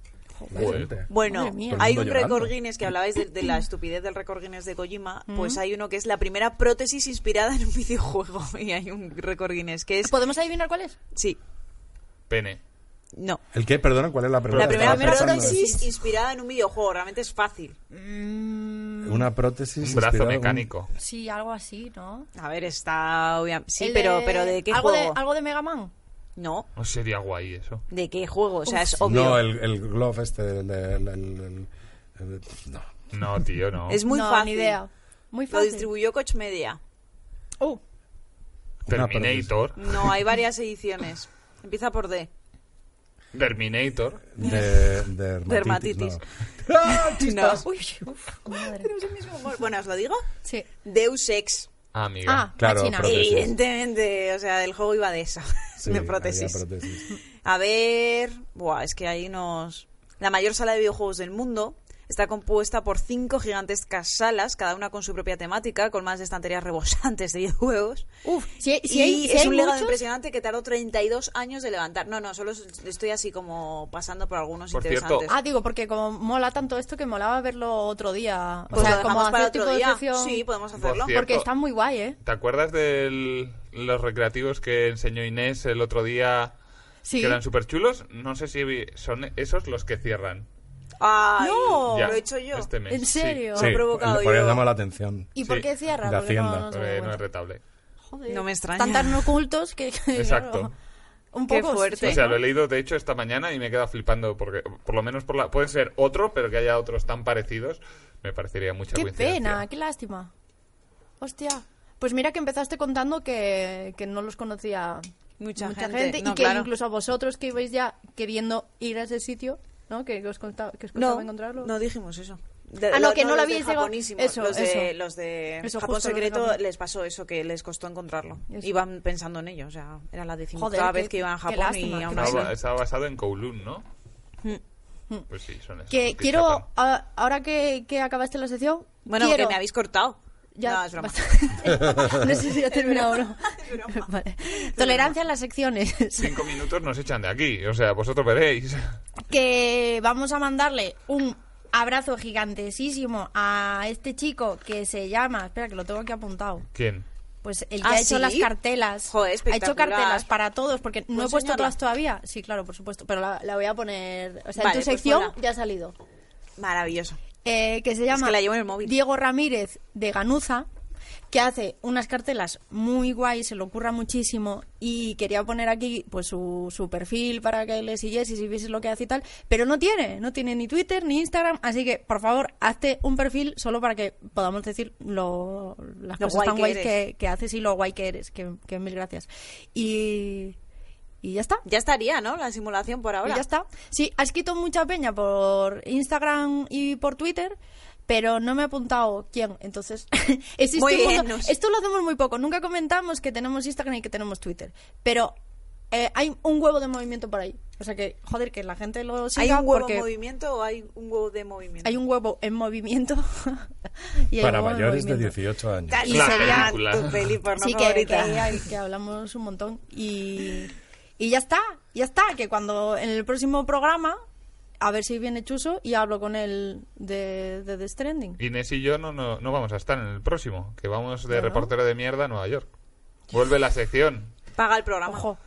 La
Joder.
gente.
Bueno,
Madre mía.
hay
Todo
un
el mundo
récord
llorando.
Guinness que hablabais de, de la estupidez del récord Guinness de Kojima, pues
Mm.
hay uno que es la primera prótesis inspirada en un [laughs] videojuego y hay un récord Guinness que es
¿Podemos adivinar cuál es?
sí,
Pene.
no,
¿El qué? Perdona, ¿cuál es la pregunta?
la primera
Estaba pensando.
prótesis inspirada en un videojuego, realmente es fácil.
Una prótesis.
Un brazo
inspirada en un-
mecánico.
Sí, algo así, ¿no?
A ver, está obvia- sí,
El
pero pero de qué
algo
juego?
De, algo de Mega Man.
No,
Oh, sería guay eso.
de qué juego, o sea, es obvio.
No, el, el glove este. el- el- el- el- el- no.
No, tío, no.
Es muy
no,
fácil.
ni idea. Muy
Lo
fácil.
distribuyó Coach Media.
Oh,
Una
Terminator.
No, hay varias ediciones. Empieza por D.
Terminator.
De, de
De
dermatitis.
dermatitis.
no.
No.
uy, uf, madre.
Bueno, os lo digo.
Sí.
Deus Ex.
Ah, amiga.
Ah,
Claro,
la China.
pero- Prótesis.
Evidentemente, o sea, el juego iba de eso, [laughs]
Sí,
de
había
prótesis.
prótesis.
A ver, buah, es que ahí nos... La mayor sala de videojuegos del mundo está compuesta por cinco gigantescas salas, cada una con su propia temática, con más de estanterías rebosantes de [laughs] videojuegos.
Uf, si, hay- si
y
hay, si
es
hay
un legado
muchos,
impresionante que tardó 32 años de levantar. No, no, solo es- estoy así como pasando por algunos
Por cierto,
interesantes.
Ah, digo, porque como mola tanto esto que molaba verlo otro día.
pues
o
lo
sea,
dejamos
como hacer
para
tipo
otro
de
día.
sección.
Sí, podemos hacerlo.
cierto.
porque está muy guay, ¿eh?
¿Te acuerdas de los recreativos que enseñó Inés el otro día?
Sí.
Que eran súper chulos. No sé si vi- son esos los que cierran.
Ay,
No.
Ya,
lo he hecho yo.
Este mes.
¿En
sí.
serio?
[laughs] Lo he provocado
por eso
yo.
llama la atención.
¿Y por qué cierra?
De
Porque
Hacienda.
se me
Eh, no
cuenta.
es rentable.
Joder.
No me extraña.
Están [laughs] tan ocultos que.
Exacto.
Un
Qué
poco.
fuerte.
O sea, lo he leído de hecho esta mañana y me he quedado flipando porque por lo menos por la puede ser otro, pero que haya otros tan parecidos me parecería mucha
Qué
coincidencia.
pena, qué lástima. Hostia. Pues mira que empezaste contando que, que no los conocía
Mucha gente.
gente,
No,
y que
claro.
incluso a vosotros que ibais ya queriendo ir a ese sitio, ¿no? Que, que os contaba, que os costaba
No,
encontrarlo.
no dijimos eso. De-
Ah, no, que no lo
los de
habíais llegado-
Japonísimo,
eso,
los de,
eso.
los de
Eso,
Japón
justo lo
Secreto
digamos.
les pasó eso, que les costó encontrarlo.
Eso.
Iban pensando en ello, o sea, era la
Joder,
decimoctava
qué-
vez que iban a
qué
Japón
lástima,
y
qué
aún así.
lástima.
Estaba, estaba basado en Kowloon, ¿no? Pues sí, son
Mm,
esos.
Que
los
quiero,
escapan.
a- ahora que, que acabaste la sección,
Bueno,
quiero-
que me habéis cortado.
Ya,
No, es broma.
[laughs] basta. no sé si ha terminado o
[laughs]
no. Vale. Tolerancia en las secciones.
Cinco minutos nos echan de aquí, o sea, vosotros veréis. [laughs]
que vamos a mandarle un abrazo gigantesísimo a este chico que se llama, espera que lo tengo aquí apuntado,
¿Quién?
Pues el que
¿Ah,
ha hecho
sí?
las cartelas.
Joder,
ha hecho
espectacular. Pues
cartelas para todos, porque no he puesto
enseñarla.
todas todavía. Sí, claro, por supuesto. Pero la, la voy a poner. O sea,
Vale,
en tu
pues
sección
ponla.
ya ha salido.
Maravilloso.
Eh, que se llama
que la llevo en el móvil.
Diego Ramírez de Ganuza, que hace unas cartelas muy guays, se le ocurra muchísimo y quería poner aquí pues su, su perfil para que le siguiese y si vieses lo que hace y tal, pero no tiene, no tiene ni Twitter ni Instagram, así que por favor hazte un perfil solo para que podamos decir lo, las
Lo
cosas
guay
tan
que
guays
eres.
que, que haces y lo guay que eres, que, que mil gracias. Y, y ya está.
Ya estaría, ¿no? La simulación por ahora.
Y ya está. Sí, ha escrito mucha peña por Instagram y por Twitter, pero no me ha apuntado quién. Entonces, [laughs] existe
Muy
un
bien,
mundo-
nos-
Esto lo hacemos muy poco. Nunca comentamos que tenemos Instagram y que tenemos Twitter. Pero eh, hay un huevo de movimiento por ahí. O sea que, joder, que la gente lo siga
¿Hay un huevo
porque
en movimiento o hay un huevo de movimiento?
hay un huevo en movimiento. [laughs] y hay
Para
un huevo en
mayores de
movimiento.
18 años.
Y
La
sería
película.
tu peli porno
Sí, que, que,
favorita.
hay- que hablamos un montón. Y, y ya está, ya está. Que cuando en el próximo programa, a ver si viene Chuso y hablo con él de, de The Stranding.
Inés y yo no, no, no vamos a estar en el próximo, que vamos de
Bueno.
reportero de mierda a Nueva York. Vuelve la sección.
Paga el programa.
Ojo,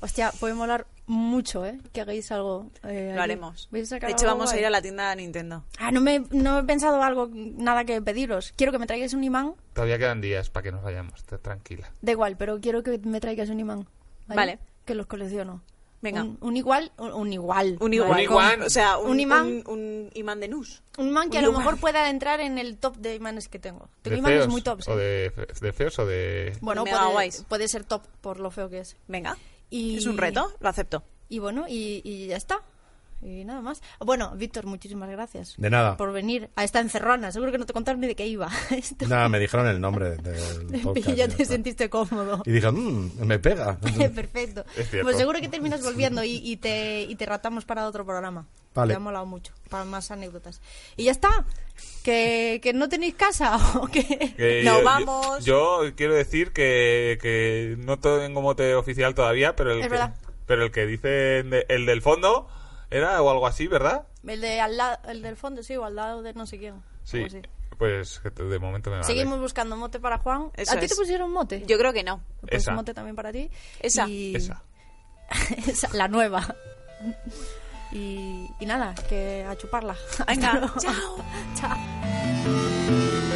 hostia, puede molar mucho, ¿eh? Que hagáis algo. eh, allí.
Lo haremos.
¿Vais a sacar
De hecho,
algo
vamos a
guay?
ir a la tienda de Nintendo.
Ah, no me, no he pensado algo, nada que pediros. Quiero que me traigáis un imán.
Todavía quedan días para que nos vayamos, te- tranquila.
Da igual, pero quiero que me traigáis un imán.
Vale.
Que los colecciono.
Venga.
Un, un igual, un, un igual.
Un igual.
Un igual.
O sea, un,
Un imán.
Un, un imán de nus.
Un imán que
Un
a lo
imán.
mejor pueda entrar en el top de imanes que tengo. Tengo
¿De
imanes
feos?
muy tops.
¿O
¿eh?
de, fe- de feos o de...?
Bueno,
Mega
puede,
guays.
puede ser top por lo feo que es.
Venga.
Y-
Es un reto, lo acepto.
Y bueno, y, y ya está. Y nada más. Bueno, Víctor, muchísimas gracias.
De nada.
Por venir a esta encerrona. Seguro que no te contaron ni de qué iba. [laughs] Esto.
Nada, me dijeron el nombre del podcast.
y
y
[laughs] ya
ya
te
está.
sentiste cómodo.
Y dije, "Mm, me pega.
[laughs] Perfecto.
Es cierto.
Pues seguro que terminas volviendo y, y te, y te ratamos para otro programa.
Vale.
Te ha molado mucho, para más anécdotas. Y ya está. Que, que no tenéis casa [laughs] o que...
Que
Nos
yo- yo-
vamos.
Yo, quiero decir que, que no tengo mote oficial todavía, pero el,
Es
que,
verdad.
pero el que dice de- el del fondo era o algo así, ¿verdad?
El, de al lado, el del fondo, sí, o al lado de no sé quién.
Sí.
Algo así.
Pues que de momento me vale.
Seguimos buscando mote para Juan.
Eso
¿A ti te
es.
pusieron mote?
Yo creo que no.
Pues
Esa.
mote también para ti.
Esa.
Y-
Esa.
[laughs] Esa, la nueva. [laughs] Y, y nada, que a chuparla. [laughs] Hasta
Venga,
luego.
chao.
Chao.